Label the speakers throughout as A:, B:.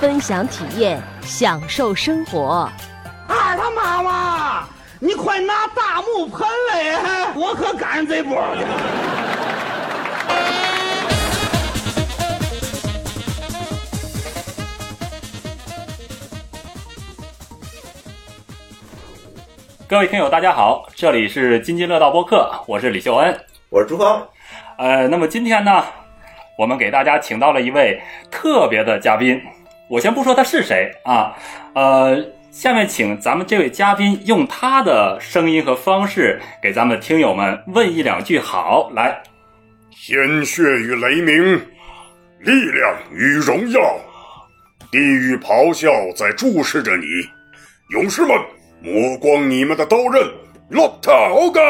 A: 分享体验，享受生活。
B: 二他妈妈，你快拿大木盆来，我可赶上这波了。
C: 各位听友，大家好，这里是津津乐道播客，我是李秀恩。
D: 我是朱峰，
C: 呃，那么今天呢，我们给大家请到了一位特别的嘉宾，我先不说他是谁啊，呃，下面请咱们这位嘉宾用他的声音和方式给咱们听友们问一两句好，来，
E: 鲜血与雷鸣，力量与荣耀，地狱咆哮在注视着你，勇士们，磨光你们的刀刃，洛特欧嘎，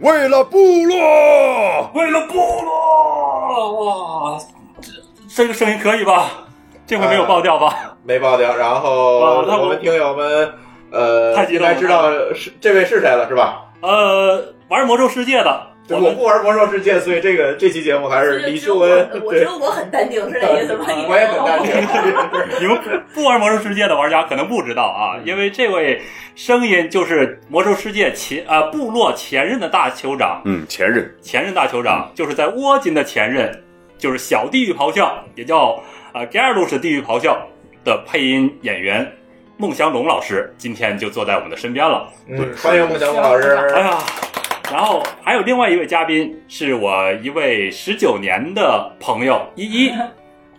E: 为了部落，
C: 为了部落，哇，这这个声音可以吧？这回没有爆掉吧？
D: 没爆掉。然
C: 哇
D: 后
C: 那我
D: 我们听友们，呃
C: 太，激
D: 应
C: 动了
D: 该知道是这位是谁了，是吧？
C: 呃，玩魔兽世界的，我
D: 我
C: 们
D: 不玩魔兽世界，所以这个这期节目还是李秀恩，
A: 我
D: 对
A: 觉，得我很淡定，是这意思哦吧？
D: 我也很淡定。
C: 你们不玩魔兽世界的玩家可能不知道啊，因为这位声音就是魔兽世界前啊、部落前任的大酋长，
E: 嗯，前任
C: 前任大酋长就是在沃金的前任，就是小地狱咆哮，也叫呃 g a r u s 地狱咆哮的配音演员孟祥龙老师，今天就坐在我们的身边了。
D: 嗯，欢迎孟祥孟老师。
C: 哎 呀，然后还有另外一位嘉宾是我一位十九年的朋友依依。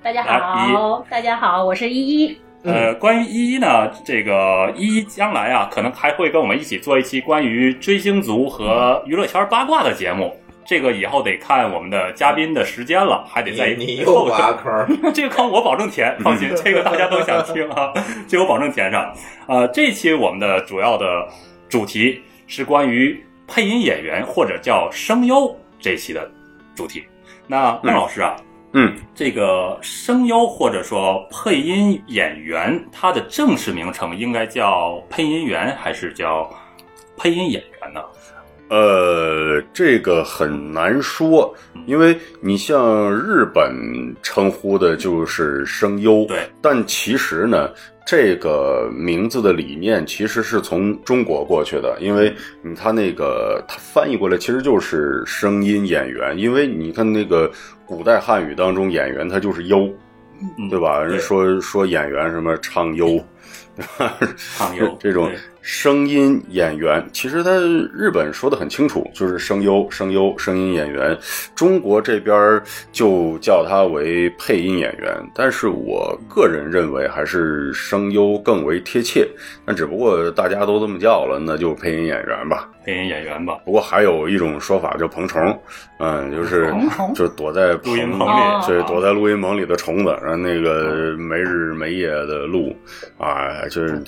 A: 大家好，大家好，我是依依。
D: 嗯
C: 呃，关于依依呢，这个依依将来啊，可能还会跟我们一起做一期关于追星族和娱乐圈八卦的节目。这个以后得看我们的嘉宾的时间了，还得在
D: 你你又挖坑，
C: 这个坑我保证填，放
E: 嗯
C: 心，这个大家都想听啊，这个我保证填上。呃，这期我们的主要的主题是关于配音演员或者叫声优这一期的主题。那孟老师啊，
E: 嗯，
C: 这个声优或者说配音演员，他的正式名称应该叫配音员还是叫配音演员呢？
E: 呃，这个很难说，
C: 嗯
E: 因为你像日本称呼的就是声优，
C: 对，
E: 但其实呢，这个名字的理念其实是从中国过去的，因为你看那个它翻译过来其实就是声音演员，因为你看那个古代汉语当中演员他就是优，
C: 嗯
E: 对吧？
C: 对
E: 人说说演员什么唱优，
C: 唱优
E: 这种
C: 对
E: 声音演员，其实他日本说的很清楚，就是声优、声优、声音演员。中国这边儿就叫他为配音演员，但是我个人认为还是声优更为贴切。那只不过大家都这么叫了，那就配音演员吧。
C: 配音演员吧，
E: 不过还有一种说法叫“蓬虫”，嗯，就是就躲在
C: 录音棚
E: 棚
A: 哦
C: 里，
E: 对，躲在录音棚里的虫子，然后那个没日没夜的录，啊，就是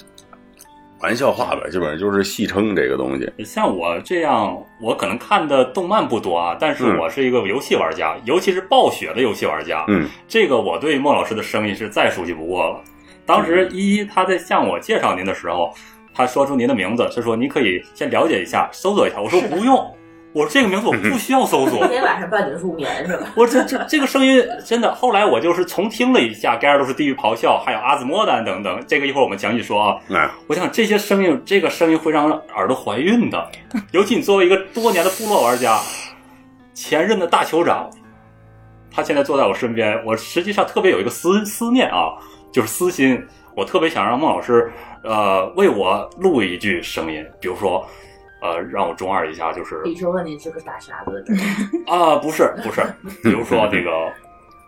E: 玩笑话呗，基本上就是戏称这个东西。
C: 像我这样，我可能看的动漫不多啊，但是
E: 嗯
C: 我是一个游戏玩家，尤其是暴雪的游戏玩家。
E: 嗯，
C: 这个我对孟老师的声音是再熟悉不过了。当时
E: 嗯
C: 依依她在向我介绍您的时候，她说出您的名字，她说您可以先了解一下，搜索一下。我说不用，我说这个名字我
E: 嗯
C: 不需要搜索
A: 今。天晚上伴你入眠 是吧？
C: 我这这这个声音真的，后来我就是重听了一下《盖尔都是地狱咆哮》，还有《阿兹莫丹》等等，这个一会儿我们详细说啊。
E: 哎，
C: 我想这些声音，这个声音会让耳朵怀孕的，尤其你作为一个多年的部落玩家，前任的大酋长，他现在坐在我身边，我实际上特别有一个思思念啊，就是私心，我特别想让孟老师，呃，为我录一句声音，比如说，呃，让我中二一下，就是
A: 李叔问你是个大傻子，
C: 啊，不是不是，比如说这个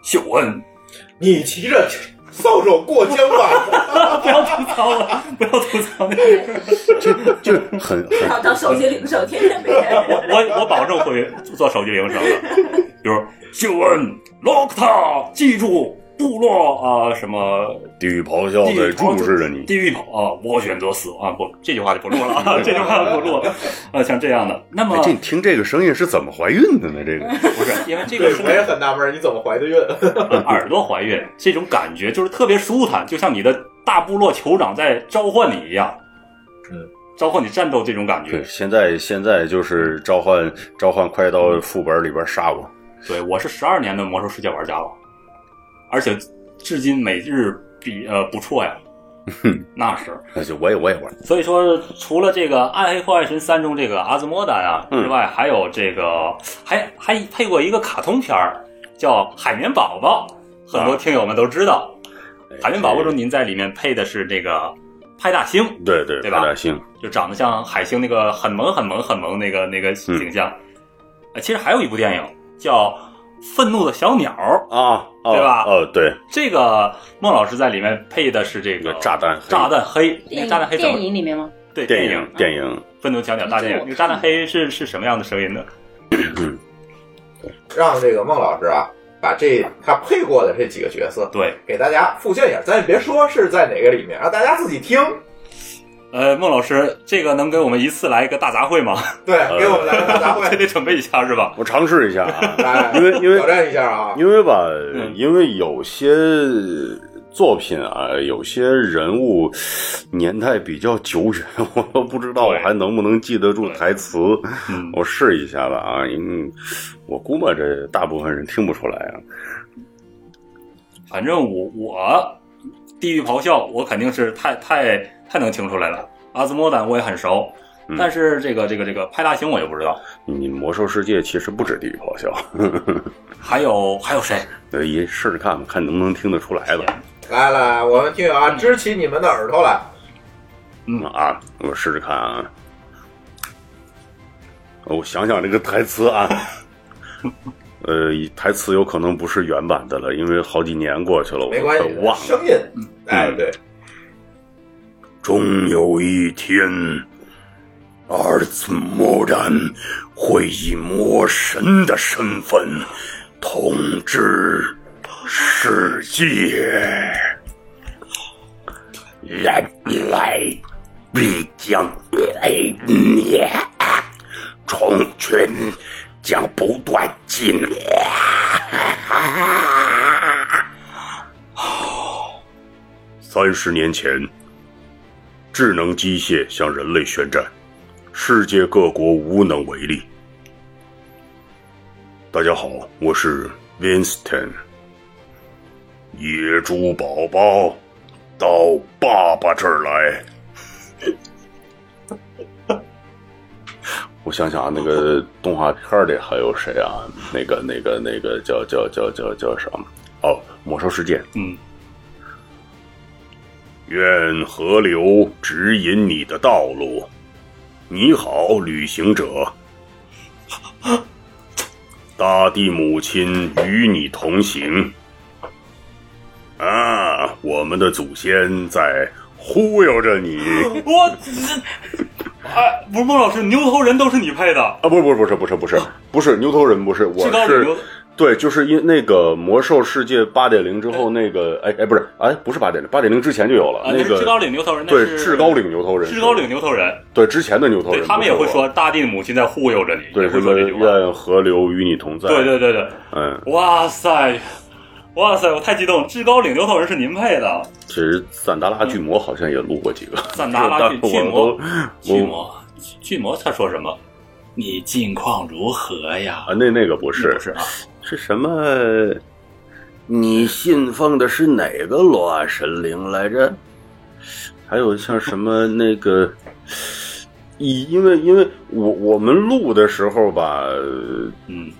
C: 秀恩，
D: 你骑着扫帚过江 吧，
C: 不要吐槽我，不要吐槽那个。
E: 就很很
A: 当当手机铃声，天天被人
C: 我我我保证会做手机铃声的，比如秀恩 lock 他，记住部落啊、什么
E: 地狱咆哮
C: 地
E: 在
C: 狱咆
E: 哦注
C: 哮
E: 视着你。
C: 地狱咆啊，我选择死亡啊，不，这句话就不录了啊，这句话不录了啊，像这样的，那么
E: 哎，这你听这个声音是怎么怀孕的呢？这个
C: 不是因为这个
D: 对
C: 是
D: 我也很纳闷儿，你怎么怀的孕？
C: 呃耳朵怀孕，这种感觉就是特别舒坦，就像你的大部落酋长在召唤你一样，
D: 嗯，
C: 召唤你战斗这种感
E: 对，
C: 觉。
E: 现在现在就是召唤召唤，快到副本里边杀我。
C: 对我是十二年的魔兽世界玩家了，而且至今每日比呃不错呀，那是。
E: 那就我也我也玩，
C: 所以说，除了这个《暗黑破坏神三》中这个阿兹莫丹啊
E: 嗯
C: 之外，还有这个还还配过一个卡通片儿，叫《海绵宝宝》，很多听友们都知道。海绵宝宝》中，您在里面配的是这个派大星，
E: 对对
C: 对吧
E: 派大星，
C: 就长得像海星那个很萌很萌很萌那个那个形象。呃其实还有一部电影叫《愤怒的小鸟》，
E: 啊，哦
C: 对吧
E: 哦，对，
C: 这个孟老师在里面配的是这
E: 那
C: 个
E: 个炸弹黑
C: 炸弹黑，那个炸弹黑怎
F: 电
C: 么
F: 影里面吗？
C: 对
E: 电
C: 影
E: 影电影，
C: 愤怒小鸟大电影，那个炸弹黑是是什么样的声音呢？
E: 嗯，
D: 让这个孟老师啊，把这他配过的这几个角色
C: 对，
D: 给大家复现一下，咱也别说是在哪个里面，让大家自己听。
C: 呃，孟老师，这个能给我们一次来一个大杂烩吗？
D: 对，给我们来个大杂
C: 这
D: 烩，
C: 得准备一下是吧？
E: 我尝试一下啊，
D: 来
E: 因为因为
D: 挑战一下啊。
E: 因为吧，
C: 嗯
E: 因为有些作品啊，有些人物年代比较久远，我都不知道我
C: 对
E: 还能不能记得住台词。
C: 嗯，
E: 我试一下吧啊，嗯，我估摸着大部分人听不出来啊。
C: 反正我我地狱咆哮，我肯定是太太太能听出来了。阿兹莫丹我也很熟，
E: 嗯
C: 但是这个这个这个派大星我就不知道。
E: 你魔兽世界其实不止地狱咆 哮，
C: 还有还有谁？
E: 所以试试看吧，看能不能听得出来吧。
D: 来来，我们听啊，支起你们的耳朵来。
E: 嗯啊，我试试看啊。哦我想想这个台词啊， 呃，台词有可能不是原版的了，因为好几年过去了，我
D: 没
E: 都
D: 关
E: 快
D: 系，
E: 忘了。嗯
D: 声音，哎，对，
E: 终有一天，阿尔兹莫然会以魔神的身份统治世界。人类必将毁灭，虫群将不断进化。 三十年前，智能机械向人类宣战，世界各国无能为力。大家好，我是 Winston。野猪宝宝，到爸爸这儿来。 我想想啊，那个动画片里还有谁啊？那个、那个、那个叫叫叫叫叫什么？哦，魔兽世界。
C: 嗯，
E: 愿河流指引你的道路。你好，旅 行者。大地母亲与你同行。啊，我们的祖先在忽悠着 你
C: 我哎，不是孟老师，牛头人都是你配的，
E: 啊！不，不，不是，不是，不是，不是牛头人，不是，
C: 最
E: 我
C: 高领
E: 是
C: 牛
E: 对，就是因那个魔兽世界八点零之后那个，哎哎，不是，哎，不是八点零，八点零之前就有了、
C: 啊，那
E: 那
C: 是
E: 个
C: 至高领牛头人，那
E: 对
C: 是
E: 至高领牛头人，
C: 至高领牛头人，
E: 对之前的牛头人
C: 对，他们也
E: 不
C: 会
E: 是我
C: 说大地母亲在忽悠着你，
E: 对
C: 也
E: 什
C: 会
E: 么
C: 说这句话。
E: 愿河流与你同在。
C: 对，对对对，
E: 嗯，
C: 哇塞，哇塞，我太激动了！至高领牛头人是您配的，
E: 其实赞达拉巨魔好像也录过几个，
C: 赞嗯达拉巨
E: 但
C: 巨
E: 是
C: 魔
E: 我，
C: 巨
E: 我
C: 魔，巨魔，他说什么？你近况如何呀
E: 啊，？那那个不是
C: 不是啊，
E: 是什么？你信奉的是哪个罗啊神灵来着？还有像什么那个，以因为因为我我们录的时候吧，呃
C: 嗯，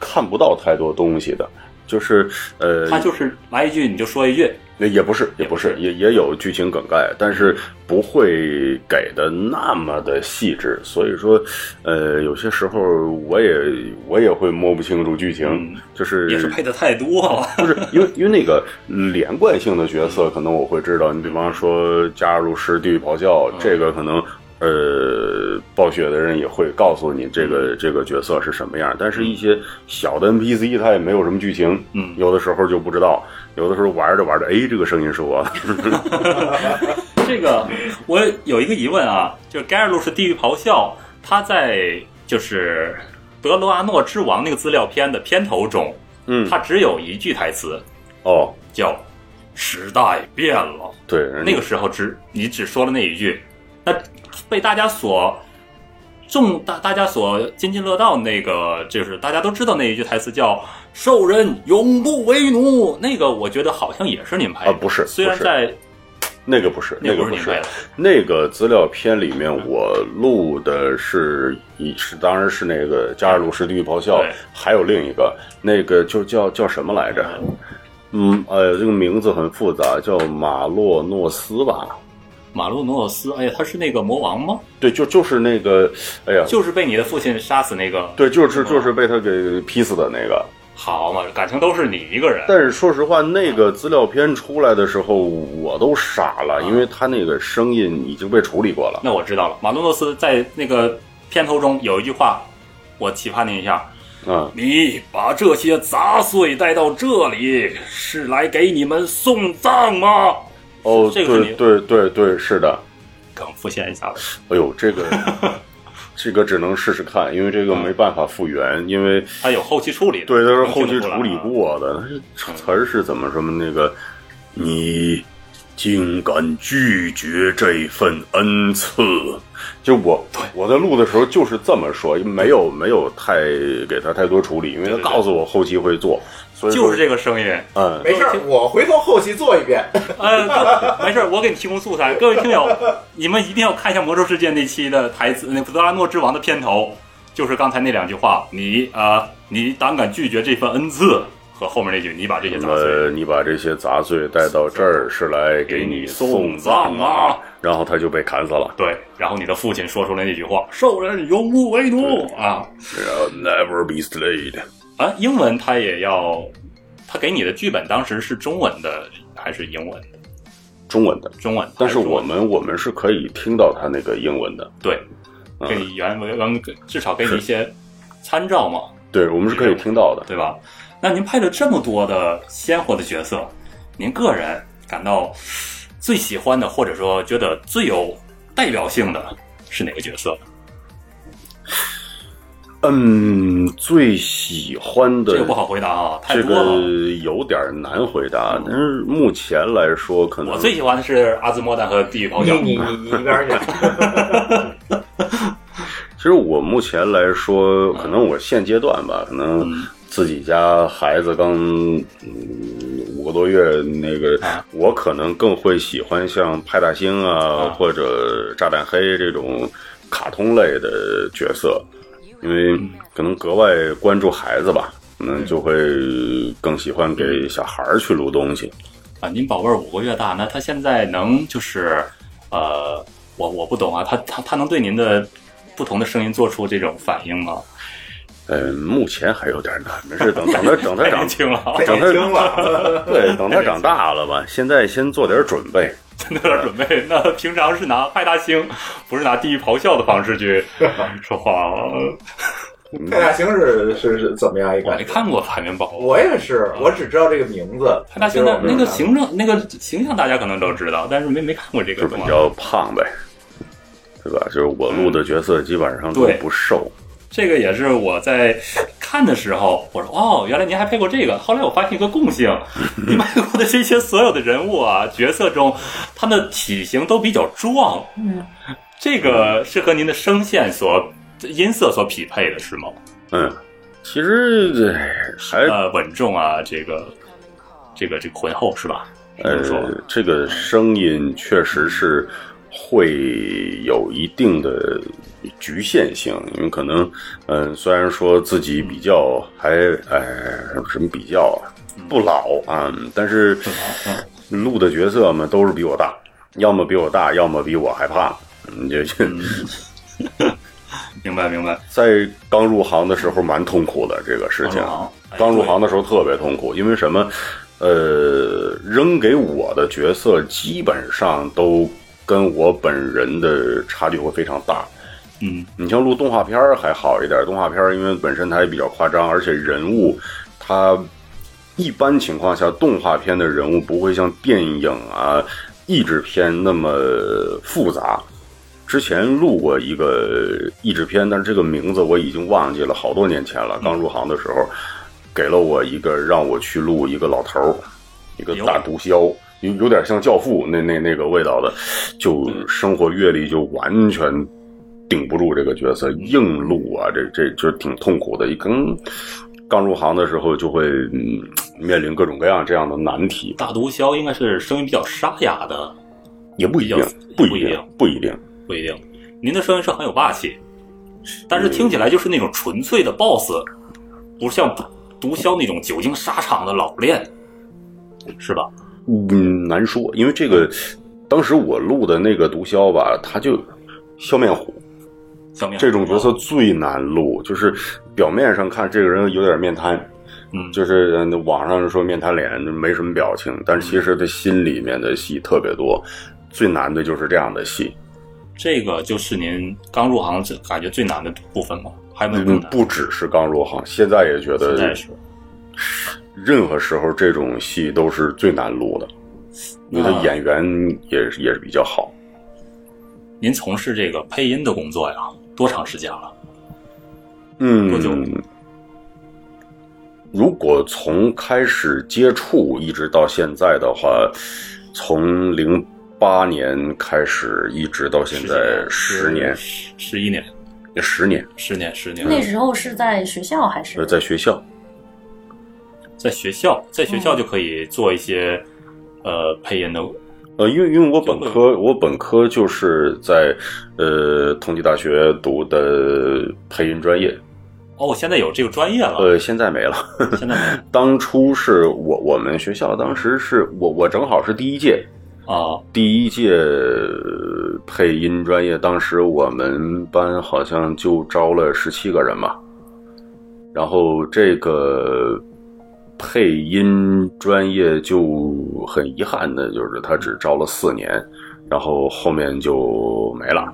E: 看不到太多东西的，就是呃，
C: 他就是来一句你就说一句，
E: 那也不是，
C: 也
E: 也不
C: 不
E: 是
C: 是，
E: 也也有剧情梗概，但是不会给的那么的细致，所以说，呃，有些时候我也我也会摸不清楚剧情，
C: 嗯
E: 就是
C: 也是配的太多了。
E: 不是因为因为那个连
C: 嗯
E: 贯性的角色，可能我会知道，你比方说加入是地狱咆哮，这个可能呃，暴雪的人也会告诉你这个
C: 嗯
E: 这个角色是什么样，但是一些小的 NPC 它也没有什么剧情，
C: 嗯
E: 有的时候就不知道，有的时候玩着玩着，哎，这个声音 是我的，
C: 这个我有一个疑问啊，就是盖尔路是地狱咆哮，他在就是德罗阿诺之王那个资料片的片头中，
E: 嗯，
C: 他只有一句台词
E: 哦，
C: 叫“时代变了”，
E: 对，
C: 那个时候只你只说了那一句，那被大家所众大大家所津津乐道，那个就是大家都知道那一句台词叫“兽人永不为奴”，那个我觉得好像也是你们拍的，
E: 啊不是
C: 虽然
E: 不是
C: 在
E: 那个不是，
C: 那不
E: 个
C: 是
E: 不
C: 你拍的，
E: 那个资料片里面，我录的是一是，当然是那个加尔鲁什地狱咆哮
C: 对，
E: 还有另一个，那个就叫叫什么来着？嗯，呃，这个名字很复杂，叫马洛诺斯吧？
C: 马路诺斯，哎呀，他是那个魔王吗？
E: 对，就就是那个，哎呀，
C: 就是被你的父亲杀死那个。
E: 对，就是就是被他给劈死的那个。
C: 好嘛，感情都是你一个人。
E: 但是说实话，那个资料片出来的时候，我都傻
C: 啊
E: 了，因为他那个声音已经被处理过了。
C: 那我知道了，马路诺斯在那个片头中有一句话，我期盼您一下：
E: 嗯，
C: 你把这些杂碎带到这里，是来给你们送葬吗？
E: 哦，
C: 这个是
E: 对
C: 你
E: 对对对，是的。
C: 梗浮现一下吧。
E: 哎呦，这 个这个只能试试看，因为这个没办法复原，
C: 嗯
E: 因为
C: 他有后期处理的，
E: 对，它是
C: 能
E: 后
C: 听
E: 期
C: 得出来
E: 处理
C: 啊。
E: 过的。它词儿是怎么什么那个？你竟敢拒绝这份恩赐？就我我在录的时候就是这么说，没有没有太给他太多处理，因为他
C: 对对
E: 告诉我后期会做，所以说
C: 就是这个声音，
E: 嗯，
D: 没事儿，我回头后期做一遍。
C: 呃，没事儿，我给你提供素材。各位听友，你们一定要看一下《魔兽世界》那期的台词，那《普德拉诺之王》的片头，就是刚才那两句话。你啊、呃你胆敢拒绝这份恩赐，和后面那句，你把这些
E: 那
C: 杂碎。
E: 么你把这些杂碎带到这儿是来给你送葬
C: 送葬啊，
E: 然后他就被砍死了。
C: 对，然后你的父亲说出来那句话：“兽人永不为奴
E: 对
C: 啊
E: Shall 呃 never be slayed。！”
C: 啊，英文他也要，他给你的剧本当时是中文的还是英文的？
E: 中文的，
C: 中文的。
E: 但是
C: 还中
E: 我
C: 文的
E: 们我们是可以听到他那个英文的，
C: 对，
E: 嗯
C: 给你原文原文，至少给你一些参照嘛。
E: 对我们是可以听到的。
C: 对吧？那您拍了这么多的鲜活的角色，您个人感到最喜欢的，或者说觉得最有代表性的是哪个角色？
E: 嗯，最喜欢的
C: 这个不好回答啊，太
E: 这
C: 多了。
E: 个有点难回答，但是目前来说，可能
C: 我最喜欢的是阿兹莫丹和地狱咆哮
D: 你。你你你一边儿 去，哎
E: 其实我目前来说，
C: 嗯
E: 可能我现阶段吧，可能自己家孩子刚嗯五个多月，那个
C: 啊
E: 我可能更会喜欢像派大星啊
C: 啊
E: 或者炸弹黑这种卡通类的角色，因为
C: 嗯
E: 可能格外关注孩子吧，可能就会更喜欢给小孩儿去录东西。
C: 啊，您宝贝儿五个月大，那他现在能就是，呃，我我不懂啊，他他他能对您的不同的声音做出这种反应吗？
E: 呃，目前还有点难，没事， 等等他等他
C: 太
E: 长
C: 年，轻了啊，
D: 太年轻了。
E: 对，等他长大了吧，现在先做点准备。
C: 那点准备， 那平常是拿派大星，不是拿地狱咆哮的方式去说话。呃
D: 派大星是是是怎么样一
C: 我
D: 感
C: 没
D: 觉？
C: 看过《海绵宝宝》，
D: 我也是，我只知道这个名字。
C: 派大星的那个
D: 形。
C: 形状、那个形象，大家可能都知道，但是没没看过这
E: 就
C: 个
E: 比
C: 动画。
E: 较胖呗，对吧？就是我录的角色基本上都
C: 嗯对
E: 不瘦，
C: 这个也是我在看的时候，我说哦，原来您还配过这个。后来我发现一个共性，您拍过的这些所有的人物啊、角色中，他们的体型都比较壮。嗯，这个是和您的声线所音色所匹配的，是吗？
E: 嗯，其实哎还
C: 呃，稳重啊，这个这个这个浑厚是吧？是这么说吧嗯
E: 呃，这个声音确实是会有一定的局限性，因为可能，嗯、虽然说自己比较还，哎，什么比较啊，
C: 嗯
E: 不老啊，但是录的角色嘛都是比我大，要么比我大，要么比我还胖，嗯，就就
C: 嗯 明白明白。
E: 在刚入行的时候蛮痛苦的这个事
C: 刚
E: 情
C: 入行，哎
E: 刚入行的时候特别痛苦，因为什么？呃，扔给我的角色基本上都跟我本人的差距会非常大。
C: 嗯，
E: 你像录动画片儿还好一点，动画片儿因为本身它也比较夸张，而且人物它一般情况下动画片的人物不会像电影啊、译制片那么复杂。之前录过一个译制片，但是这个名字我已经忘记了，好多年前了。刚入行的时候，给了我一个让我去录一个老头儿，一个大毒枭，有有点像《教父》那那那个味道的，就生活阅历就完全顶不住这个角色，硬录啊，这这就是挺痛苦的。刚刚入行的时候就会、嗯面临各种各样这样的难题，
C: 大毒枭应该是声音比较沙哑的，
E: 也不一定，
C: 不
E: 不
C: 一定
E: 一定，不一定。
C: 不一定。您的声音是很有霸气，但是听起来就是那种纯粹的 boss，不像毒枭那种久经沙场的老练，是吧？
E: 嗯，难说，因为这个当时我录的那个毒枭吧，他就笑面虎
C: 小明
E: 这种角色最难录，就是表面上看这个人有点面瘫，
C: 嗯
E: 就是嗯网上说面瘫脸，没什么表情，但是其实他心里面的戏特别多，最难的就是这样的戏。
C: 这个就是您刚入行这感觉最难的部分吗？还有没有更
E: 嗯，呃
C: 难？
E: 不只是刚入行，现在也觉
C: 现在
E: 得
C: 是
E: 任何时候这种戏都是最难录的，因为他
C: 那
E: 演员也
C: 啊
E: 是也是比较好。
C: 您从事这个配音的工作呀，多长时间了？
E: 嗯，
C: 多久
E: 如果从开始接触一直到现在的话，从零八年开始一直到现在十年，
C: 十十一年，
E: 十年
C: 十年，十年。
F: 那时候是在学校还是
E: 呃，？在学校，
C: 在学校，在学
F: 哦
C: 校就可以做一些、呃配音的
E: 呃，因为因为我本科我本科就是在呃同济大学读的配音专业，
C: 哦，现在有这个专业了，
E: 呃，现在没了。
C: 现在没
E: 当初是我我们学校当时是我我正好是第一届，
C: 啊，
E: 第一届呃配音专业，当时我们班好像就招了十七个人吧。然后这个配音专业就很遗憾的，就是他只招了四年，然后后面就没了，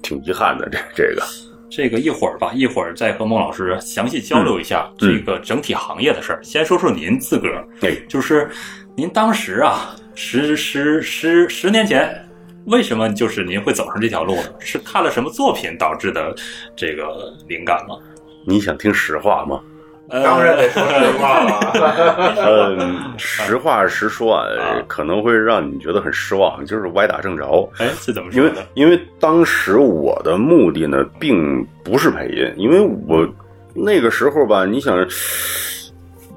E: 挺遗憾的。这这个，
C: 这个一会儿吧，一会儿再和孟老师详细交流一下
E: 嗯
C: 这个整体行业的事儿。先说说您自个儿，
E: 哎，
C: 就是您当时啊，十十十十年前。为什么就是您会走上这条路呢？是看了什么作品导致的这个灵感吗？
E: 你想听实话吗？
C: 呃
D: 嗯当然得说实话了。
E: 嗯，实话实说啊
C: 啊，
E: 可能会让你觉得很失望，就是歪打正着。
C: 哎，是怎么
E: 因
C: 说
E: 为
C: 的？
E: 因为当时我的目的呢，并不是配音，因为我那个时候吧，你想，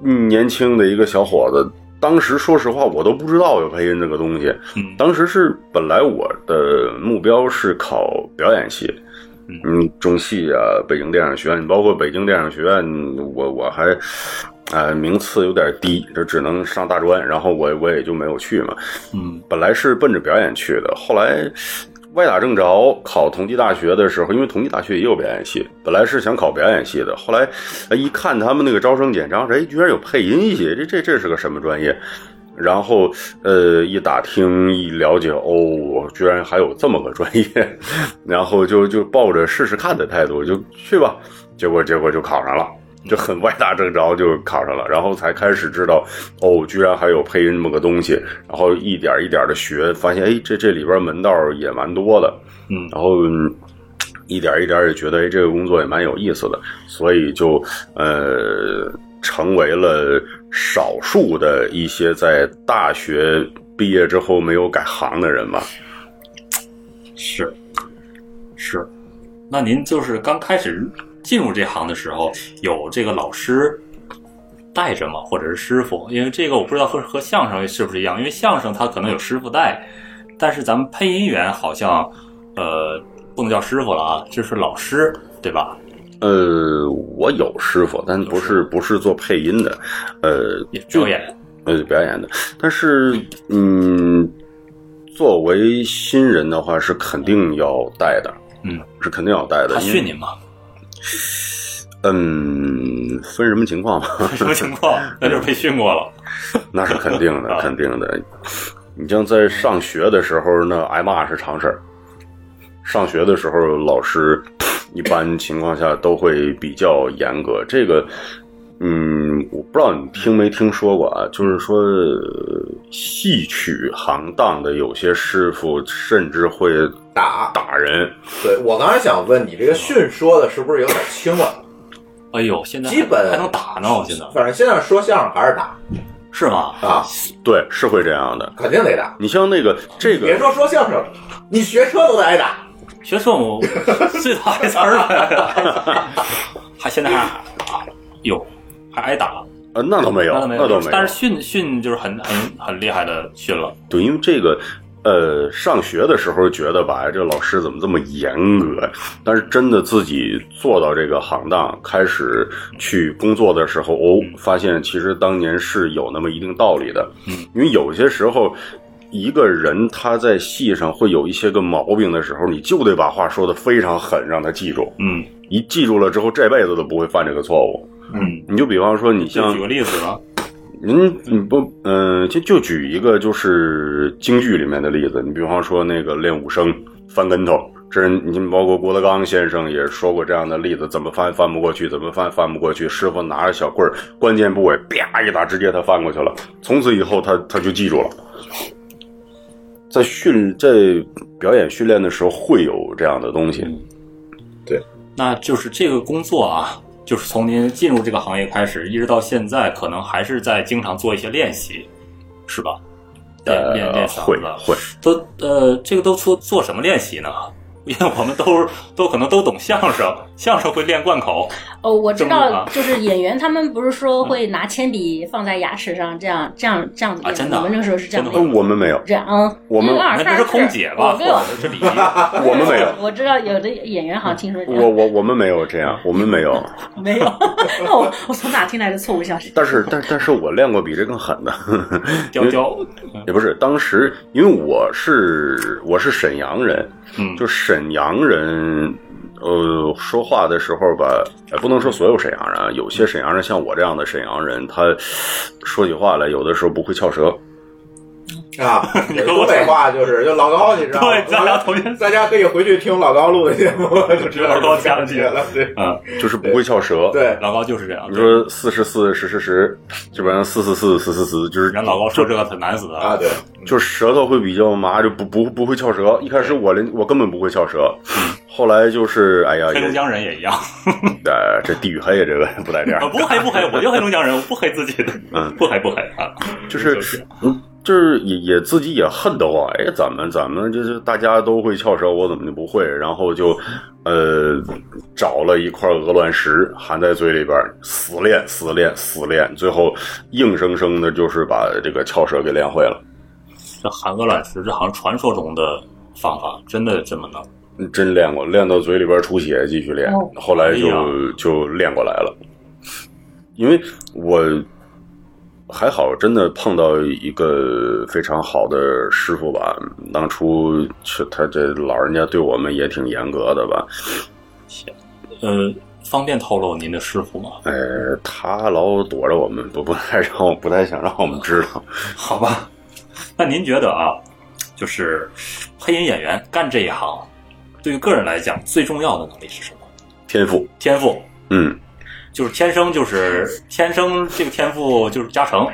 E: 嗯年轻的一个小伙子，当时说实话，我都不知道有配音这个东西。
C: 嗯
E: 当时是本来我的目标是考表演系，
C: 嗯
E: 嗯，中戏啊，北京电影学院，包括北京电影学院，我我还。呃，名次有点低，就只能上大专，然后我我也就没有去嘛。
C: 嗯
E: 本来是奔着表演去的，后来歪打正着考同济大学的时候，因为同济大学也有表演系，本来是想考表演系的，后来哎一看他们那个招生简章，哎，居然有配音系，这这这是个什么专业？然后，呃，一打听一了解，哦，居然还有这么个专业， 然后就就抱着试试看的态度就去吧，结果结果就考上了，就很歪打正着就考上了，然后才开始知道，哦，居然还有配音这么个东西，然后一点一点的学，发现哎，这这里边门道也蛮多的，
C: 嗯
E: 然后嗯一点一点也觉得哎，这个工作也蛮有意思的，所以就呃成为了少数的一些在大学毕业之后没有改行的人吧。
C: 是是。那您就是刚开始进入这行的时候，有这个老师带着吗？或者是师傅？因为这个我不知道和和相声是不是一样，因为相声它可能有师傅带，但是咱们配音员好像呃不能叫师傅了啊，就是老师对吧？
E: 呃，我有师傅，但不是不是做配音的，呃，
C: 也表演
E: 呃表演的。但是，嗯，作为新人的话，是肯定要带的，
C: 嗯，
E: 是肯定要带的。
C: 他
E: 因为
C: 训您吗？
E: 嗯，分什么情况吧，
C: 什么情况？那就是被训过了。
E: 那是肯定的
C: 啊，
E: 肯定的。你像在上学的时候呢，挨骂是常事儿。上学的时候，老师一般情况下都会比较严格。这个，嗯，我不知道你听没听说过啊，就是说呃戏曲行当的有些师傅甚至会
D: 打
E: 打人。
D: 对我刚才想问你，这个训说的是不是有点轻了？
C: 哎呦，现在还
D: 基本
C: 还能打呢，我现在
D: 反正现在说相声还是打
C: 是吗？
D: 啊，
E: 对，是会这样的。
D: 肯定得打。
E: 你像那个这个，
D: 别说说相声，你学车都得挨打。
C: 学错误，最讨厌词儿了，还现在还有还挨打，
E: 呃，那倒没有，
C: 那倒没有，
E: 倒没有。
C: 但是训训就是很很很厉害的训了，
E: 对，因为这个，呃，上学的时候觉得吧，哎这老师怎么这么严格？但是真的自己做到这个行当，开始去工作的时候，哦，发现其实当年是有那么一定道理的。
C: 嗯，
E: 因为有些时候。一个人他在戏上会有一些个毛病的时候，你就得把话说的非常狠，让他记住。
C: 嗯
E: 一记住了之后，这辈子都不会犯这个错误。
C: 嗯，
E: 你就比方说，你
C: 就
E: 像
C: 举个例子啊吧，
E: 您你不嗯、呃就就举一个就是京剧里面的例子，你比方说那个练武生翻跟头，这人您包括郭德纲先生也说过这样的例子，怎么翻翻不过去，怎么翻翻不过去，师傅拿着小棍儿，关键部位啪一打，直接他翻过去了，从此以后他他就记住了。在训在表演训练的时候会有这样的东西，
C: 那就是这个工作啊，就是从您进入这个行业开始，一直到现在，可能还是在经常做一些练习，是吧？练嗯练
E: 呃，
C: 练
E: 会
C: 嗓子，
E: 会，
C: 都呃，这个都做做什么练习呢？因为我们都都可能都懂相声，相声会练贯口，
F: 哦，我知道
C: 正路
F: 了
C: 啊，
F: 就是演员他们不是说会拿铅笔放在牙齿上，这样这样这样子
C: 啊
F: 练
C: 真的啊
F: 你们那个时候是这样
C: 真
F: 的
C: 的
F: 吗
C: 吗
E: 呃我们没有，
F: 这样啊，
E: 我们
F: 一二
C: 那
F: 三
C: 不
F: 四
C: 是空姐吧？
F: 我
C: 或
F: 没有
C: 者是礼仪？
E: 我 们没有，
F: 我知道有的演员好像听说这
E: 我
F: 样，
E: 我我们没有这样，我们没有。
F: 没有，那我我从哪听来的错误消息？
E: 但 是，但但是我练过比这更狠的，
C: 雕雕，
E: 也不是当时，因为我是我是沈阳人，
C: 嗯，
E: 就沈阳人，呃，说话的时候吧，呃不能说所有沈阳人，啊，有些沈阳人像我这样的沈阳人，他说起话来有的时候不会翘舌，
D: 啊，
C: 你跟
D: 东
C: 我讲
D: 北话就是就老高，你知道吗？
C: 对咱俩同学
D: 大家可以回去听老高录的节目， 就知道
C: 老高
D: 这样
C: 讲解
D: 了。对
C: 嗯，
E: 就是不会翘舌。，
D: 对，
C: 老高就是这样。
E: 你说四十四十十十，基本上四四四四四四，就是
C: 人老高说这个很难死的
D: 啊，对，
E: 就是舌头会比较麻，就不不不会翘舌。一开始我连我根本不会翘舌，后来就是哎呀，
C: 嗯黑
E: 有
C: 龙江人也一样。
E: 呃，这地域黑这个不在这儿
C: 啊，，不黑不黑，我就黑龙江人，我不黑自己的，
E: 嗯
C: 不黑不黑啊，
E: 就是嗯就是也也自己也恨得慌，哎，怎么怎么就是大家都会翘舌，我怎么就不会？然后就呃找了一块鹅卵石含在嘴里边，死练死练死练，最后硬生生的就是把这个翘舌给练会了。
C: 这韩鹅卵石，这好像传说中的方法，真的这么弄？
E: 真练过，练到嘴里边出血，继续练，
F: 哦
E: 后来就、
C: 哎呀
E: 就练过来了。因为我还好，真的碰到一个非常好的师傅吧。当初是他这老人家对我们也挺严格的吧。
C: 呃，方便透露您的师傅吗？
E: 呃，他老躲着我们，不不 太让我不太想让我们知道。
C: 好吧，那您觉得啊，就是配音演员干这一行，对于个人来讲，最重要的能力是什么？
E: 天赋，
C: 天赋，
E: 嗯，
C: 就是天生，就是天生这个天赋就是加成。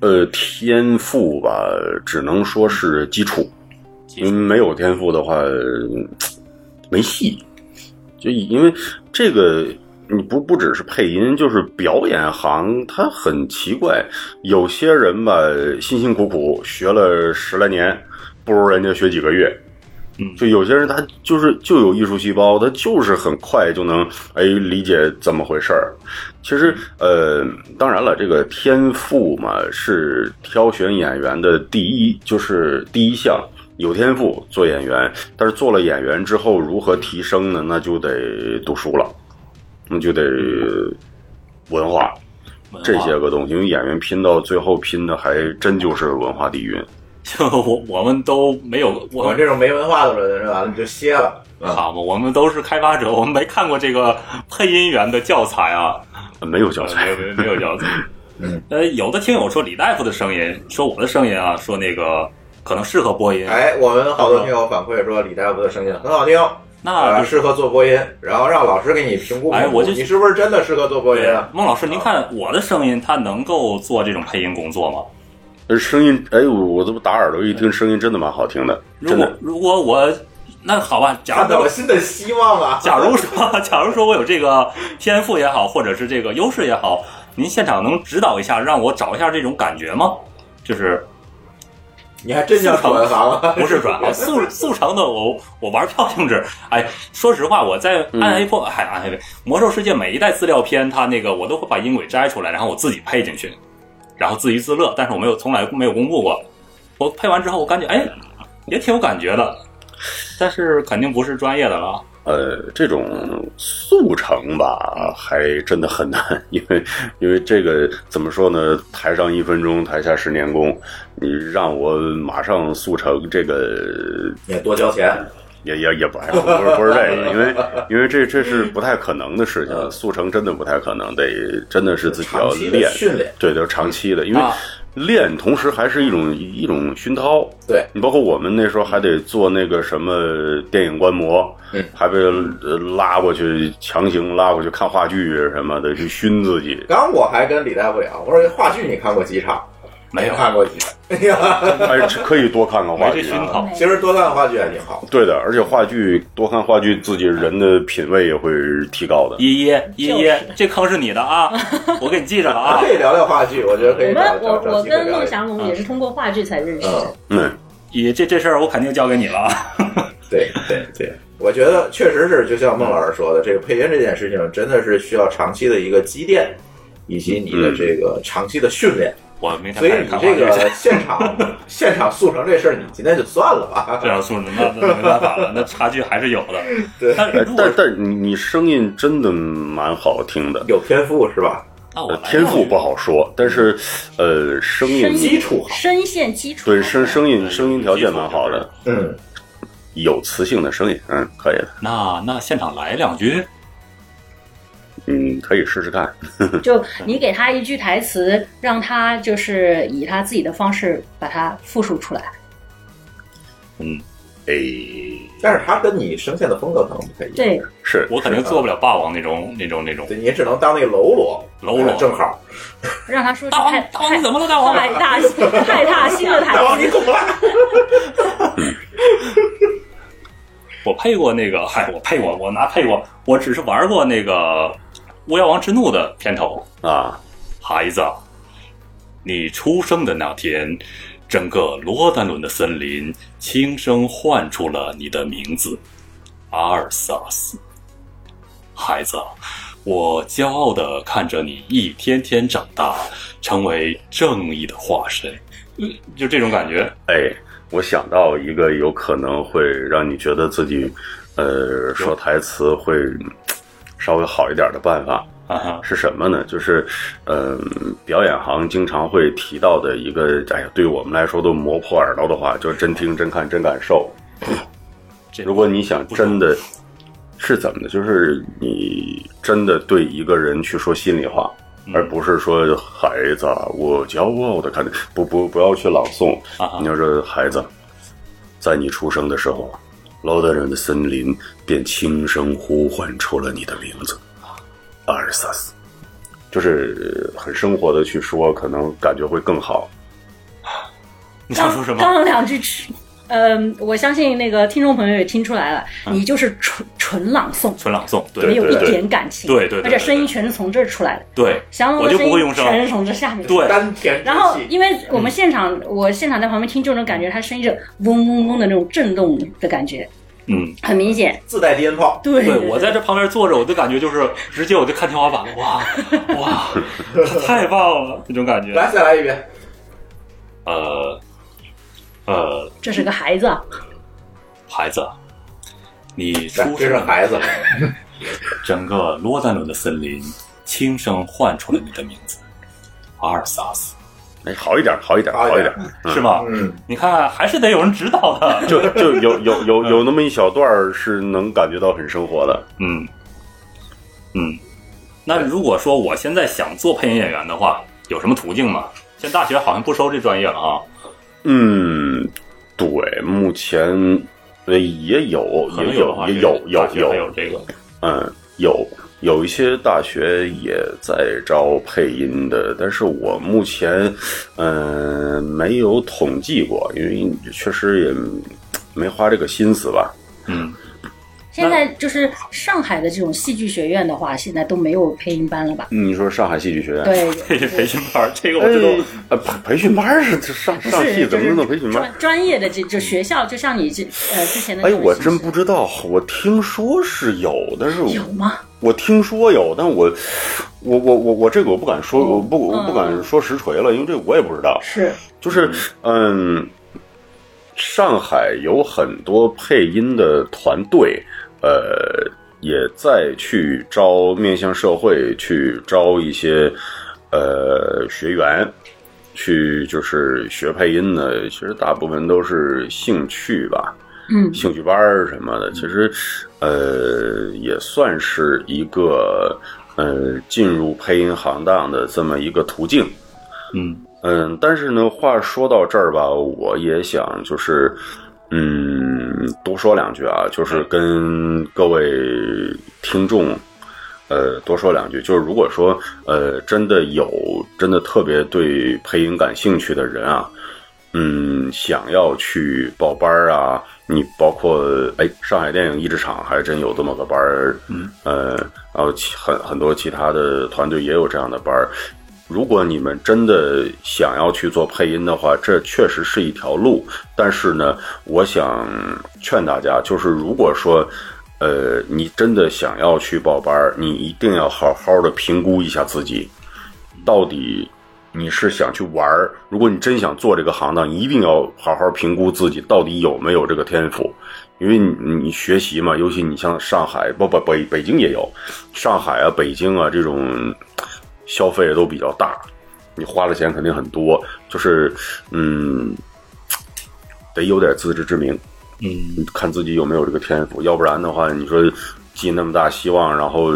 E: 呃，天赋吧，只能说是基础。因为嗯没有天赋的话，嗯没戏。就以因为这个，你不不只是配音，就是表演行，它很奇怪。有些人吧，辛辛苦苦学了十来年，不如人家学几个月。
C: 嗯
E: 就有些人他就是就有艺术细胞，他就是很快就能哎理解怎么回事儿。其实呃，当然了，这个天赋嘛是挑选演员的第一，就是第一项。有天赋做演员，但是做了演员之后如何提升呢？那就得读书了，那就得文化
C: 文化
E: 嗯这些个东西，因为演员拼到最后拼的还真就是文化底蕴。
C: 就 我我们都没有，
D: 我
C: 我
D: 们这种没文化的人完了就歇了。啊，
C: 好嘛，我们都是开发者，我们没看过这个配音员的教材啊，
E: 没有教材
C: 没有没有没有教材。
E: 嗯
C: 呃，有的听友说李大夫的声音，说我的声音啊，说那个可能适合播音，
D: 哎，我们好多听友反馈说李大夫的声音很好听，
C: 那
D: 呃
C: 就是
D: 适合做播音，然后让老师给你评估
C: 哎
D: 评估
C: 我就
D: 你是不是真的适合做播音
C: 对
D: 啊？
C: 孟老师，您看我的声音，它能够做这种配音工作吗？
E: 呃声音，哎，我我这不打耳朵一听，声音真的蛮好听的，
C: 哎如
E: 真
C: 果
E: 的。
C: 如果我那好吧，假
D: 看到
C: 如
D: 了新的希望 啊！
C: 假如说假如说我有这个天赋也好，或者是这个优势也好，您现场能指导一下，让我找一下这种感觉吗？就是
D: 你还真叫转行啊？
C: 不是转行速速成的我我玩票性质。哎，说实话，我在暗黑破哎暗黑魔兽世界每一代资料片，它那个我都会把音轨摘出来，然后我自己配进去，然后自娱自乐。但是我没有从来没有公布过。我配完之后，我感觉哎也挺有感觉的，但是肯定不是专业的了。
E: 呃，这种速成吧，还真的很难，因为因为这个怎么说呢？台上一分钟，台下十年功。你让我马上速成，这个
D: 也多交钱，
E: 也也也不哎不是不是这个，因为因为这这是不太可能的事情，速成真的不太可能，得真的是自己要
D: 长期的
E: 练，
D: 训练，
E: 对，都是长期的，因为
C: 啊
E: 练同时还是一种一种熏陶。
D: 对
E: 你包括我们那时候还得做那个什么电影观摩，
D: 嗯
E: 还被呃拉过去强行拉过去看话剧什么的，去熏自 己。
D: 刚刚我还跟李大夫聊，我说话剧你看过几场？
C: 没有
D: 看过几场。哎呀，
E: 哎，这可以多看看话
C: 没这
E: 剧
C: 熏
E: 啊。
C: 陶。
D: 其实多看话剧还挺好。
E: 对的，而且话剧多看话剧，自己人的品味也会提高的。
C: 依依依
F: 就
C: 依
F: 是，
C: 这坑是你的啊，我给你记着了啊
D: 可。以聊聊话剧，我觉得可以
F: 我
D: 找
F: 们我
D: 找找
F: 我
D: 机会
F: 跟
D: 聊
F: 孟
D: 一
F: 祥龙也是通过话剧才认识的
D: 嗯，，
E: 嗯，
C: 依这这事儿我肯定交给你了啊。
D: 对对对，我觉得确实是，就像孟老师说的，这个配音这件事情真的是需要长期的一个积淀，以及你的这个长期的训练。
C: 我明天
D: 所以
C: 开始
D: 你
C: 看话
D: 这
C: 剧去。
D: 个现场现场速成这事儿，你今天就算了吧。
C: 这样素质，那那没办法了，那差距还是有的。
D: 对
C: 但
E: 哎
C: 如果
E: 但但你你声音真的蛮好听的，
D: 有天赋是吧？
C: 那我
E: 呃
C: 来
E: 天赋不好说，但是呃，声音
F: 声音哎
D: 基础好，
F: 声线基础
E: 对声声音声音条件蛮好的，
D: 嗯，
E: 有磁性的声音，嗯，可以的，
C: 那那现场来两句，
E: 嗯，可以试试看。
F: 就你给他一句台词，让他就是以他自己的方式把它复述出来。
E: 哎，
D: 但是它跟你声线的风格可能不太一样。
F: 对，
E: 是
C: 我肯定做不了霸王那种那种那种
D: 对，。你只能当那个喽啰，呃
C: 喽啰
D: 正好。
F: 让他说
C: 大王
F: 太
C: 大王你
F: 太
C: 怎么了？大王
F: 太大太大新的台
D: 大王，
F: 词。
D: 你怎么了？
C: 我配过那个，嗨，我配过，我拿配过，我只是玩过那个《巫妖王之怒》的片头。
E: 啊，
C: 孩子，你出生的那天，整个罗丹伦的森林轻声唤出了你的名字，阿尔萨斯。孩子，我骄傲地看着你一天天长大，成为正义的化身。嗯，就这种感觉。
E: 哎，我想到一个有可能会让你觉得自己，呃，说台词会嗯稍微好一点的办法
C: 啊哈，
E: 是什么呢？就是，嗯、表演行经常会提到的一个，哎呀，对我们来说都磨破耳朵的话，就是真听、真看、真感受。
C: 这
E: 如果你想真的是怎么的，就是你真的对一个人去说心里话，
C: 嗯
E: 而不是说孩子，啊我骄傲的看着，不不不要去朗诵
C: 啊哈。
E: 你要说孩子，在你出生的时候，罗德人的森林便轻声呼唤出了你的名字，阿尔萨斯，就是很生活的去说，可能感觉会更好。
C: 你想
F: 刚
C: 说什么？
F: 刚刚两句吃，嗯，我相信那个听众朋友也听出来了，你就是纯纯朗诵，
C: 纯朗诵，
F: 没
C: 嗯对
F: 有
E: 对对
F: 一点感情，
C: 对对对
F: 而且声音全是从这儿出来的，
C: 对，
F: 祥龙
C: 我
F: 的
C: 就不会用
F: 音
C: 声。
F: 全是从这下面出来
C: 对，
F: 的
D: 丹田之
F: 然后，
D: 气，
F: 因为我们现场，我现场在旁边听，就能感觉他声音是嗡嗡嗡的那种震动的感觉，
C: 嗯，
F: 很明显。
D: 自带低音炮。
F: 对
C: 对，我在这旁边坐着，我的感觉就是直接我就看天花板，哇哇，太棒了，那种感觉。
D: 来，再来一遍。
C: 呃呃，
F: 这是个孩子啊，
C: 孩子，啊你
D: 这
C: 出生
D: 这是
C: 的
D: 孩子，
C: 整个罗丹伦的森林轻声唤出了你的名字，阿尔萨斯，
E: 哎，好一点，好一点，
D: 好
E: 好
D: 一
E: 一
D: 点
E: 点，
C: 是吗？
D: 嗯，
C: 你看，还是得有人指导的。
E: 就就有有有有那么一小段儿是能感觉到很生活的。
C: 嗯，嗯，那如果说我现在想做配音演员的话，有什么途径吗？现在大学好像不收这专业了啊，
E: 嗯，对，目前呃也有，
C: 可能
E: 也
C: 的话
E: 也
C: 是
E: 有，有
C: 大学
E: 有
C: 还有这个，
E: 嗯，有有一些大学也在招配音的，但是我目前嗯、呃没有统计过，因为确实也嗯没花这个心思吧。
C: 嗯，
F: 现在就是上海的这种戏剧学院的话，现在都没有配音班了吧？
E: 你说上海戏剧学院？
F: 对，
C: 这是培训班儿，这个我
E: 哎
C: 知道。
E: 呃，培培训班儿是这上
F: 不
E: 上
F: 是
E: 戏
F: 就
E: 怎么
F: 是
E: 能培训班儿？
F: 专专业的这就学校，就像你这呃之前的
E: 哎，
F: 那种
E: 我
F: 形
E: 真
F: 式
E: 不知道，我听说是有，但是
F: 有吗？
E: 我听说有，但我我我我我这个我不敢说，我不我不敢说实锤了，因为这我也不知道。
F: 哦嗯是
E: 就是嗯，上海有很多配音的团队，呃，也在去招面向社会，去招一些呃学员。去就是学配音的，其实大部分都是兴趣吧，
F: 嗯
E: 兴趣班儿什么的，其实呃也算是一个呃进入配音行当的这么一个途径。
C: 嗯，
E: 嗯，但是呢，话说到这儿吧，我也想就是，嗯，多说两句啊，就是跟各位听众，呃，多说两句。就是如果说，呃，真的有真的特别对配音感兴趣的人啊，嗯，想要去报班儿啊，你包括哎，上海电影译制厂还真有这么个班儿，
C: 嗯，
E: 呃，然后其很很多其他的团队也有这样的班儿。如果你们真的想要去做配音的话，这确实是一条路。但是呢，我想劝大家，就是如果说，呃，你真的想要去报班儿，你一定要好好的评估一下自己，到底你是想去玩儿。如果你真想做这个行当，一定要好好评估自己到底有没有这个天赋。因为你你学习嘛，尤其你像上海，不不北北京也有，上海啊、北京啊这种消费都比较大，你花的钱肯定很多，就是嗯，得有点自知之明，
C: 嗯，
E: 看自己有没有这个天赋，要不然的话，你说寄那么大希望，然后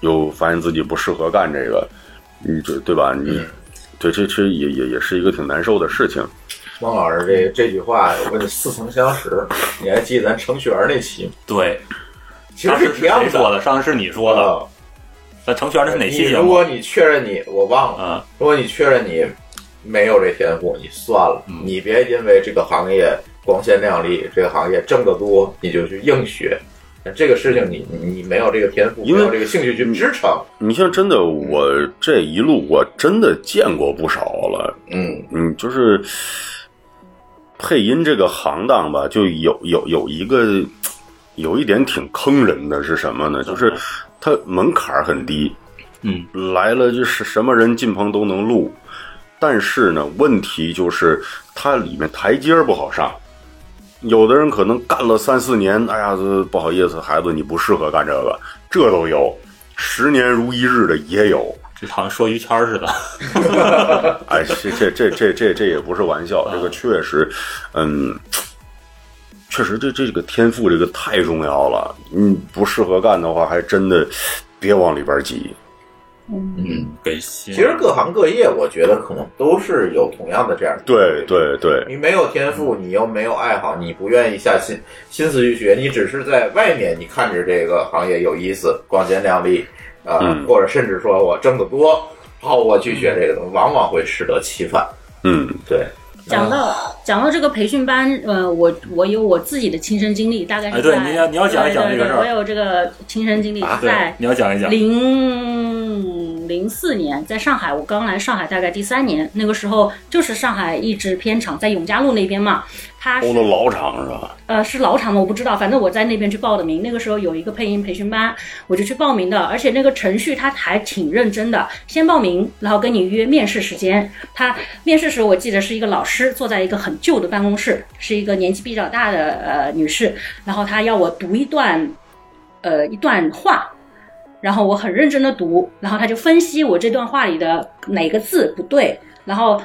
E: 又发现自己不适合干这个，你这对吧？你对这这也也也是一个挺难受的事情。
D: 孟老师这这句话，我跟你似曾相识。你还记得咱程序员那期吗？
C: 对，
D: 哎其
C: 上
D: 实
C: 次
D: 是
C: 是
D: 一样
C: 谁说的？上次是你说的，
D: 啊
C: 那程序员那是哪期
D: 你
C: 节
D: 如
C: 目？
D: 果你确认你，我忘了。
C: 啊，
D: 如果你确认你没有这天赋，你算了，
C: 嗯
D: 你别因为这个行业光鲜亮丽，这个行业挣得多，你就去硬学。这个事情你你你没有这个天赋，
E: 因为
D: 没有这个兴趣去支撑，
E: 你像真的，我这一路我真的见过不少了，
D: 嗯，
E: 嗯，就是配音这个行当吧，就有有有一个有一点挺坑人的是什么呢？就是它门槛儿很低，
C: 嗯，
E: 来了就是什么人进棚都能录，但是呢，问题就是它里面台阶儿不好上。有的人可能干了三四年，哎呀，这不好意思，孩子，你不适合干这个，这都有，十年如一日的也有，
C: 这好像说于谦儿似的。
E: 哎，这这这这这这也不是玩笑，这个确实，嗯，确实这这个天赋这个太重要了，你不适合干的话，还真的别往里边挤。
C: 嗯，给其
D: 其实各行各业，我觉得可能都是有同样的这样的。
E: 对对对，
D: 你没有天赋，你又没有爱好，你不愿意下心心思去学，你只是在外面，你看着这个行业有意思、光鲜亮丽，啊、
E: 嗯
D: 或者甚至说我挣得多，好，我去学这个东西，往往会适得其反。
E: 嗯
D: 对，
F: 讲到讲到这个培训班，呃，我我有我自己的亲身经历，大概
C: 哎
F: 是
C: 对
F: 在
C: 你要你要讲一讲
F: 对
C: 这个事
F: 对
C: 儿
F: 我有这个亲身经历
D: 啊
C: 对
F: 在，
C: 你要讲一讲。
F: 零零四年在上海，我刚来上海大概第三年，那个时候就是上海译制片厂在永嘉路那边嘛，它
E: 欧
F: 是
E: 了老厂是吧？
F: 呃，是老厂吗？我不知道，反正我在那边去报的名。那个时候有一个配音培训班，我就去报名的，而且那个程序他还挺认真的，先报名，然后跟你约面试时间。他面试时我记得是一个老师坐在一个很旧的办公室，是一个年纪比较大的呃女士，然后她要我读一段呃一段话，然后我很认真的读，然后他就分析我这段话里的哪个字不对，然后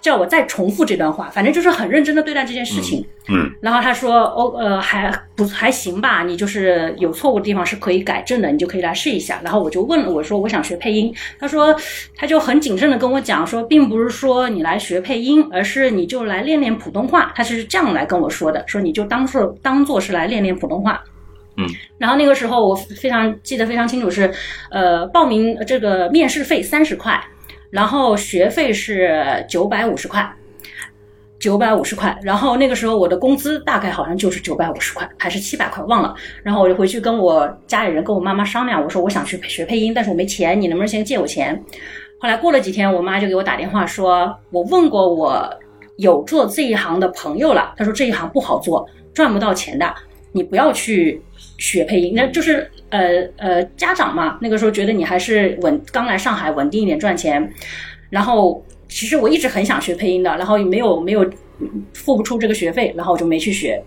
F: 叫我再重复这段话，反正就是很认真的对待这件事情。
E: 嗯
F: 然后他说：“哦，呃，还不还行吧，你就是有错误的地方是可以改正的，你就可以来试一下。”然后我就问了，我说：“我想学配音。”他说：“他就很谨慎的跟我讲说，并不是说你来学配音，而是你就来练练普通话。”他是这样来跟我说的，说你就当做当做是来练练普通话。
C: 嗯，
F: 然后那个时候我非常记得非常清楚是，呃，报名这个面试费三十块，然后学费是九百五十块。九百五十块，然后那个时候我的工资大概好像就是九百五十块，还是七百块，忘了。然后我就回去跟我家里人跟我妈妈商量，我说我想去学配音，但是我没钱，你能不能先借我钱？后来过了几天，我妈就给我打电话说，我问过我有做这一行的朋友了，她说这一行不好做，赚不到钱的，你不要去学配音。那就是呃呃，家长嘛，那个时候觉得你还是稳，刚来上海稳定一点赚钱，然后其实我一直很想学配音的，然后也没有没有付不出这个学费，然后我就没去学。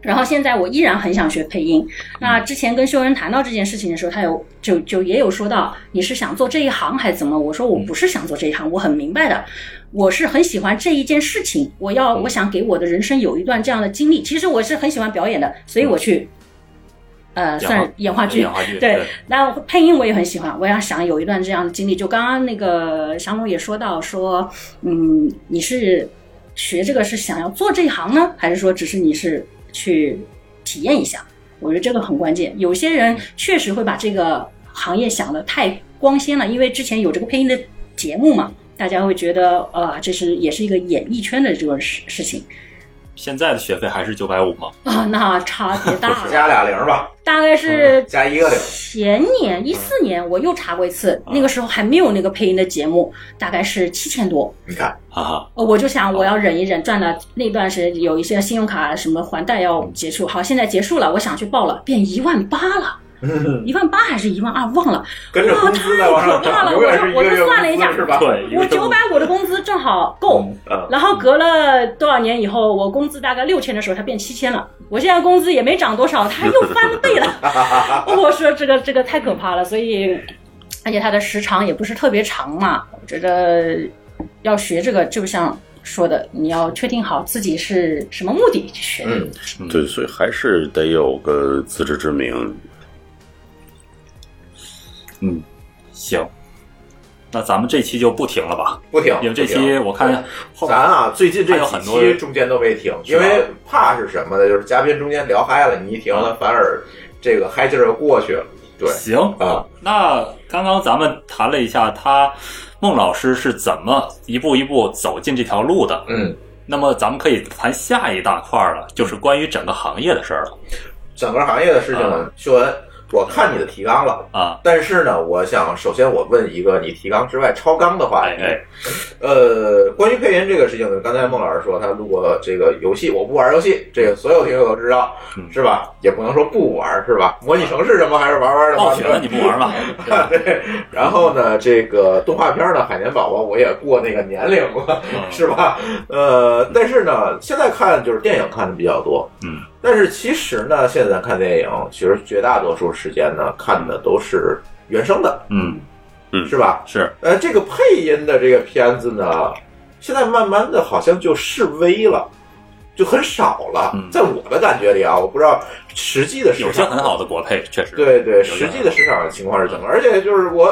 F: 然后现在我依然很想学配音。那
C: 嗯
F: 之前跟秀恩谈到这件事情的时候，他有就就也有说到你是想做这一行还是怎么？我说我不是想做这一行，我很明白的，我是很喜欢这一件事情，我要
C: 嗯
F: 我想给我的人生有一段这样的经历。其实我是很喜欢表演的，所以我去呃
C: 演
F: 算
C: 话
F: 演话剧，
C: 演话剧
F: 对，那配音我也很喜欢，我也想有一段这样的经历。就刚刚那个祥龙也说到说，嗯，你是学这个是想要做这一行呢，还是说只是你是去体验一下？我觉得这个很关键。有些人确实会把这个行业想的太光鲜了，因为之前有这个配音的节目嘛，大家会觉得呃，这是也是一个演艺圈的这种事事 情
C: 现在的学费还是九百五吗？
F: 啊、那差别 大了，
D: 加俩零吧，
F: 大概是
D: 加一个零。
F: 前年一四年我又查过一次，那个时候还没有那个配音的节目，大概是七千多。
D: 你看，
C: 哈哈，
F: 呃，我就想我要忍一忍，赚了那段时间有一些信用卡什么还贷要结束，好，现在结束了，我想去报了，变一万八了，
D: 嗯
F: 一万八还是一万二，忘了。
D: 跟着工资在往上
F: 哇太可怕
D: 涨，
F: 了
D: 永远是一个月
F: 我就算了一
D: 工
F: 下
D: 资是吧？
C: 对，一
F: 我
C: 个
F: 九百五的工资正好够，
D: 嗯，
F: 然后隔了多少年以后，我工资大概六千的时候，它变七千了。我现在工资也没涨多少，它又翻倍 了。我说这个这个太可怕了，所以而且它的时长也不是特别长嘛。我觉得要学这个，就像说的，你要确定好自己是什么目的去学。
D: 嗯，
E: 对，所以还是得有个自知之明。
C: 嗯，行，那咱们这期就不停了吧，
D: 不停。
C: 因为这
D: 不停
C: 期我看后
D: 咱啊，最近这
C: 还有
D: 几
C: 很多
D: 期中间都没停，
C: 是
D: 因
C: 吧
D: 为怕是什么呢？就是嘉宾中间聊嗨了，你一停
C: 嗯
D: 了，反而这个嗨劲儿又过去了。对，
C: 行
D: 啊，
C: 那刚刚咱们谈了一下他孟老师是怎么一步一步走进这条路的，
D: 嗯，
C: 那么咱们可以谈下一大块儿了，就是关于整个行业的事儿了
D: 整个行业的事情
C: 嗯
D: 呢，秀恩，我看你的提纲了。
C: 啊。
D: 但是呢，我想首先我问一个你提纲之外超纲的话
C: 哎
D: 题，
C: 哎，
D: 呃，关于配音这个事情呢，刚才孟老师说他录过这个游戏，我不玩游戏，这个所有听友都知道，
C: 嗯
D: 是吧？也不能说不玩，是吧？模拟城市什么还是玩玩的
C: 暴
D: 话，
C: 雪哦了你不玩吗？
D: 对， 然后呢，这个动画片呢，《海绵宝宝》我也过那个年龄了，
C: 嗯
D: 是吧？呃，但是呢，现在看就是电影看的比较多，
C: 嗯，
D: 但是其实呢，现在看电影，其实绝大多数时间呢，看的都是原声的，
C: 嗯，
D: 是吧？
C: 是
D: 呃，这个配音的这个片子呢，现在慢慢的好像就示威了。就很少了
C: 嗯，
D: 在我的感觉里啊，我不知道实际的市场
C: 有些很好的国配，确实。
D: 对对，
C: 有
D: 实
C: 点
D: 际的市场情况是怎么？而且就是我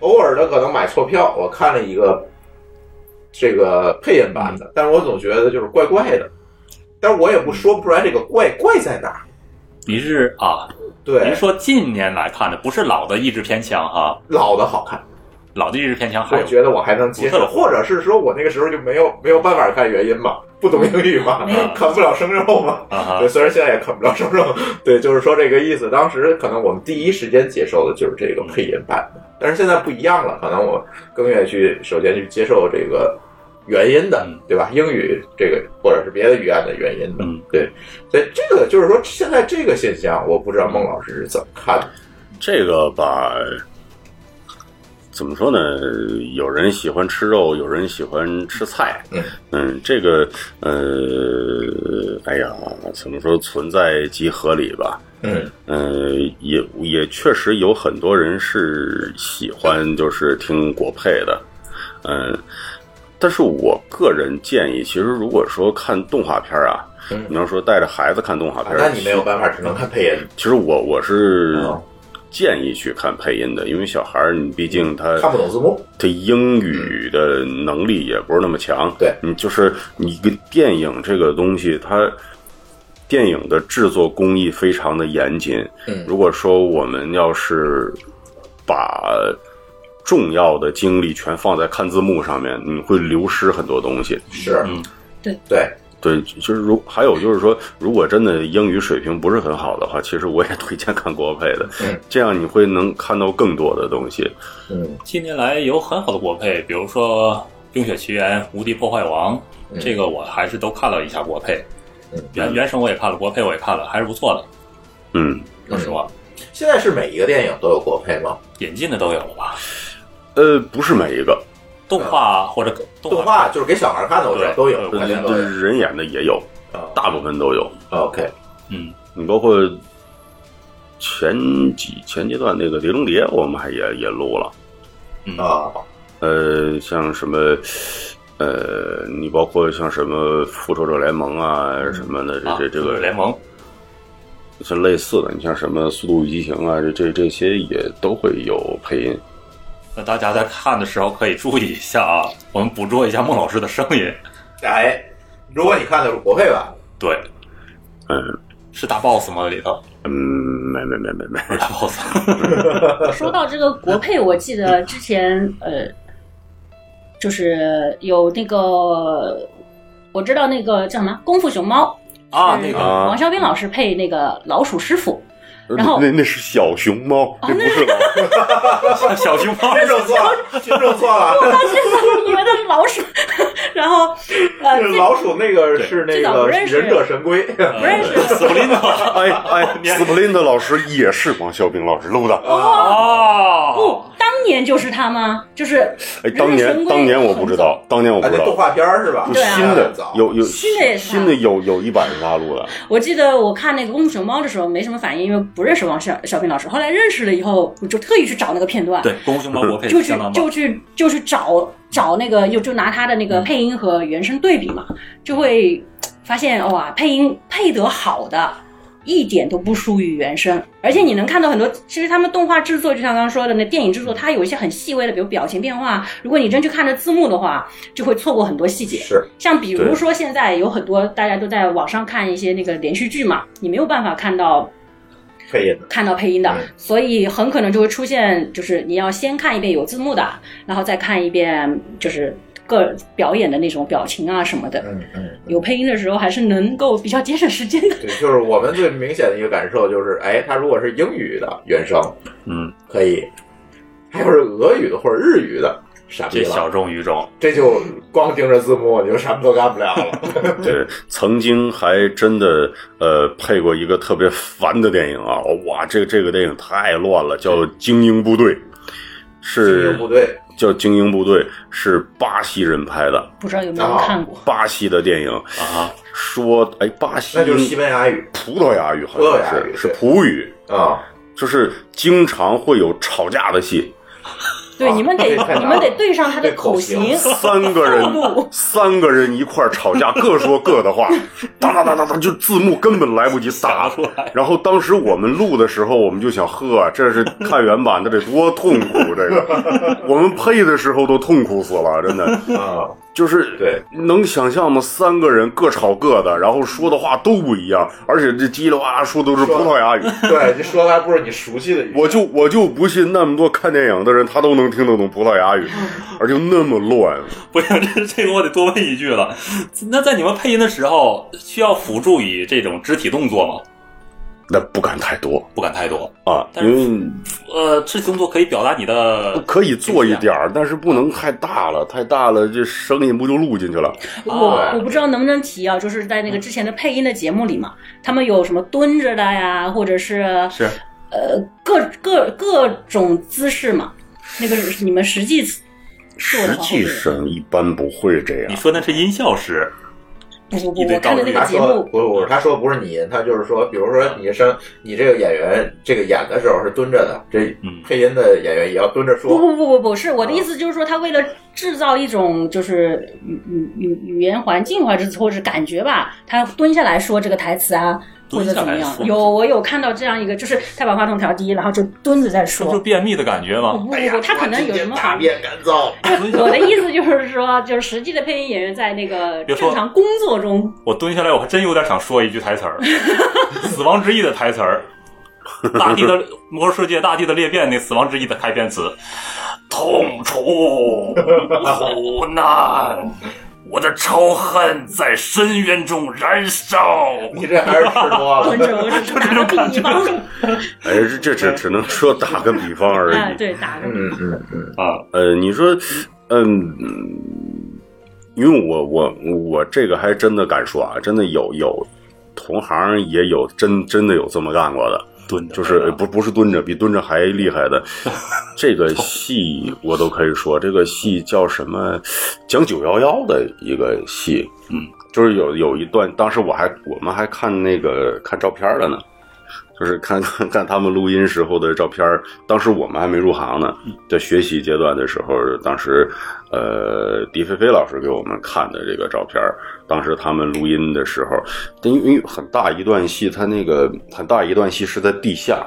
D: 偶尔的可能买错票，我看了一个这个配音版
C: 嗯
D: 的，但是我总觉得就是怪怪的，但是我也不说不出来这个怪怪在哪儿。
C: 您是啊，您
D: 对，
C: 说近年来看的，不是老的译制片腔哈，
D: 老的好看，
C: 老的译制片腔还
D: 我
C: 有
D: 觉得我还能接
C: 独
D: 受，
C: 特的
D: 或者是说我那个时候就没有没有办法看原音嘛，不懂英语嘛，啃不了生肉嘛。
C: 啊哈
D: 对，，虽然现在也啃不着生肉，对，就是说这个意思。当时可能我们第一时间接受的就是这个配音版的，但是现在不一样了，可能我更愿意去首先去接受这个原音的
C: 嗯，
D: 对吧？英语这个或者是别的语言的原音的
C: 嗯，
D: 对。所以这个就是说现在这个现象，我不知道孟老师是怎么看的。
E: 这个吧，怎么说呢？有人喜欢吃肉，有人喜欢吃菜。
D: 嗯
E: 这个呃，哎呀，怎么说？存在即合理吧。
D: 嗯
E: 呃，也也确实有很多人是喜欢就是听国配的，嗯、但是我个人建议，其实如果说看动画片儿啊，
D: 嗯
E: 你要说带着孩子看动画
D: 啊
E: 片儿，
D: 那你没有办法，只能看配音，
E: 其实我我是
D: 哦
E: 建议去看配音的，因为小孩儿，你毕竟他
D: 看不懂字幕。
E: 他英语的能力也不是那么强。
D: 对
E: 你就是你跟电影这个东西，它电影的制作工艺非常的严谨。
D: 嗯
E: 如果说我们要是把重要的精力全放在看字幕上面，你会流失很多东西。
D: 是，
C: 嗯
F: 对
D: 对，
E: 对，就是如还有就是说，如果真的英语水平不是很好的话，其实我也推荐看国配的，
D: 嗯
E: 这样你会能看到更多的东西。
D: 嗯
C: 近年来有很好的国配，比如说《冰雪奇缘》《无敌破坏王》，
D: 嗯
C: 这个我还是都看了一下国配
D: 嗯。
C: 原原声我也看了，国配我也看了，还是不错的。
E: 嗯，
C: 说实话，
D: 现在是每一个电影都有国配吗？
C: 引进的都有了吧？
E: 呃，不是每一个，
C: 动画或者
D: 动
C: 画
D: 画就是给小孩看的，我知道
C: 对
D: 都有，
C: 对
D: 肯定都
E: 就
D: 有。
E: 是人演的也有，大部分都有。
D: 啊 OK，
C: 嗯，
E: 你包括前几前阶段那个《碟中谍》，我们还也也录了。
C: 嗯
D: 啊，
E: 呃，像什么，呃，你包括像什么《复仇者联盟》啊什么的，
C: 啊
E: 这这这个
C: 联盟
E: 是类似的。你像什么《速度与激情》啊，这这这些也都会有配音。
C: 那大家在看的时候可以注意一下啊，我们捕捉一下孟老师的声音。
D: 哎，如果你看的是国配版，
C: 对，
E: 嗯
C: 是大 boss 吗？里头
E: 嗯，没没没没没，
C: 不是大 boss，
F: 说到这个国配，我记得之前呃，就是有那个我知道那个叫什么《功夫熊猫》
C: 啊
F: 是
C: 那个
E: 啊
F: 嗯王肖斌老师配那个老鼠师傅， 然后哦
E: 那那是小熊猫，那不是猫。
C: 小熊猫
D: 听众错了，听众错了，
F: 他以为他是老鼠， 然后呃
D: 这老鼠那个是那
F: 最早
D: 个
F: 不认识
D: 忍者神龟，
F: 不认识
C: 斯普林特
E: 哎
F: 哦
E: 哎，斯普林特老师也是王小兵老师录的。
C: 哦
F: 不，当年就是他吗？就是
E: 哎，当
F: 人
E: 年
F: 生
E: 当年我不知道，当年我
D: 啊，
E: 不知
D: 那动
E: 道。
D: 画片儿是吧？
E: 就
F: 对啊
E: 新的
D: 早
E: 有有
F: 新的也是他啊
E: 新的有有一版是他录 的，
F: 我记得我看那个《功夫熊猫》的时候没什么反应，因为不认识王小小平老师。后来认识了以后，我就特意去找那个片段，
C: 对，功夫熊猫国 配
F: 就去
C: 相当棒
F: 就。去就去找找那个，就就拿他的那个
C: 嗯
F: 配音和原声对比嘛，就会发现哇，配音配得好的。一点都不输于原声，而且你能看到很多，其实他们动画制作，就像刚刚说的那电影制作，它有一些很细微的，比如表情变化。如果你真去看着字幕的话，就会错过很多细节。
D: 是，
F: 像比如
E: 对
F: 说现在有很多大家都在网上看一些那个连续剧嘛，你没有办法看到
D: 配音的。
F: 看到配音的
D: 嗯，
F: 所以很可能就会出现，就是你要先看一遍有字幕的，然后再看一遍就是个表演的那种表情啊什么的。
D: 嗯嗯，
F: 有配音的时候还是能够比较节省时间的。
D: 对，就是我们最明显的一个感受就是，哎，它如果是英语的原声，
C: 嗯，
D: 可以，还有是俄语的或者日语的，傻逼
C: 这小
D: 了，
C: 众语种，
D: 这就光盯着字幕，你就什么都干不了了。
E: 对，曾经还真的呃配过一个特别烦的电影啊，哇，这个这个电影太乱了，叫《精英部队》，
D: 精
E: 是
D: 英部队
E: 叫《精英部队》，是巴西人拍的，
F: 不知道有没有看过？
E: 巴西的电影啊，说哎，巴西
D: 那就是西班牙语
E: 葡萄牙语好像
D: 葡萄牙语
E: 是是
D: 对
E: 葡语，
D: 啊，
E: 就是经常会有吵架的 戏，
F: 对，你们得
D: 这太难了
F: 你们得对上他的
D: 这口
F: 口型。
E: 三个
F: 套
D: 哦
F: 路
E: 人，三个人一块儿吵架，各说各的话，当当当当当，就字幕根本来不及打出来。然后当时我们录的时候，我们就想，呵，这是看原版，那得多痛苦！这 个，我们配的时候都痛苦死了，真的。
D: 啊，
E: 就是
D: 对，
E: 能想象吗？三个人各吵各的，然后说的话都不一样，而且这叽里哇啦说都是葡萄牙语。
D: 对，你说的还不是你熟悉的语言。
E: 我就我就不信那么多看电影的人，他都能听得懂葡萄牙语，而且那么乱。
C: 不是这这个我得多问一句了。那在你们配音的时候，需要辅助以这种肢体动作吗？
E: 那不敢太多
C: 不敢太多，
E: 啊，
C: 但是
E: 因
C: 呃，肢体动作可以表达你
E: 为
C: 的
E: 可以做一点儿，但是不能太大了，太大了这声音不就录进去了？
F: 我我不知道能不能提啊，就是在那个之前的配音的节目里嘛，他们有什么蹲着的呀，或者是
C: 是
F: 呃各各各种姿势嘛。那个是你们实际做
E: 实
F: 的话会
E: 际
F: 不会
E: 上一般不会这
C: 你
E: 样。
C: 说那是音效师，
F: 不不
C: 一
F: 不，
C: 堆
F: 我看的那
D: 他
F: 个节
D: 说
F: 目，
D: 不是不是，他说不是你，他就是说，比如说你声，你这个演员这个演的时候是蹲着的，这
C: 嗯
D: 配音的演员也要蹲着
F: 不
D: 说。
C: 啊
F: 不不不不是我的意思，就是说他为了制造一种就是语语语语言环境或者或者感觉吧，他蹲下来说这个台词啊，或
C: 蹲
F: 者
C: 下
F: 怎么
C: 来
F: 样？
C: 说
F: 有我有看到这样一个，就是他把话筒调低，然后就蹲着在
C: 这不
F: 说哦
C: 就。便秘的感觉
F: 不
C: 吗？
F: 不
D: 哎呀
F: 不，他可能有什
D: 我今
F: 么
D: 天大便干燥，
C: 蹲下
F: 我
C: 来，
F: 的意思就是说，就是实际的配音演员在那个
C: 别说
F: 正常工作中，
C: 我蹲下来，我还真有点想说一句台词儿，《死亡之翼》的台词儿，大地的魔兽世界，大地的裂变那《死亡之翼》的开篇词，痛楚苦难。我的仇恨在深渊中燃烧，
D: 你这还是吃多
F: 或
D: 了。
F: 者 我 只是打个比方，
E: 哎，这这只只能说打个比方而
F: 啊，
E: 已。
F: 对，打个比
D: 嗯嗯，
C: 啊
E: 呃，你说，嗯，因为我我我这个还真的敢说啊，真的有有同行也有真真的有这么干过的，
C: 蹲着
E: 就是呃不不是蹲着，比蹲着还厉 害的。这个戏我都可以说，这个戏叫什么？讲九幺幺的一个戏，
C: 嗯，
E: 就是有有一段，当时我还我们还看那个看照片了呢。就是看看看他们录音时候的照片儿当时我们还没入行呢，在学习阶段的时候，当时呃，狄菲菲老师给我们看的这个照片儿当时他们录音的时候，但因为因为很大一段戏，它那个很大一段戏是在地下，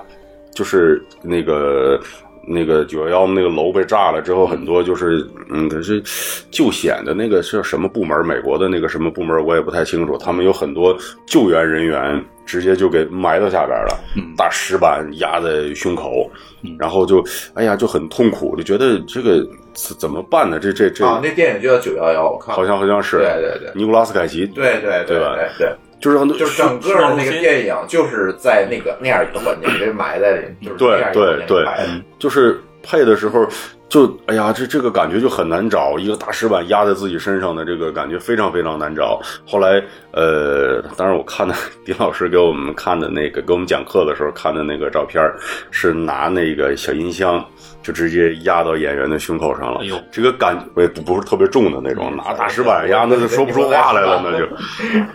E: 就是那个那个九幺幺那个楼被炸了之后，很多就是嗯，可是救险的那个是什么部门？美国的那个什么部门我也不太清楚。他们有很多救援人员直接就给埋到下边了，
C: 嗯
E: 大石板压在胸口，然后就哎呀就很痛苦，就觉得这个怎怎么办呢？这这这、
D: 啊，那电影就叫九幺幺，我看
E: 好
D: 了
E: 像好像是
D: 对对对
E: 尼古拉斯凯奇
D: 对对
E: 对吧
D: 对对，
E: 就是很多
D: 就是整个的那个电影就是在那个那样一个环境被埋在里，就是那样一个环境埋
E: 嗯
D: 的。
E: 就是配的时候就哎呀，这这个感觉就很难找，一个大石板压在自己身上的这个感觉非常非常难找。后来呃，当然我看的丁老师给我们看的那个给我们讲课的时候看的那个照片儿，是拿那个小音箱。就直接压到演员的胸口上了，
C: 哎呦
E: 这个感觉不不是特别重的那种，拿大石板压，那就说不出话来了，那就。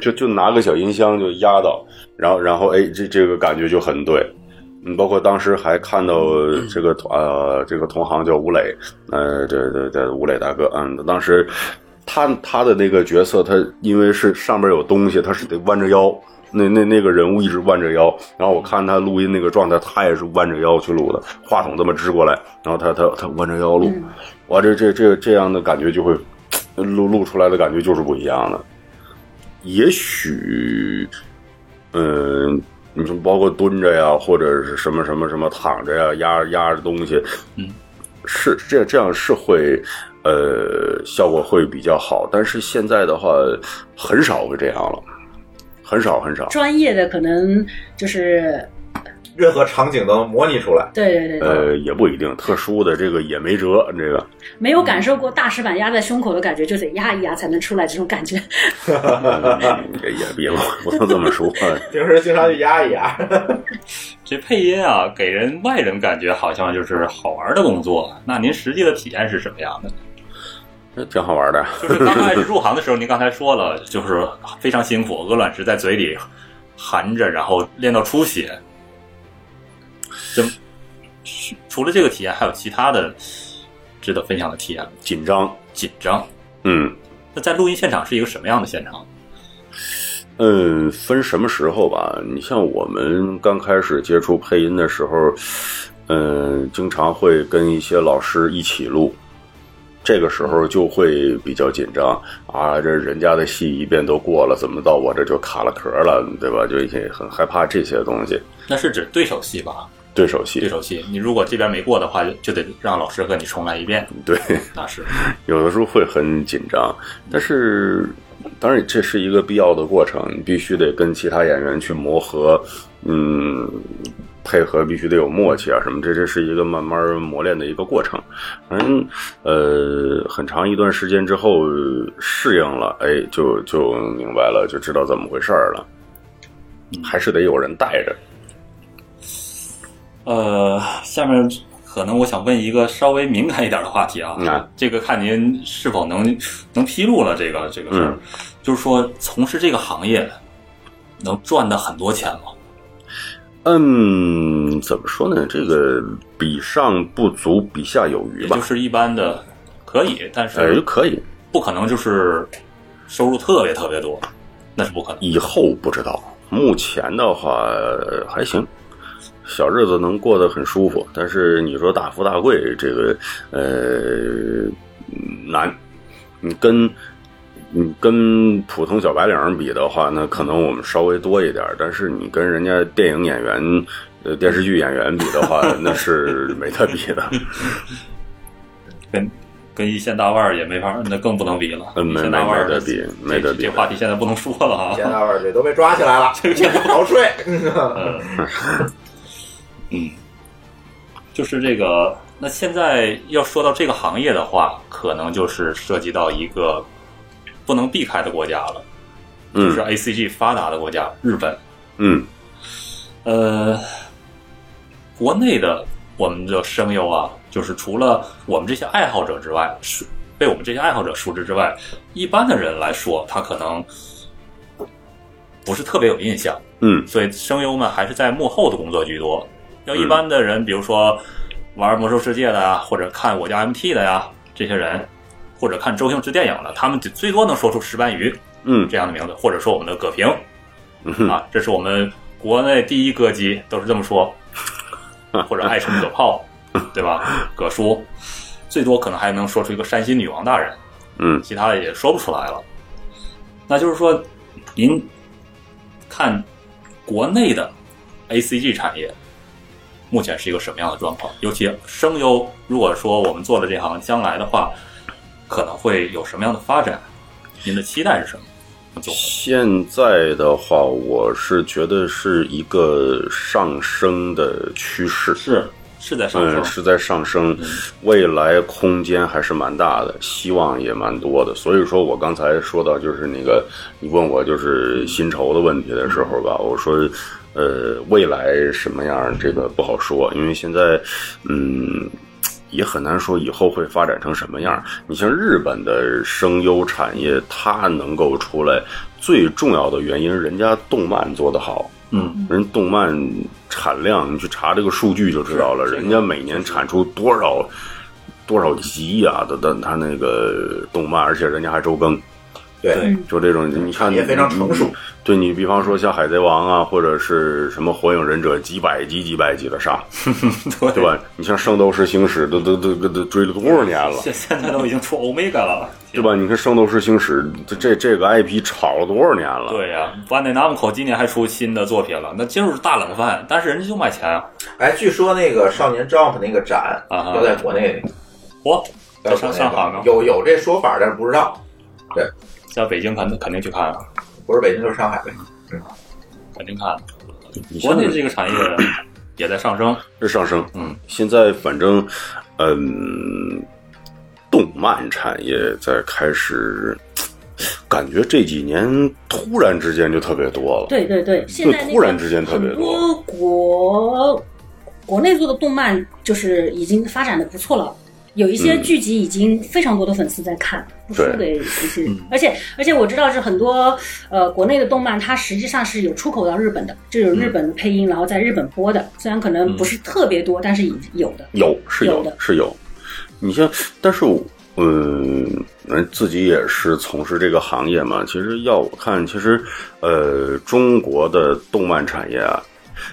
E: 就就拿个小音箱就压到，然后然后哎，这这个感觉就很对。嗯，包括当时还看到这个同呃这个同行叫吴磊，呃这这这吴磊大哥，嗯，当时他他的那个角色，他因为是上边有东西，他是得弯着腰。那那那个人物一直弯着腰，然后我看他录音那个状态，他也是弯着腰去录的，话筒这么支过来，然后他他他弯着腰录，
F: 嗯
E: 哇，这这这这样的感觉就会录录出来的感觉就是不一样的。也许，嗯，你说包括蹲着呀，或者是什么什么什么躺着呀，压压着东西，
C: 嗯，
E: 是这这样是会，呃，效果会比较好。但是现在的话，很少会这样了，很少很少。
F: 专业的可能就是
D: 任何场景都能模拟出来。
F: 对对对对，
E: 呃，也不一定，特殊的这个也没辙，这个
F: 没有感受过大石板压在胸口的感觉，就得压一压才能出来这 种感觉。
E: 嗯也也也不不能这么说。
D: 平时经常去压一压，
C: 这配音啊，给人外人感觉好像就是好玩的工作。啊那您实际的体验是什么样的？
E: 那挺好玩的，
C: 就是刚开始入行的时候，您刚才说了，就是非常辛苦，鹅卵石在嘴里含着，然后练到出血。这除了这个体验，还有其他的值得分享的体验吗？
E: 紧张，
C: 紧张。
E: 嗯。
C: 那在录音现场是一个什么样的现场？
E: 嗯，分什么时候吧。你像我们刚开始接触配音的时候，嗯，经常会跟一些老师一起录，这个时候就会比较紧张啊。这人家的戏一遍都过了，怎么到我这就卡了壳了，对吧？就也很害怕这些东西。
C: 那是指对手戏吧？
E: 对手
C: 对
E: 戏，
C: 手戏，你如果这边没过的话，就就得让老师和你重来一遍。
E: 对，
C: 那是
E: 有的时候会很紧张，但是当然这是一个必要的过程，你必须得跟其他演员去磨合，嗯，配合必须得有默契啊什么，这这是一个慢慢磨练的一个过程。反正呃，很长一段时间之后适应了，哎，就就明白了，就知道怎么回事儿了。还是得有人带着，
C: 呃，下面可能我想问一个稍微敏感一点的话题啊，
E: 嗯
C: 这个看您是否能能披露了这个这个事儿，
E: 嗯
C: 就是说从事这个行业能赚的很多钱吗？
E: 嗯，怎么说呢？这个比上不足，比下有余
C: 也
E: 吧
C: 就。是一般的可以，但
E: 呃，
C: 是
E: 可以，
C: 不可能就是收入特别特别多，那是不可能。
E: 以后不知道。目前的话呃还行，小日子能过得很舒服。但是你说大富大贵，这个呃难。你跟你跟普通小白领儿比的话，那可能我们稍微多一点儿。但是你跟人家电影演员、呃电视剧演员比的话，那是没得比的。
C: 跟跟一线大腕儿也没法，那更不能比了。
E: 嗯没
C: 一线大腕儿
E: 没得比
C: 这
E: 没得比
C: 这话题现在不能说了啊。
D: 钱大腕这都被抓起来 了，逃税。
C: 呃， 嗯，就是这个。那现在要说到这个行业的话，可能就是涉及到一个不能避开的国家了，就
E: 嗯
C: 是 A C G 发达的国家日本。
E: 嗯
C: 呃，国内的我们的声优啊，就是除了我们这些爱好者之外，熟被我们这些爱好者熟知之外，一般的人来说，他可能不是特别有印象。
E: 嗯
C: 所以声优们还是在幕后的工作居多。要一般的人，比如说玩《魔兽世界》的呀，或者看《我家 MT》的呀，这些人，或者看周星驰电影的，他们最多能说出石斑鱼
E: 嗯
C: 这样的名字，或者说我们的葛平
E: 嗯哼
C: 啊，这是我们国内第一歌姬，都是这么 说，或者爱称葛炮，对吧？葛叔，最多可能还能说出一个山西女王大人。
E: 嗯
C: 其他的也说不出来了。那就是说，您看国内的 ACG 产业目前是一个什么样的状况？尤其声优，如果说我们做了这行，将来的话可能会有什么样的发展？您的期待是什么？就
E: 现在的话，我是觉得是一个上升的趋势，
C: 是是在上
E: 嗯，
C: 升，
E: 是在上升，未来空间还是蛮大的，希望也蛮多的。所以说我刚才说到，就是那个你问我就是薪酬的问题的时候吧，我说，呃，未来什么样这个不好说，因为现在，嗯。也很难说以后会发展成什么样。你像日本的声优产业，它能够出来，最重要的原因，人家动漫做得好，
C: 嗯，
E: 人动漫产量，你去查这个数据就知道了，
C: 是这个
E: 人家每年产出多少多少集呀、的的他那个动漫，而且人家还周更，
D: 对，
C: 嗯
E: 就这种你看
D: 也非常成熟。
E: 对你比方说像《海贼王》啊，或者是什么《火影忍者》，几百集几百集的上，
C: 对
E: 对？吧？你像《圣斗士星矢》都都都都都追了多少年了？
C: 现现在都已经出 Omega 了，
E: 对吧？你看《圣斗士星矢》这这这个 IP 炒了多少年了？
C: 对呀、b a n a n a m c o 今年还出新的作品了，那就是大冷饭，但是人家就卖钱啊！
D: 哎，据说那个少年 Jump 那个展
C: 啊哈
D: 要在国内，
C: 嚯，
D: 要
C: 在上
D: 在国内
C: 上海呢
D: 办，有有这说法，但是不知道，
C: 在北京肯定肯定去看啊，
D: 不是北京就是上海呗。
C: 肯定看。
E: 你像
C: 国内这个产业也在上升，
E: 是上升。
C: 嗯，
E: 现在反正，嗯，动漫产业在开始，感觉这几年突然之间就特别多了。
F: 对对对，现在那
E: 嗯
F: 个
E: 突然之间特别
F: 很
E: 多
F: 多国国内做的动漫就是已经发展的不错了。有一些
E: 嗯
F: 剧集已经非常多的粉丝在看，不输给一些，
E: 嗯
F: 而且而且我知道是很多呃国内的动漫，它实际上是有出口到日本的，就有日本的配音，然后在日本播
E: 嗯
F: 的，虽然可能不是特别多，但是已有的。
E: 有是有
F: 有的
E: 是有。你像，但是我嗯，人自己也是从事这个行业嘛。其实要我看，其实呃，中国的动漫产业啊，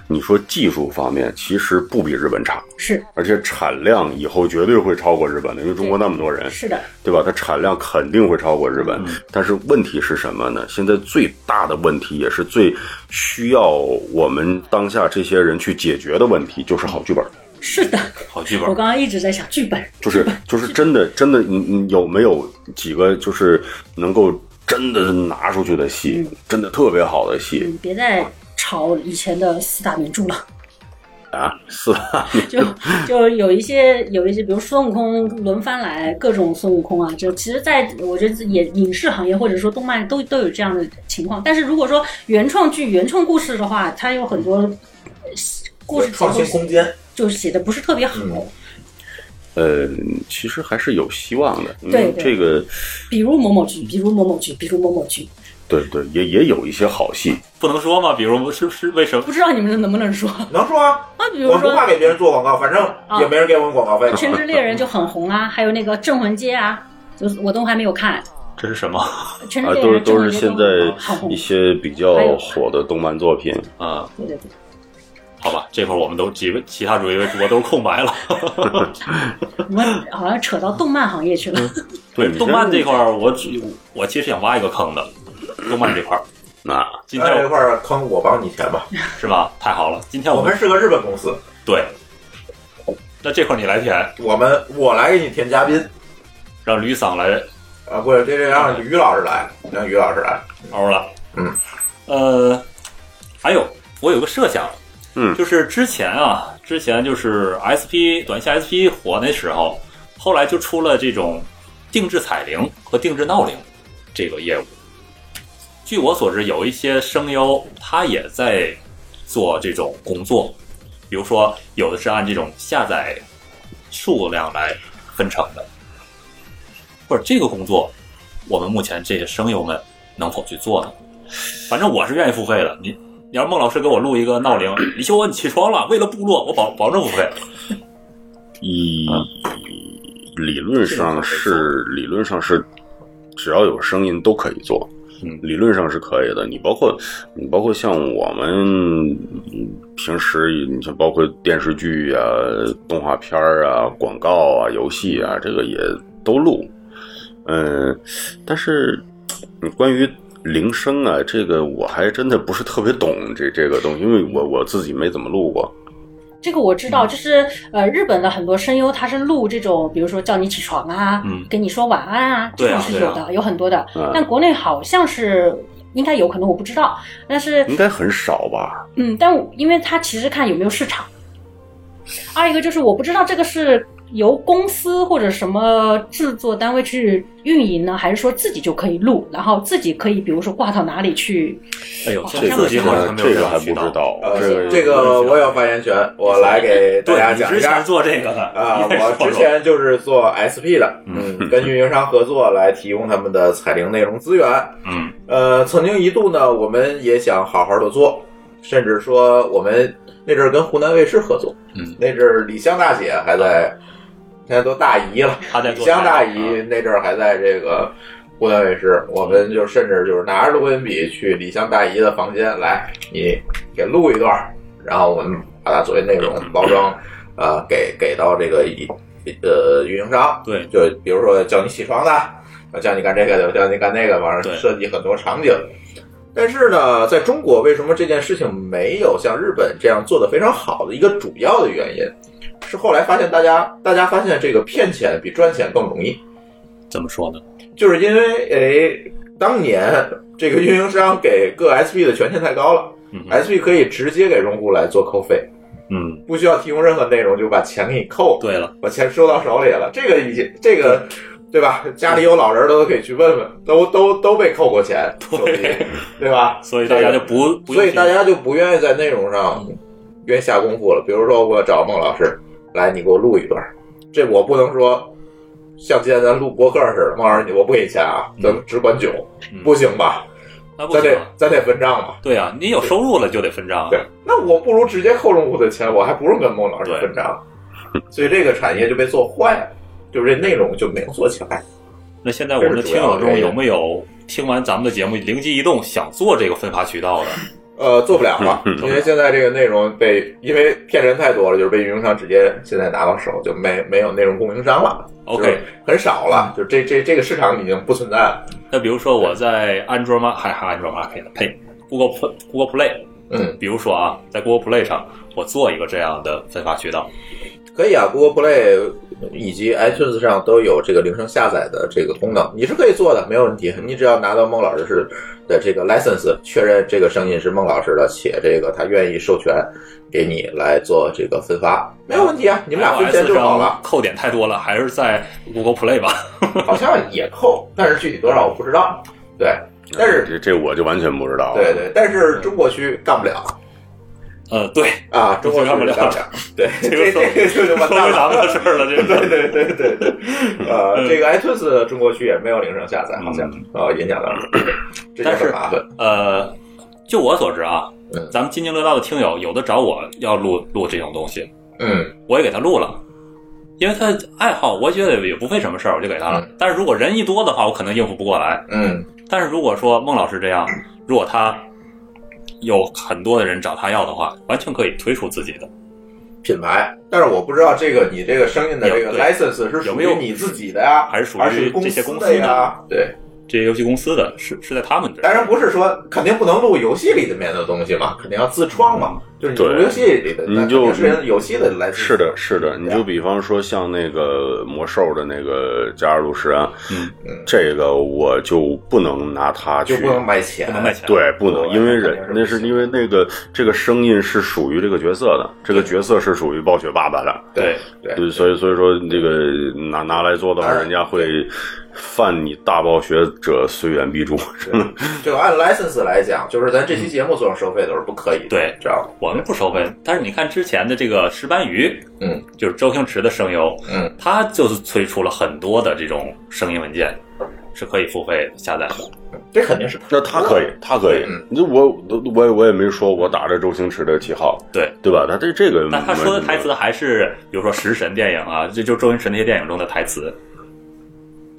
E: 你说技术方面其实不比日本差，
F: 是
E: 而且产量以后绝对会超过日本的，因为中国那么多人。
F: 是的，
E: 对吧？它产量肯定会超过日本，但是问题是什么呢？现在最大的问题，也是最需要我们当下这些人去解决的问题，就是好剧本，
F: 是的，
C: 好剧
F: 我
C: 本，
F: 刚刚一直在想剧本，
E: 就是就是真的真的，你你有没有几个就是能够真的拿出去的戏，真的特别好的戏
F: 嗯，别再抄以前的四大名著了。
E: 啊？是吧？
F: 就就有一些有一些，比如孙悟空轮番来，各种孙悟空啊，就其实在，我觉得也影视行业或者说动漫都都有这样的情况。但是如果说原创剧、原创故事的话，它有很多呃故事结
D: 创
F: 构
D: 新空间，
F: 就写的不是特别好，
D: 嗯
E: 呃，其实还是有希望的，因
F: 对
E: 为
F: 对
E: 这个
F: 比如某某剧，比如某某剧，比如某某剧，
E: 对对，也也有一些好戏，
C: 不能说吗？比如是是为什么
F: 不知道你们能不能说？
D: 能说啊？
F: 那比
D: 我
F: 如
D: 们不
F: 说啊
D: 怕给别人做广告，反正也没人给我们广告费
F: 《全 职猎人》就很红啊，还有那个《镇魂街》啊，就是我都还没有看。
C: 这是什么
F: 《全职
E: 啊，
F: 猎
E: 都
F: 人
E: 是》都是
F: 镇魂街
E: 现
F: 很
E: 在
F: 红
E: 一，些比较火的动漫作品。
C: 啊？
F: 对对对，
C: 好吧，这会儿我们都几位其他几位主播都是空白了。
F: 我们好像扯到动漫行业去了。
E: 嗯对，
C: 动漫这块儿，我只我其实想挖一个坑的，动漫这块儿。
E: 啊，
C: 今
D: 那
C: 天
D: 这
C: 我
D: 块儿坑我帮你填吧，
C: 是吧？太好了，今天
D: 我
C: 我
D: 们是个日本公司，
C: 对，那这块儿你来填，
D: 我们我来给你填嘉宾
C: 让吕桑来
D: 啊，或者这这让于老师来，让于老师来，
C: 嗷了。
D: 嗯，
C: 呃，还有我有个设想，
E: 嗯
C: 就是之前啊，之前就是 SP 短信 SP 火那时候，后来就出了这种定制彩铃和定制闹铃这个业务。据我所知，有一些声优他也在做这种工作，比如说有的是按这种下载数量来分成的，或者这个工作，我们目前这些声优们能否去做呢？反正我是愿意付费的。你，你要是孟老师给我录一个闹铃，李秀恩你起床了，为了部落，我保保证付费。
E: 以理论上是理论上是，只要有声音都可以做
C: 嗯。
E: 理论上是可以的，你包括你包括像我们嗯平时，你像包括电视剧啊、动画片儿啊、广告啊、游戏啊，这个也都录。嗯，但是嗯关于铃声啊，这个我还真的不是特别懂这这个东西，因为我我自己没怎么录过。
F: 这个我知
E: 嗯
F: 道，就是呃，日本的很多声优他是录这种，比如说叫你起床啊，
C: 嗯
F: 跟你说晚安啊，这
C: 对
F: 种
C: 啊
F: 是有的，
C: 对啊
F: 有很多的。
E: 嗯
F: 但国内好像是应该有可能我不知道，但是
E: 应该很少吧？
F: 嗯，但我因为它其实看有没有市场。二一个就是我不知道这个是由公司或者什么制作单位去运营呢，还是说自己就可以录，然后自己可以比如说挂到哪里去？
C: 哎呦，
F: 这
C: 现在自己好像没有
E: 这个还
C: 样
E: 不
C: 渠
E: 知
C: 道。
E: 道，
D: 呃
E: 这个，
D: 这个我有发言权，我来给大家
C: 啊对，你
D: 讲一
C: 之
D: 下
C: 前。做这个的
D: 啊，
C: 你也说
D: 我之
C: 说
D: 前就是做 SP 的，嗯，跟运营商合作来提供他们的彩铃内容资源。
C: 嗯
D: 呃，曾经一度呢，我们也想好好的做，甚至说我们那阵儿跟湖南卫视合作，
C: 嗯，啊
D: 那阵儿李湘大姐还在，现在都大姨了，
C: 他在
D: 李
C: 做嗯
D: 湘大
C: 菜
D: 姨那阵儿还在这个湖南卫视，我们就甚至就是拿着录音笔去李湘大姨的房间来，你给录一段儿，然后我们把它作为内容包装，呃，给给到这个一呃运营商，
C: 对
D: 就比如说叫你起床的，叫你干这个的，叫你干那个，完
C: 对
D: 了设计很多场景。但是呢，在中国为什么这件事情没有像日本这样做得非常好的一个主要的原因，是后来发现大家大家发现这个骗钱比赚钱更容易，
C: 怎么说呢？
D: 就是因为诶、当年这个运营商给各 SP 的权限太高了、
C: 嗯哼
D: s p 可以直接给用户来做扣费，
C: 嗯，
D: 不需要提供任何内容就把钱给你扣了。
C: 对了，
D: 我钱收到手里了，这个已经这个对吧？家里有老人的都可以去问问，都都都被扣过钱，手机对吧？
C: 所以大家就不不用
D: 嗯所以
C: 去
D: 大家就不愿意在内容上愿意下功夫了。比如说，我找孟老师来，你给我录一段，这我不能说像今天咱录播客似的，孟老师你我不给钱啊，咱们只管酒，
C: 嗯
D: 不行吧？
C: 那不
D: 咱
C: 行
D: 得
C: 啊。
D: 咱得分账吧。
C: 对啊，你有收入了就得分账啊。
D: 对，那我不如直接扣用户的钱，我还不用跟孟老师分账，所以这个产业就被做坏了，就是这内容就没有做起来。
C: 那现在我们的听友中有没有听完咱们的节目灵机一动想做这个分发渠道的？
D: 呃，做不了了，因为现在这个内容被因为骗人太多了，就是被运营商直接现在拿到手，就没没有内容供应商了
C: OK
D: 就是很少了，就这这这个市场已经不存在了。
C: 那比如说我在安卓吗？还还安卓吗？可以的，呸，Google Play- Google Play，
D: 嗯，
C: 比如说啊，在 Google Play 上，我做一个这样的分发渠道，
D: 可以啊，Google Play 以及 iTunes 上都有这个铃声下载的这个功能，你是可以做的，没有问题。你只要拿到孟老师是的这个 license，确认这个声音是孟老师的，且这个他愿意授权给你来做这个分发，没有问题啊。
C: 你
D: 你们俩分钱就好了，
C: 扣点太多了，还是在 Google Play 吧？
D: 好像也扣，但是具体多少我不知道。对，但是
E: 嗯这这我就完全不知道了。啊
D: 对对，但是中国区干不了，
C: 呃，对，
D: 啊，中国
C: 就让我
D: 是
C: 聊
D: 大
C: 这
D: 家对，
C: 这
D: 这
C: 个说
D: 这个就
C: 说
D: 完蛋
C: 回咱们
D: 了。
C: 的事儿了，这
D: 对
C: 个。
D: 对对 对对，
C: 嗯
D: 呃，这个 iTunes 中国区也没有铃声下载，好像啊，也讲到了，这就
C: 但
D: 很
C: 是
D: 麻烦。
C: 呃，就我所知啊
D: 嗯，
C: 咱们津津乐道的听友有的找我要录录这种东西，
D: 嗯，
C: 我也给他录了，因为他爱好，我觉得也不费什么事儿，我就给他了。但是如果人一多的话，我可能应付不过来。
D: 嗯
C: 但是如果说孟老师这样，如果他有很多的人找他要的话，完全可以推出自己的。
D: 品牌，但是我不知道这个你这个声音的这个
C: 有对
D: license 是
C: 有
D: 属
C: 没
D: 于
C: 有
D: 你自己的呀，
C: 还
D: 还
C: 是
D: 属
C: 属于这些
D: 公
C: 公
D: 司的
C: 司
D: 呀？对，
C: 这些游戏公司的是是在他们这
D: 当
C: 儿，
D: 然不是说肯定不能录游戏里的面的东西嘛，肯定要自创
C: 嗯
D: 嘛，就是你
E: 对
D: 录游戏里的，
E: 你
D: 那肯
E: 就
D: 定是游戏的 license。
E: 是的，是
D: 嗯
E: 的，你就比方说像那个魔兽的那个加尔鲁什啊，
C: 嗯
D: 嗯
E: 这个我就不能拿它
D: 就
E: 去
D: 不能卖钱，
C: 不能卖钱。，
E: 对，不能，
D: 对
E: 因为
D: 肯定
E: 人
D: 是
E: 那
D: 不
E: 是
D: 行
E: 因为那个这个声音是属于这个角色的，这个角色是属于暴雪爸爸的，
D: 对对
E: 对，所以所以说这个拿拿来做的话，
D: 当然
E: 人家会犯你大暴雪者虽远必诛， 真的。
D: 这个按 license 来讲，就是咱这期节目做收费都是不可以的，
C: 嗯对
D: 知道吗？
C: 我们不收费，但是你看之前的这个石斑鱼，
D: 嗯，
C: 就是周星驰的声优，
D: 嗯，
C: 他就是推出了很多的这种声音文件，是可以付费下载的。
D: 这肯定是
E: 那他可以，他可以
D: 嗯，
E: 那我我也我也没说我打着周星驰的旗号，
C: 对，
E: 对吧？他这这个，
C: 但他说的台词还是，比如说《食神》电影啊，这就周星驰那些电影中的台词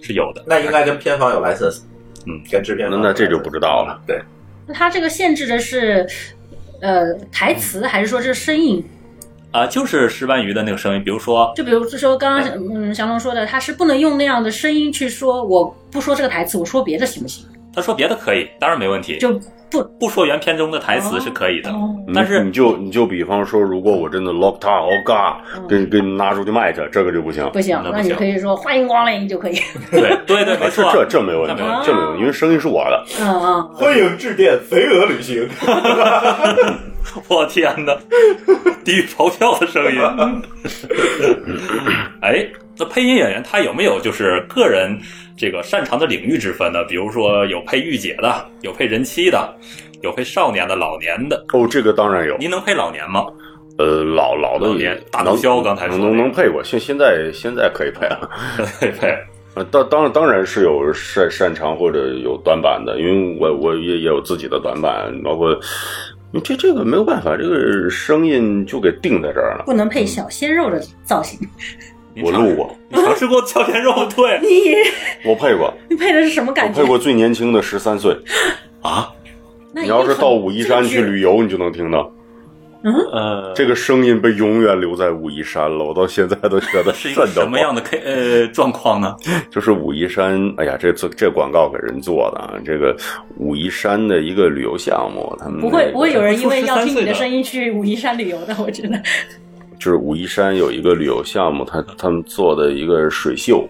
C: 是有的。
D: 那应该跟片方有 license，
C: 嗯，
D: 跟制片方有
E: 那那这
D: license
E: 就不知道了。
D: 对，
F: 那它这个限制的是，呃，台词还是说这声音？
C: 啊、就是石斑鱼的那个声音，比如说，
F: 就比如说刚刚嗯祥龙说的，他是不能用那样的声音去说，我不说这个台词，我说别的行不行？
C: 他说别的可以，当然没问题，
F: 就不
C: 不说原片中的台词是可以的。
F: 哦
E: 你
C: 嗯但是
E: 你就你就比方说，如果我真的 lock 他 all
C: 嗯
E: god，给给你拿出去卖去，这个就不行。
F: 不行，
C: 那不
F: 那你
C: 行
F: 可以说欢迎光临就可 以。
C: 对对对，没
E: 啊，这
C: 错，
E: 这这没问题
C: 那没问，题
E: 这没问题，因为声音是我的。
F: 嗯嗯，
D: 欢迎致电肥鹅旅行，
C: 我天哪，地狱咆哮的声 音。啊哎，那配音演员他有没有就是个人这个擅长的领域之分呢？比如说有配御姐的，有配人妻的，有配少年的、老年的。
E: 哦，这个当然有。
C: 您能配老年吗？
E: 呃，老老的
C: 老
E: 也
C: 年大
E: 能
C: 毒枭刚才说
E: 能能
C: 那个
E: 能配过，现现在现在可以配了。
C: 配配。
E: 呃，当当当然是有擅擅长或者有短板的，因为我我也也有自己的短板，包括这这个没有办法，这个声音就给定在这儿了。
F: 不能配小鲜肉的造型。
C: 你
E: 我
C: 尝
E: 录过，
C: 你尝试过敲鲜肉？对
F: 你
E: 我配过，
F: 你配的是什么
E: 我
F: 感觉
E: 配？过最年轻的十三岁。
C: 啊，
F: 那
E: 你要是到武夷山去
F: 游，
E: 旅游，你就能听到
C: 呃，
E: 这个声音被永远留在武夷山了。我到现在都觉得
C: 是一个
E: 瘆得
C: 什么
E: 慌
C: 样的 K 呃状况呢？
E: 就是武夷山，哎呀，这这这广告给人做的啊！这个武夷山的一个旅游项目，他们
F: 不
E: 那
F: 会
E: 个
F: 不会有人因为
C: 出
F: 要
C: 13
F: 听你
C: 岁
F: 的
C: 的
F: 声音去武夷山旅游的，我觉得。
E: 就是武夷山有一个旅游项目，他他们做的一个水秀，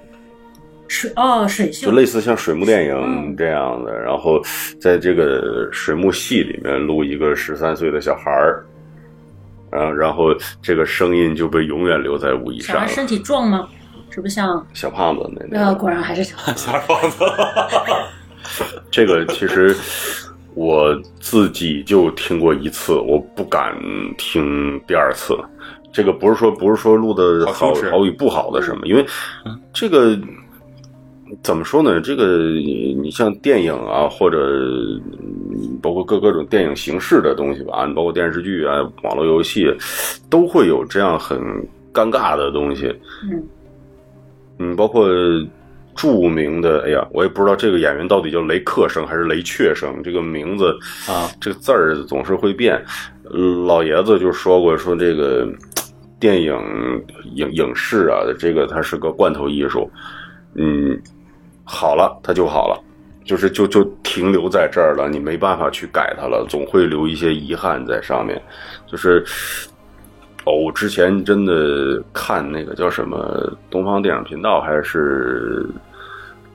F: 水哦，水
E: 就
F: 秀
E: 类似像水幕电影
F: 嗯
E: 这样的，然后在这个水幕戏里面录一个十三岁的小孩儿，然后然后这个声音就被永远留在武夷
F: 小
E: 山
F: 孩
E: 了。啊
F: 身体壮吗？是不是像
E: 小胖子那
F: 那
E: 那
F: 果然还是小孩？
C: 瞎放 的。
E: 这个其实我自己就听过一次，我不敢听第二次。这个不是说不是说录的好
C: 好羞耻
E: 好与不好的什么，因为这个怎么说呢？这个你你像电影啊，或者嗯包括各各种电影形式的东西吧，你包括电视剧啊、网络游戏，都会有这样很尴尬的东西。
F: 嗯
E: 嗯，包括著名的，哎呀，我也不知道这个演员到底叫雷克生还是雷雀生，这个名字
C: 啊，
E: 这个字儿总是会变。嗯老爷子就说过，说这个电影影影视啊，这个它是个罐头艺术，嗯，好了，它就好了。就是就就停留在这儿了，你没办法去改它了，总会留一些遗憾在上面。就是哦，我之前真的看那个叫什么东方电影频道还是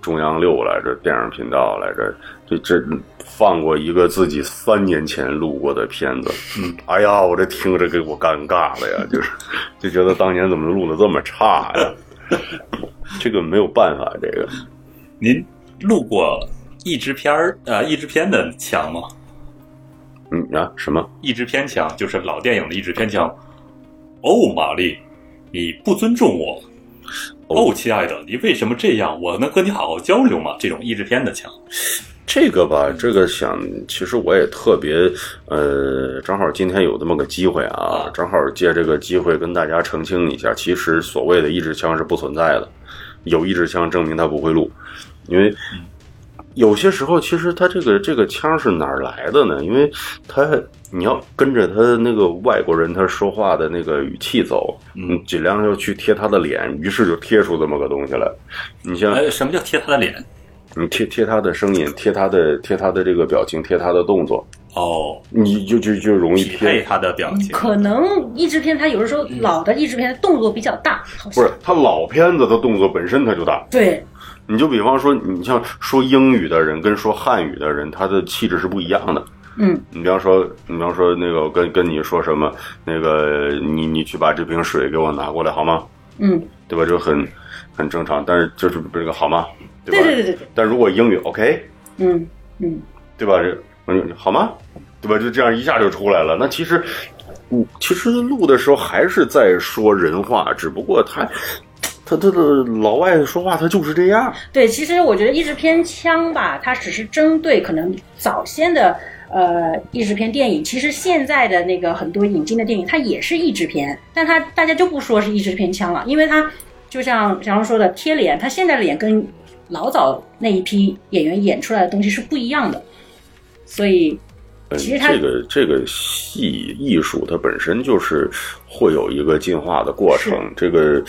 E: 中央六来着电影频道来着，这这放过一个自己三年前录过的片子，嗯，哎呀，我这听着给我尴尬了呀，就是就觉得当年怎么录的这么差呀。 这个没有办法，这个
C: 您录过译制片儿呃译制片的墙吗？
E: 嗯啊什么？
C: 意志偏强，就是老电影的意志偏强。哦，玛丽，你不尊重我。哦，亲爱的，你为什么这样？我能和你好好交流吗？这种意志偏的强，
E: 这个吧，这个想，其实我也特别，呃，正好今天有这么个机会
C: 啊，
E: 啊正好借这个机会跟大家澄清一下，其实所谓的一支枪是不存在的，有一支枪证明它不会录，因为有些时候其实它这个这个枪是哪儿来的呢？因为它你要跟着他那个外国人他说话的那个语气走，你尽量就去贴他的脸，于是就贴出这么个东西来。你像
C: 呃，什么叫贴他的脸？
E: 你嗯贴贴他的声音，贴他的贴他的这个表情，贴他的动作，
C: 哦，
E: 你就就就容易
C: 匹配
E: 贴。
C: 他的表情。
F: 嗯可能译制片它有的时候老的译制片动作比较大，好
E: 不
F: 像
E: 是他老片子，他动作本身他就大。
F: 对
E: 你就比方说，你像说英语的人跟说汉语的人，他的气质是不一样的。
F: 嗯，
E: 你比方说，你比方说那个我跟跟你说什么，那个你你去把这瓶水给我拿过来好吗？
F: 嗯，
E: 对吧？这很很正常，但是就是这个好吗？对
F: 对
E: 吧？
F: 对对对对，
E: 但如果英语 OK，
F: 嗯嗯，
E: 对吧？这嗯好吗？对吧？就这样一下就出来了。那其实，嗯其实录的时候还是在说人话，只不过他他他的老外说话他就是这样。
F: 对，其实我觉得译制片枪吧，它只是针对可能早先的呃译制片电影，其实现在的那个很多引进的电影，它也是译制片，但它大家就不说是译制片枪了，因为它就像小杨说的贴脸，它现在的脸跟老早那一批演员演出来的东西是不一样的，所以
E: 嗯，
F: 其实它
E: 这个这个戏艺术它本身就是会有一个进化的过程，这个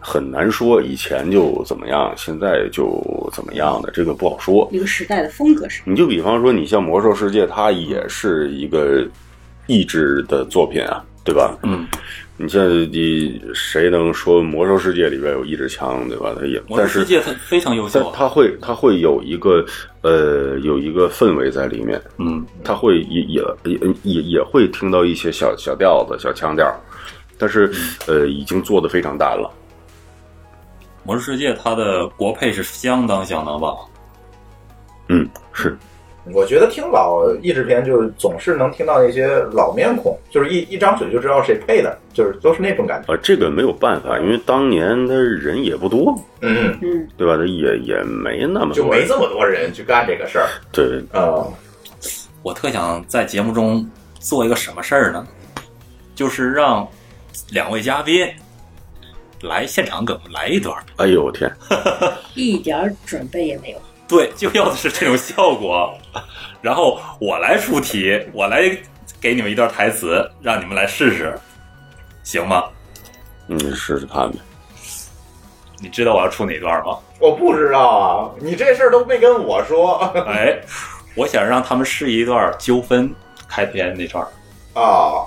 E: 很难说以前就怎么样，现在就怎么样的，这个不好说。
F: 一个时代的风格是
E: 你就比方说，你像《魔兽世界》，它也是一个益智的作品啊，对吧？
C: 嗯，
E: 你像你谁能说《魔兽世界》里边有一支枪，对吧？它也，
C: 魔兽
E: 但是
C: 世界它非常优
E: 但
C: 秀啊。
E: 它会它会有一个呃有一个氛围在里面，
C: 嗯，
E: 它会也也也也也会听到一些小小调子、小腔调，但是
C: 嗯
E: 呃已经做的非常淡了。
C: 魔兽世界它的国配是相当相当棒。
E: 嗯，是
D: 我觉得听老译制片就是总是能听到一些老面孔，就是一一张嘴就知道谁配的，就是都是那种感觉。
E: 啊、这个没有办法，因为当年他人也不多，
D: 嗯，
F: 嗯。
E: 对吧？他也也没那么
D: 就
E: 多
D: 没
E: 人，
D: 这么多人去干这个事儿
E: 对，
D: 啊、
C: 我特想在节目中做一个什么事儿呢？就是让两位嘉宾来现场给我们来一段儿。
E: 哎呦我天，
F: 一点儿准备也没有，
C: 对，就要的是这种效果。然后我来出题，我来给你们一段台词，让你们来试试，行吗？
E: 嗯，试试看呗。
C: 你知道我要出哪段吗？
D: 我不知道啊，你这事儿都没跟我说
C: 哎，我想让他们试一段纠纷开篇那段儿。
D: 啊，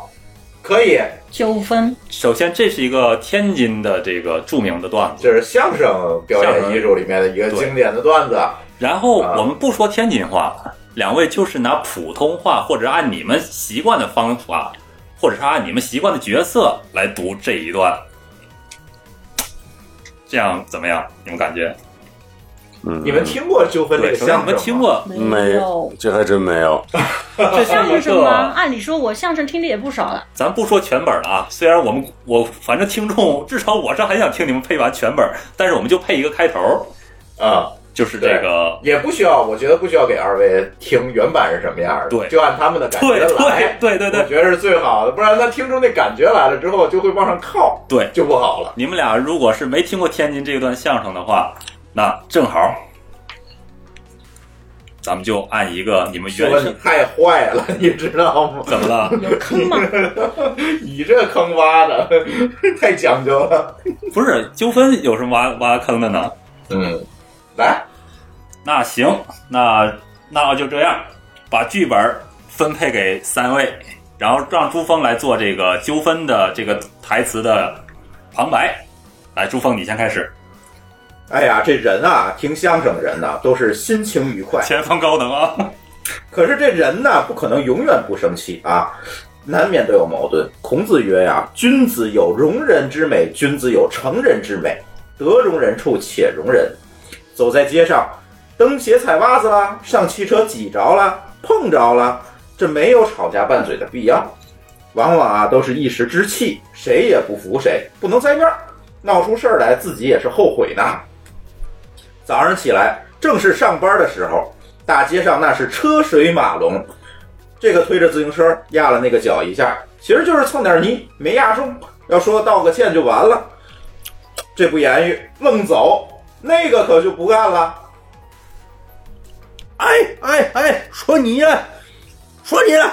D: 可以，
F: 纠纷
C: 首先，这是一个天津的这个著名的段子。
D: 这是相声表演艺术里面的一个经典的段子。
C: 然后
D: 啊
C: 我们不说天津话，两位就是拿普通话或者按你们习惯的方法，或者是按你们习惯的角色来读这一段，这样怎么样？你们感觉？
E: 嗯，
D: 你们听过纠纷这
C: 对，
D: 个
C: 首
D: 相声
C: 先
D: 吗
C: 你们听，过
E: 没
F: 有。
E: 这还真没有。
C: 这是
F: 相
C: 一
F: 声吗？
C: 个，
F: 按理说我相声听的也不少了，
C: 咱不说全本了啊。虽然我们我反正听众至少我是很想听你们配完全本，但是我们就配一个开头，
D: 啊、
C: 就是这个。
D: 也不需要，我觉得不需要给二位听原版是什么样的，
C: 对
D: 就按他们的感觉
C: 对
D: 来，
C: 对对对对
D: 我觉得是最好的，不然他听出那感觉来了之后就会往上靠，
C: 对
D: 就不好了。
C: 你们俩如果是没听过天津这一段相声的话，那正好，咱们就按一个你们
D: 就
C: 原
D: 问你
C: 声
D: 太坏了，你知道吗？
C: 怎么了？
F: 有坑吗？
D: 你这坑挖的 太讲究了。
C: 不是纠纷有什么挖挖坑的呢？
D: 嗯，来，
C: 那行，那那就这样，把剧本分配给三位，然后让朱峰来做这个纠纷的这个台词的旁白。来，朱峰，你先开始，
D: 哎呀，这人啊，听相声人呐、都是心情愉快，
C: 前方高能啊！
D: 可是这人呢，不可能永远不生气啊，难免都有矛盾。孔子曰呀、君子有容人之美，君子有成人之美，得容人处且容人。”走在街上，蹬鞋踩袜子啦，上汽车挤着了，碰着了，这没有吵架拌嘴的必要，往往啊都是一时之气，谁也不服谁，不能栽面儿，闹出事儿来自己也是后悔呢。早上起来正是上班的时候，大街上那是车水马龙，这个推着自行车压了那个脚一下，其实就是蹭点泥，没压中。要说道个歉就完了，这不言语，愣走，那个可就不干了。
B: 哎哎哎，说你呀，说你了，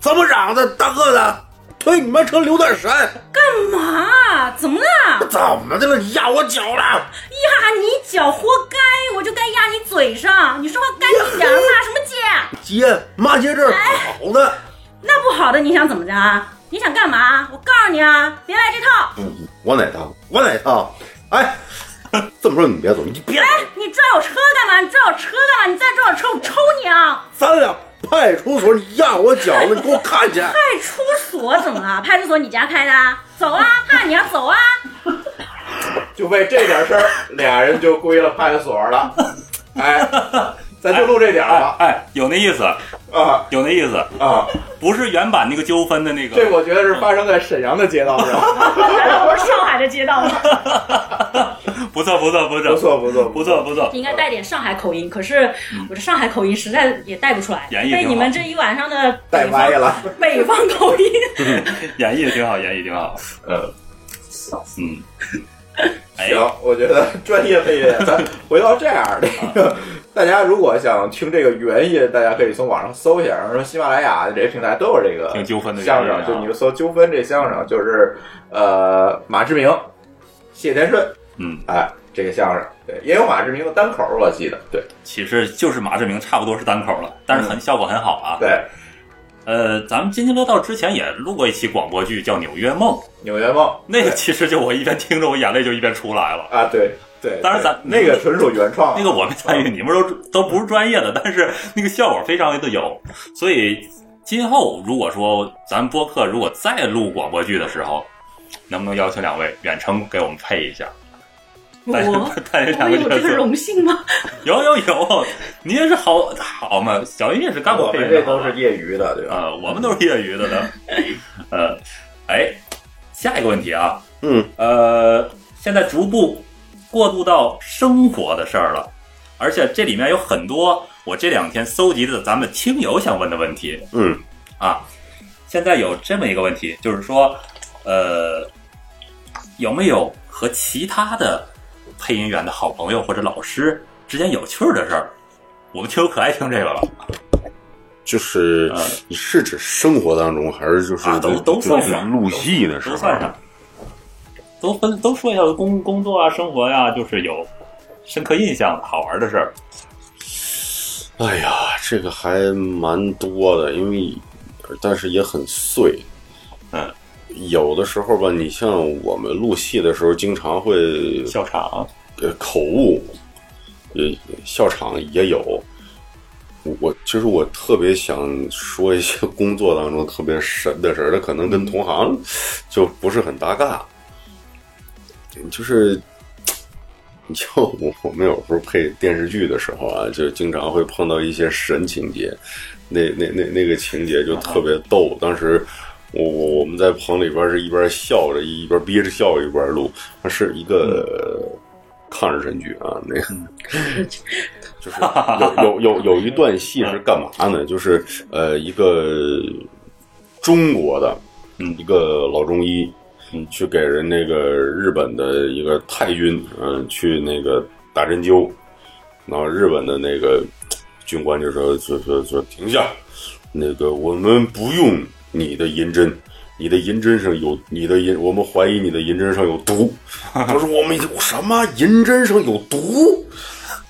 B: 怎么嚷的，大个子，推你妈车留点神，
F: 干嘛？怎么了？
B: 怎么的了？你压我脚了？
F: 压你脚，活该！我就该压你嘴上。你说话干净点，骂什么街？
B: 姐，骂街这儿好的，
F: 那不好的，你想怎么着啊？你想干嘛？我告诉你啊，别来这套！
C: 嗯
E: 我哪趟？
B: 我哪套？哎，
E: 这么说你别走，你
B: 别，
F: 哎，你拽我车干嘛？你拽我车干嘛？你再拽我车，我抽你啊！
B: 咱俩派出所，你压
C: 哎
B: 我脚了，你给我看去。
F: 派出所怎么了？派出所你家开的啊？走啊，怕你啊，走啊！
D: 就为这点事儿，俩人就归了派出所了。哎，咱就录这点儿
C: 哎
D: 吧。
C: 哎，有那意思，
D: 啊
C: 有那意思，
D: 啊，
C: 不是原版那个纠纷的那个。
D: 这我觉得是发生在沈阳的街道上，
F: 难道 我是上海的街道吗？
C: 不错不错不错
D: 不错不错
C: 不错不错，
F: 应该带点上海口音，可是我这上海口音实在也带不出来，
C: 演绎挺好
F: 被你们这一晚上的
D: 带
F: 北方
D: 歪了。
F: 北方口音。
C: 演绎的挺好，演绎得挺 好。
D: 嗯，
C: 嗯，哎
D: 行，，我觉得专业配乐，咱回到这样的。大家如果想听这个原音，大家可以从网上搜一下，然后喜马拉雅这些平台都有这个
C: 挺纠纷的
D: 相
C: 原因
D: 声，
C: 啊
D: 就你就搜“纠纷”这相声，就是呃马志明、谢天顺，
C: 嗯，
D: 哎，这个相声，对，也有马志明的单口，我记得，对
C: 其实就是马志明差不多是单口了，但是很效果很好啊。
D: 嗯对，
C: 呃，咱们津津乐道之前也录过一期广播剧叫《纽约梦》，
D: 纽约梦
C: 那个其实就我一边听着我眼泪就一边出来了。
D: 啊，对对，
C: 当然咱
D: 对那个纯属原 创，啊
C: 那个我没参与，你们都都不是专业的，但是那个效果非常的有。所以今后如果说咱播客如果再录广播剧的时候，能不能邀请两位远程给我们配一下？ 但是
F: 我
C: 但是
F: 我
C: 两个
F: 有这
C: 角
F: 个
C: 色
F: 荣幸吗？
C: 有有有，你也是好好嘛，小云也是干过
D: 我
C: 配
D: 们
C: 音
D: 这
C: 的，
D: 都是业余的，对吧？
C: 呃，我们都是业余的呢。呃，哎，下一个问题啊，
E: 嗯，
C: 呃，现在逐步过渡到生活的事儿了，而且这里面有很多我这两天搜集的咱们听友想问的问题
E: 嗯
C: 啊。现在有这么一个问题，就是说，呃，有没有和其他的配音员的好朋友或者老师之间有趣儿的事儿？我们听友可爱听这个了，
E: 就是
C: 嗯
E: 你是指生活当中，还是就是
C: 啊都
E: 就
C: 都算
E: 就是
C: 上
E: 录戏的时候
C: 都算上，都分都说一下工工作啊、生活呀、就是有深刻印象、好玩的事儿。
E: 哎呀，这个还蛮多的，因为但是也很碎。
C: 嗯，
E: 有的时候吧，你像我们录戏的时候，经常会
C: 笑场，
E: 呃口误，呃笑场也有。我我其实我特别想说一些工作当中特别神的事儿，那可能跟同行就不是很搭嘎。嗯就是 你像我我们有时候配电视剧的时候啊，就经常会碰到一些神情节，那那那那个情节就特别逗。当时我我我们在棚里边是一边笑着一边憋着笑一边录，它是一个。抗日神剧啊，那个 就是有有有有一段戏是干嘛呢？就是呃，一个中国的
C: 嗯
E: 一个老中医，
C: 嗯
E: 去给人那个日本的一个太君，嗯、去那个打针灸，然后日本的那个军官就说：“就说说停下，那个我们不用你的银针，你的银针上有你的银，我们怀疑你的银针上有毒。”他说：“我们有什么银针上有毒？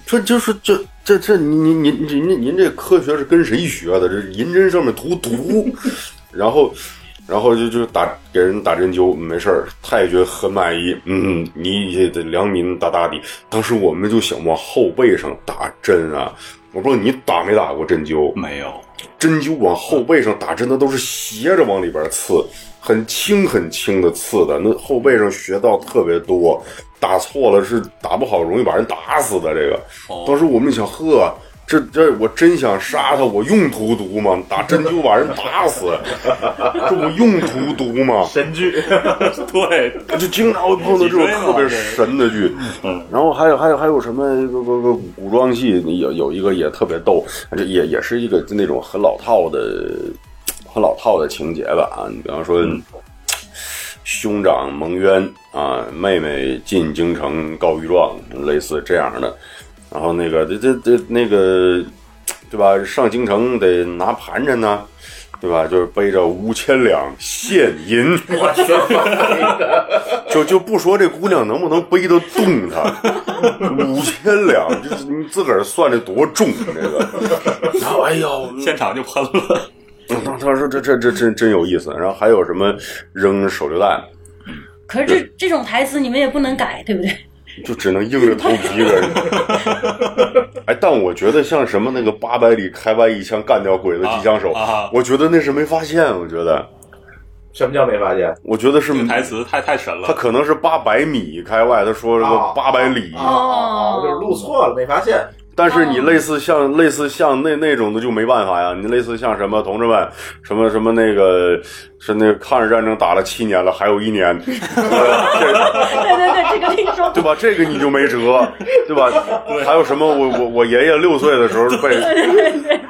E: 这就是这这这您您您您您这科学是跟谁学的？这银针上面涂毒， 然后。”然后就就打给人打针灸，没事儿，太君很满意，嗯，你也得良民大大的。当时我们就想往后背上打针啊，我不知道你打没打过针灸，
C: 没有，
E: 针灸往后背上打针，那都是斜着往里边刺，很轻很轻的刺的，那后背上穴道特别
C: 哦
E: 哦多，打错了是打不好容易把人打死的。这个，当时我们想，呵，这这我真想杀他，我用荼毒吗？打针灸把人打死， 这我用荼毒吗？
D: 神剧，
C: 对，
E: 我就经常会碰到这种特别神的剧，然后还有还有还有什么不不不古装戏，有有一个也特别逗，这也也是一个那种很老套的、很老套的情节吧啊，你比方说。兄长蒙冤啊，妹妹进京城告御状，类似这样的。然后那个这这这那个，对吧？上京城得拿盘缠呢，对吧？就是背着五千两现银，
D: 我去，
E: 就就不说这姑娘能不能背得动她，五千两，就是你自个儿算这多重啊这个。然后哎呦，
C: 现场就喷了。
E: 当当时嗯这这这真真有意思。然后还有什么扔手榴弹，
F: 可是这这种台词你们也不能改，对不对？
E: 就只能硬着头皮的。哎，但我觉得像什么那个八百里开外一枪干掉鬼子机枪手，
C: 啊啊
E: 我觉得那是没发现。我觉得，
D: 什么叫没发现？
E: 我觉得是
C: 这个台词太太神
E: 他
C: 了，
E: 可能是八百米开外，他说了
D: 啊
E: 个八百里，
F: 哦
D: 啊啊我就是录错了，没发现。
E: 但是你类似像、类似像那那种的就没办法呀，你类似像什么同志们，什么什么那个是那个抗日战争打了七年了，还有一年，
F: 对对对，这个听说
E: 对吧？这个你就没辙，对吧？还有什么？我我我爷爷六岁的时候被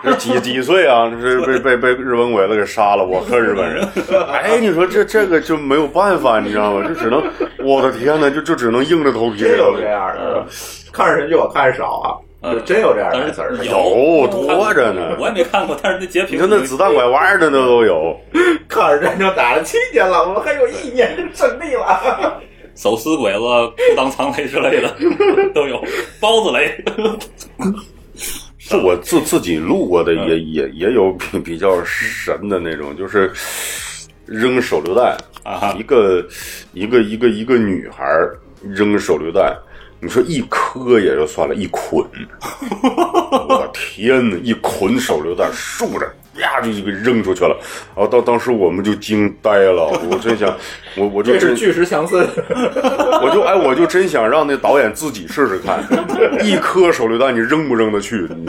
E: 这几几岁啊？是被被被日本鬼子给杀了，我恨日本人。哎，你说这这个就没有办法，你知道吗？就只能我的天呐，就就只能硬着头皮
D: 真有这样的，看着神剧我看着少啊，
C: 嗯
D: 就真有这样
C: 但
D: 的
C: 是
D: 词儿。
E: 有多着呢。
C: 我也没看过，但是那截
E: 你
C: 屏，
E: 看那子弹拐弯的那都有，
D: 抗日战争打了七年了，我们还有一年就胜利了。
C: 手撕鬼子、裤裆藏雷之类的都有，包子 雷，
E: 是我自自己录过的，也也也有比比较神的那种，就是扔手榴弹
C: 啊哈
E: 一个一个一个一个女孩儿扔手榴弹，你说一颗也就算了，一 捆，我天呐，一捆手榴弹竖着。呀，就一个扔出去了，然后当当时我们就惊呆了，我真想，我我就
D: 这是
E: 真
D: 巨石强森，
E: 我就哎，我就真想让那导演自己试试看，一颗手榴弹你扔不扔得去？你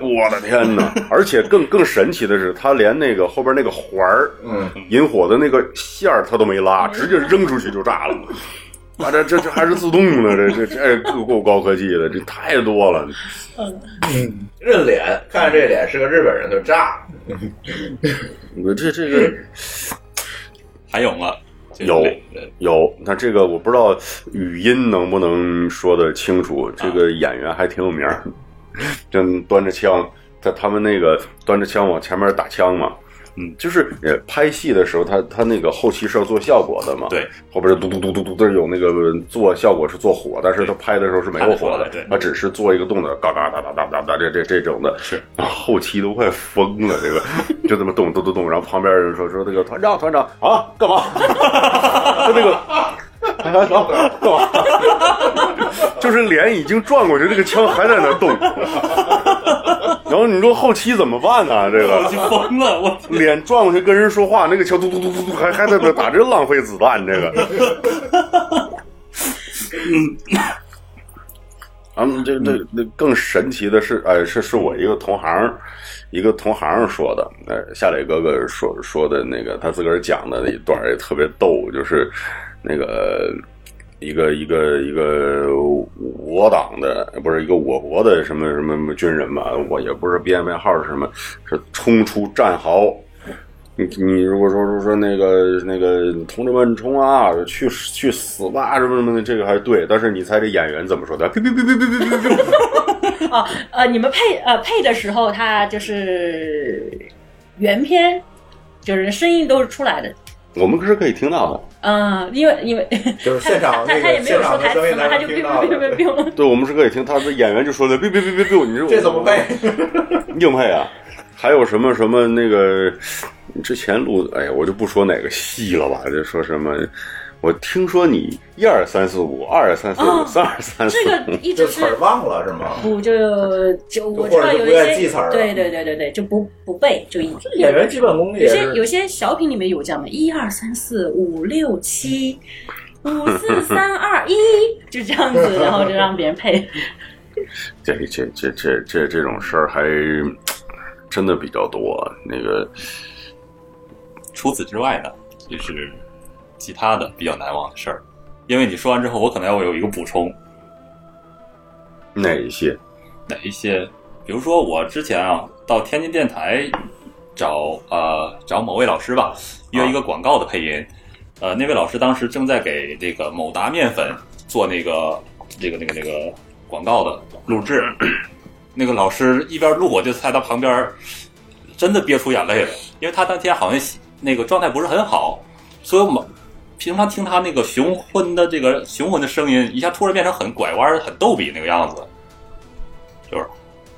E: 我的天哪！而且更更神奇的是，他连那个后边那个环儿，
D: 嗯，
E: 引火的那个线儿他都没拉，直接扔出去就炸了。啊，这这这还是自动的，这这这够高科技的，这太多了。
D: 认脸，看着这脸是个日本人就炸。
E: 我这这个
C: 还有吗？这个
E: 有
C: 雷呃
E: 有，那这个我不知道语音能不能说得清楚。这个演员还挺有名儿，正端着枪，他他们那个端着枪往前面打枪嘛。嗯，就是呃拍戏的时候，他他那个后期是要做效果的嘛。
C: 对，
E: 后边嘟嘟嘟嘟嘟嘟有那个做效果是做火，但是他拍的时候是没有火的
C: 看得出来对，
E: 他只是做一个动作，嘎嘎哒哒哒哒哒这这这种的。
C: 是
E: 啊，后期都快疯了，这个 就这么动动动动，然后旁边人说说那个团长团长啊，干嘛？ 就那个。哎哎走干嘛？ 就是脸已经转过去，这个枪还在那动。然后你说后期怎么办呢、这个
C: 我就疯了，我
E: 脸转过去跟人说话，那个枪嘟嘟嘟嘟嘟还还在那打，真浪费子弹这个。嗯，啊，这这那更神奇的是，哎，是是我一个同行，一个同行说的，呃，夏磊哥哥说说的那个他自个儿讲的那一段儿也特别逗，就是那个一个一个一个我党的不是一个我国的什么什么什么军人吧，我也不是编编号是什么，是冲出战壕。你你如果说说说那个那个同志们冲啊，去去死吧什么什么的，这个还对。但是你猜这演员怎么说的？哔哔哔哔哔哔哔哔。
F: 哦，呃，你们配呃配的时候，他就是原片，就是声音都是出来的。
E: 我们是可以听到的，
F: 嗯、因为因为
D: 就是现场
F: 他
D: 那
F: 他
D: 个
F: 也没
D: 现
F: 有说
D: 场的
F: 台
D: 声
F: 词
D: 音
F: 嘛，
D: 咱
F: 他
D: 能
F: 就 biu
D: 听到
F: biu
D: 的。
F: biu biu biu，
E: 对，我们是可以听。他的演员就说的哔哔哔哔哔，你这
D: 这怎么配？
E: 硬配啊？还有什么什么那个之前录的，哎呀，我就不说哪个戏了吧，就说什么。我听说你一二三四五，二三四五，
F: 哦
E: 三二三四
F: 这
E: 五，
F: 个一
D: 这
F: 直
D: 词儿
F: 是。
D: 忘了是吗？
F: 不就就我知
D: 或者
F: 道
D: 就
F: 有
D: 不
F: 一
D: 愿
F: 些
D: 记词儿了哎
F: 对对对对对，就不不背就一
D: 演员基本功力
F: 有
D: 也
F: 些有
D: 是。
F: 些小品里面有这样的，一二三四五 六七，五四三二一，就这样子，然后就让别人配。
E: 这这这这这这种事儿还真的比较多。那个
C: 除此之外呢，就是其他的比较难忘的事儿。因为你说完之后，我可能要有一个补充，
E: 哪一些？
C: 哪一些？比如说我之前啊，到天津电台找呃找某位老师吧，约一个广告的配音。呃，那位老师当时正在给这个某达面粉做那个这个那个那个广告的录制。那个老师一边路我就在他旁边儿，真的憋出眼泪了，因为他当天好像那个状态不是很好，所以我们平常听他那个雄浑的这个雄浑的声音，一下突然变成很拐弯儿、很逗比那个样子，就是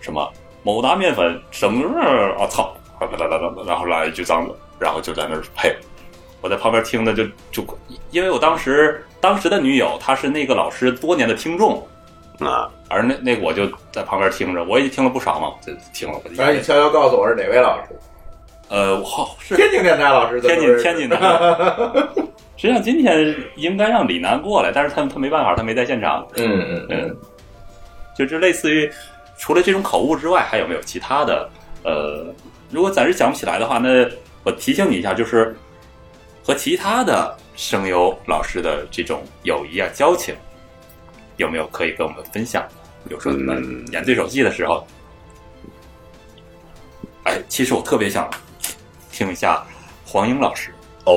C: 什么某达面粉整个儿啊操，然后来一句脏字，然后就在那儿配。我在旁边听的就就，因为我当时当时的女友她是那个老师多年的听众，
E: 啊，
C: 而那那我就在旁边听着，我已经听了不少嘛，就听了。我就
D: 然后你悄悄告诉我是哪位老师？
C: 呃，我好是
D: 天津电台老师，
C: 天津天津的。实际上今天应该让李楠过来，但是他他没办法，他没在现场。
D: 嗯嗯
C: 嗯，就是类似于除了这种口误之外，还有没有其他的？呃，如果暂时想不起来的话，那我提醒你一下，就是和其他的声优老师的这种友谊啊、交情，有没有可以跟我们分享的？比如说你们演对手戏的时候，哎，其实我特别想听一下黄英老师，
E: 哦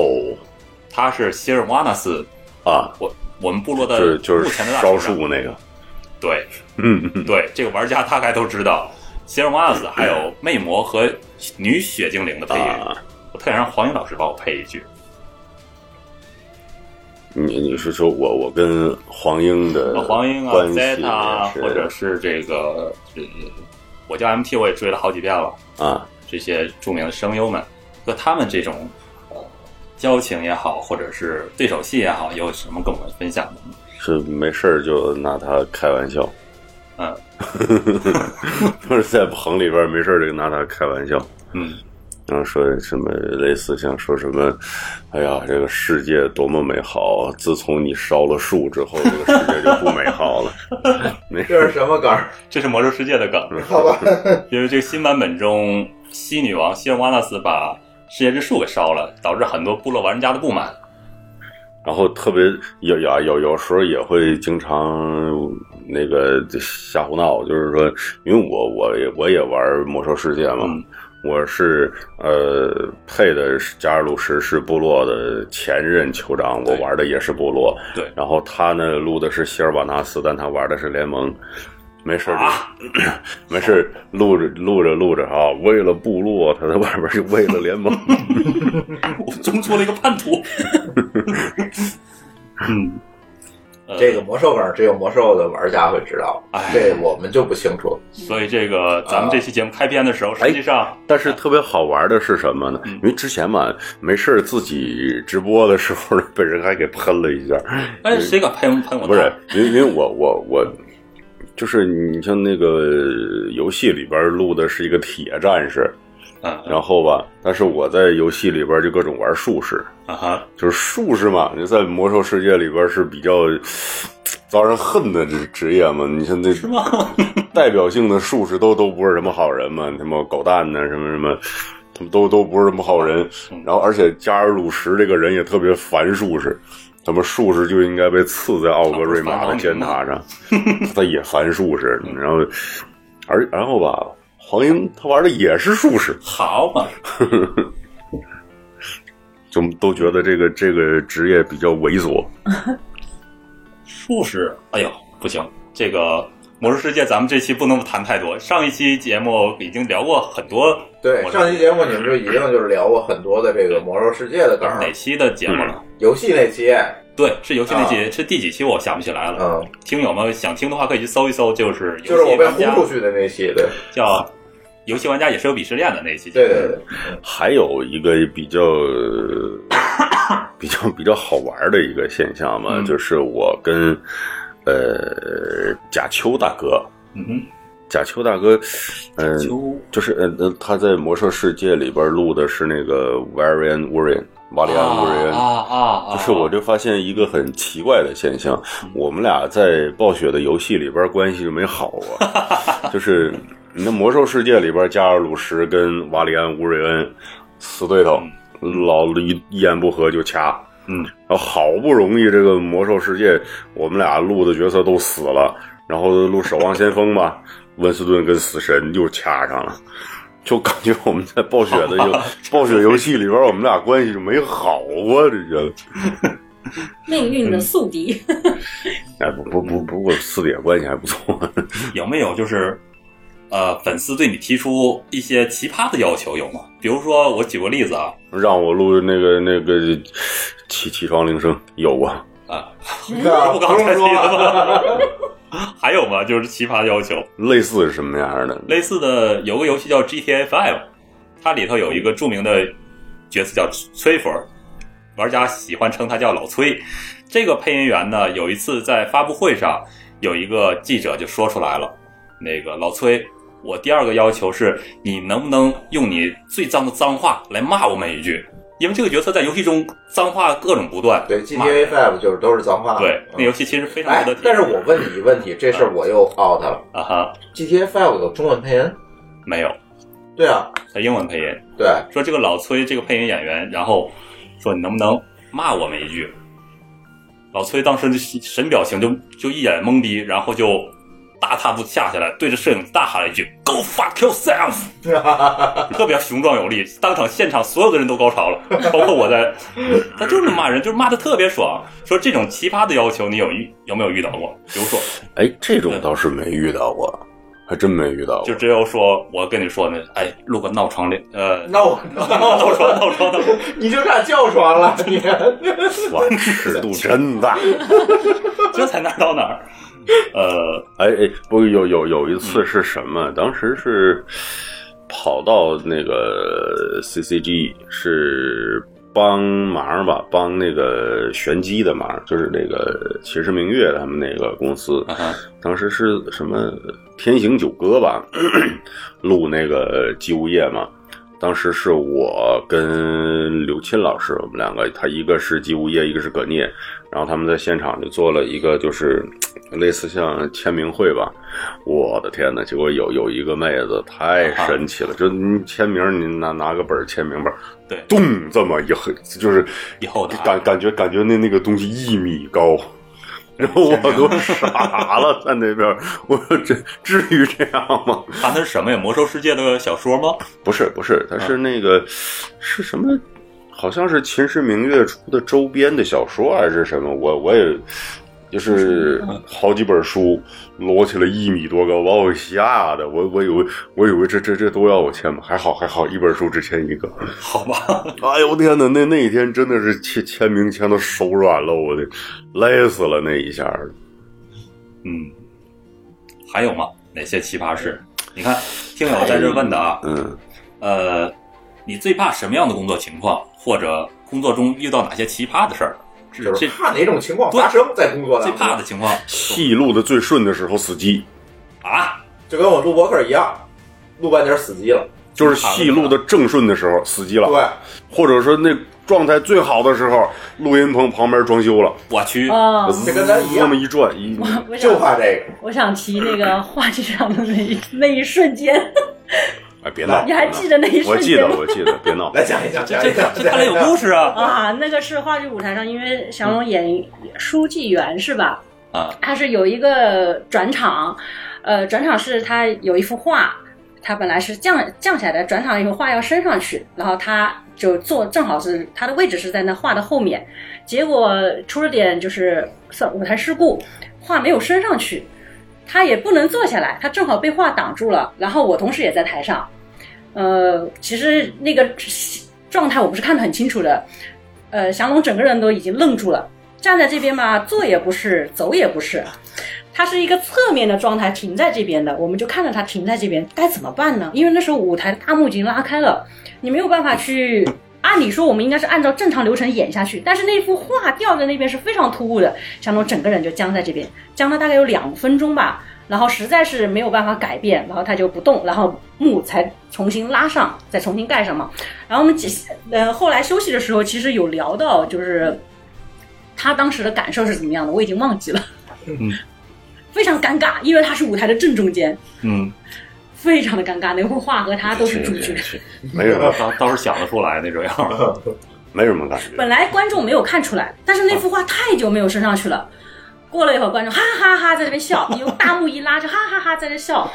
C: 他是希尔瓦纳斯，
E: 啊，
C: 我我们部落
E: 就是
C: 的
E: 就是
C: 呃目前的大
E: 烧
C: 树
E: 树那个，
C: 对，
E: 嗯嗯
C: 对，这个玩家大概都知道，希尔瓦斯还有魅魔和女雪精灵的配音。
E: 啊，
C: 我特想让黄英老师帮我配一句。
E: 你你是说我我跟黄英的
C: 黄英啊
E: 关系
C: ，Zeta 啊
E: 是
C: 或者是这个，呃我叫 MT，我也追了好几遍了。
E: 啊，
C: 这些著名的声优们，和他们这种呃交情也好，或者是对手戏也好，有什么跟我们分享的吗？
E: 是没事儿就拿他开玩笑，
C: 嗯
E: 不是在棚里边没事儿就拿他开玩笑，
C: 嗯，
E: 然后说什么类似像说什么，哎呀，这个世界多么美好！自从你烧了树之后，这个世界就不美好了。 没事
D: 这
E: 儿，
D: 是什么梗儿？
C: 这是魔兽世界的梗，
D: 好吧，
C: 因为这个新版本中，西女王希尔瓦纳斯把世界之树给烧了，导致很多部落玩家的不满。
E: 然后特别有有有有时候也会经常那个瞎胡闹，就是说，因为我我也我也玩魔兽世界嘛，
C: 嗯
E: 我是呃配的是加尔鲁什是部落的前任酋长，我
C: 对
E: 玩的也是部落，
C: 对
E: 然后他呢录的是希尔瓦纳斯，但他玩的是联盟。没事儿就、
C: 啊
E: 没事儿录着录着录着啊，为了部落，他在外边就为了 联盟。
C: 我中出了一个叛 徒。嗯，呃
D: 这个，魔兽梗儿只有魔兽的玩家会知道
C: 哎，
D: 这我们就不清楚。
C: 所以这个咱们这期节目开篇的时
D: 啊
C: 候，
E: 哎
C: 实际上
E: 但是特别好玩的是什么呢？
C: 嗯
E: 因为之前嘛，没事儿自己直播的时候呢，被人还给喷了一下。
C: 哎，谁敢喷喷我？
E: 不是，，因为因为我我我，就是你像那个游戏里边录的是一个铁战士，
C: 嗯
E: 然后吧，但是我在游戏里边就各种玩术士，
C: 啊哈，
E: 就是术士嘛，就在魔兽世界里边是比较遭人恨的职职业嘛。你像那
C: 是吗？
E: 代表性的术士都都不是什么好人嘛，他妈狗蛋呢、什么什么，他们都都不是什么好人
C: 嗯。
E: 然后而且加尔鲁什这个人也特别烦术士，他们术士就应该被刺在奥格瑞玛的尖塔上，他也烦术士。然后，而然后吧，黄英他玩的也是术士，
C: 好嘛，
E: 就都觉得这个这个职业比较猥琐。
C: 术士，哎呦，不行，这个。魔兽世界，咱们这期不能谈太多。上一期节目已经聊过很多
D: 对，
C: 魔兽
D: 上期节目你们就一定就是聊过很多的这个魔兽世界的梗儿，嗯
C: 哪期的节目了？
D: 游戏那期，
C: 对，是游戏那
D: 啊
C: 期，是第几期？我想不起来了。
D: 嗯，
C: 听友们想听的话，可以去搜一搜，就是
D: 就
C: 游
D: 是
C: 戏
D: 我被
C: 玩
D: 轰
C: 家
D: 出去的那期，对，
C: 叫《游戏玩家也是有鄙视链》的那一期节
D: 对
C: 目。
D: 对对，
E: 还有一个比较 比较比较好玩的一个现象嘛，
C: 嗯
E: 就是我跟呃贾秋大哥，
C: 嗯哼，
E: 贾秋大哥，嗯、
C: 秋
E: 呃就是呃呃他在魔兽世界里边录的是那个 Varian Varian 瓦利安古瑞恩
C: 啊啊啊！
E: 不是，我就发现一个很奇怪的现象，我们俩在暴雪的游戏里边关系就没好过，就是你那魔兽世界里边，加尔鲁什跟瓦里安乌瑞恩死对头，老一一言不合就掐。
C: 嗯，
E: 然后好不容易这个魔兽世界，我们俩录的角色都死了，然后录守望先锋吧，温斯顿跟死神又掐上了。就感觉我们在暴雪的游暴雪游戏里边，我们俩关系就没好过，这觉得。
F: 命运的宿敌。
E: 哎，不不不，不过四点关系还不错。
C: 有没有就是，呃，粉丝对你提出一些奇葩的要求有吗？比如说，我举个例子啊，
E: 让我录那个那个起起床铃声有啊过，
D: 那
C: 嗯我刚才提
D: 啊不用说了，
C: 了吗？ 还有吗？就是奇葩要求，
E: 类似是什么样的？
C: 类似的有个游戏叫 GTA Five，它里头有一个著名的角色叫崔佛，玩家喜欢称他叫老崔。这个配音员呢，有一次在发布会上，有一个记者就说出来了，那个老崔，我第二个要求是你能不能用你最脏的脏话来骂我们一句，因为这个角色在游戏中脏话各种不断。
D: 对
C: 骂
D: GTA Five 就是都是脏话。
C: 对，那游
D: 嗯
C: 戏其实非常嗯
D: 哎
C: 值得提。，
D: 但是我问你一个问题，这事儿我又 out 了。
C: 啊哈，
D: GTA Five 有中文配音？
C: 没有，
D: 对啊，
C: 它英文配音。
D: 对，
C: 说这个老崔这个配音演员，然后说你能不能骂我们一句？老崔当时就神表情就就一脸懵逼，然后就大踏步下下来，对着摄影大喊了一句 “Go fuck yourself”，特别雄壮有力，当场现场所有的人都高潮了，包括我在，他就是骂人，就是骂的特别爽。说这种奇葩的要求，你有遇有没有遇到过？比如说，
E: 哎，这种倒是没遇到过，还真没遇到过。
C: 就只有说我跟你说呢，哎，录个闹床的，呃，
D: 那我
C: 闹 床闹床闹床。
D: 你就差叫床了，你
E: 哇，尺度真大。
C: 这才哪儿到哪儿。呃，
E: 哎哎，不有有有一
C: 嗯
E: 次是什么？当时是跑到那个 CCG 是。帮忙吧，帮那个玄机的忙，就是那个骑士明月他们那个公司，
C: 啊哈
E: 当时是什么《天行九歌》吧， 录那个《姬无夜》嘛。当时是我跟刘钦老师，我们两个，他一个是《姬无夜》，一个是葛聂，然后他们在现场就做了一个就是类似像签名会吧。我的天呐，结果有有一个妹子
C: 啊
E: 太神奇了，就你签名，你拿拿个本儿签名本儿，
C: 对
E: 咚这么一横，就是
C: 以后的啊
E: 感感觉感觉那那个东西一米高。 然后我都傻了，在那边，我说这至于这样吗？
C: 看它是什么呀？魔兽世界的小说吗？
E: 不是不是，它是那个、是什么？好像是秦时明月出的周边的小说还是什么？我我也就是好几本书摞起来一米多高，把我吓的，我我以为我以为这这这都要我签吗？还好还好，一本书只签一个。
C: 好吧，
E: 哎呦我天哪，那那一天真的是签签名签的手软了，我的累死了那一下儿。
C: 嗯，还有吗？哪些奇葩事？你看，听友在这问的啊，
E: 嗯，
C: 呃，你最怕什么样的工作情况，或者工作中遇到哪些奇葩的事儿？这
D: 就是
C: 这
D: 怕哪种情况发生在工作
C: 最
D: 当
C: 怕
D: 中，
C: 的情况
E: 戏录的最顺的时候死机，
C: 啊？
D: 就跟我录博客一样，录半截儿死机了。
E: 就是戏录的正顺的时候死机了，
D: 对，
E: 或者说那状态最好的时候，录音棚旁边装修了，
C: 我去，
F: 哦，
D: 这跟咱一样
E: 那么一转一，
F: 我想
D: 嗯就怕这个。
F: 我想提那个话剧上的那一那一瞬间，
E: 哎别闹，
F: 你还记得那一
E: 我
F: 瞬
E: 记
F: 间
E: 得
F: 吗？
E: 我记得，别闹。
D: 来讲一讲，
C: 这
D: 讲
C: 这
D: 一
C: 这
D: 讲，
C: 这看来有故事啊
F: 啊，那个是话剧舞台上，因为降龙演书记员是吧？
C: 啊！
F: 他是有一个转场，呃，转场是他有一幅画，他本来是降降下来的，转场以后画要升上去，然后他就坐正好是他的位置是在那画的后面，结果出了点就是算舞台事故，画没有升上去，他也不能坐下来，他正好被画挡住了，然后我同事也在台上，呃，其实那个状态我们是看得很清楚的，呃，降龙整个人都已经愣住了，站在这边吧，坐也不是，走也不是，他是一个侧面的状态停在这边的，我们就看着他停在这边，该怎么办呢？因为那时候舞台大幕已经拉开了，你没有办法去。按理说，我们应该是按照正常流程演下去，但是那幅画掉在那边是非常突兀的，降龙整个人就僵在这边，僵了大概有两分钟吧。然后实在是没有办法改变，然后它就不动，然后幕才重新拉上，再重新盖上嘛。然后我们几呃后来休息的时候，其实有聊到就是他当时的感受是怎么样的，我已经忘记了，
C: 嗯，
F: 非常尴尬，因为他是舞台的正中间，
C: 嗯，
F: 非常的尴尬，那绘画和他都是主角。
E: 没什么，
C: 当当时想得出来那种样儿，
E: 没什么感觉。
F: 本来观众没有看出来，但是那幅画太久没有升上去了。过了一会儿，观众哈哈哈在这边 笑，你用大幕一拉就哈哈哈在这笑，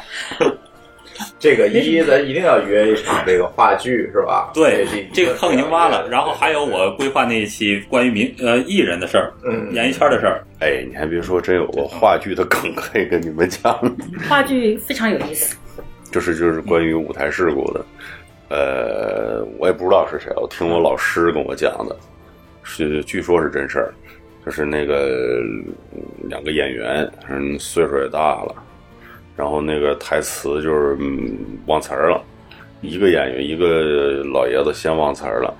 D: 这个一咱一定要约一场这个话剧是吧？
C: 对
D: 这是，
C: 这个坑已经挖了。然后还有我规划那一期关于民呃艺人的事儿，
D: 嗯
C: 演艺圈的事儿，
E: 哎，你还别说，真有个话剧的梗可以跟你们讲，
F: 话剧非常有意思。
E: 就是就是关于舞台事故的。呃，我也不知道是谁，我听我老师跟我讲的，是据说是真事儿，就是那个嗯两个演员，嗯，岁数也大了，然后那个台词就是、嗯、忘词儿了，一个演员一个老爷子先忘词儿了。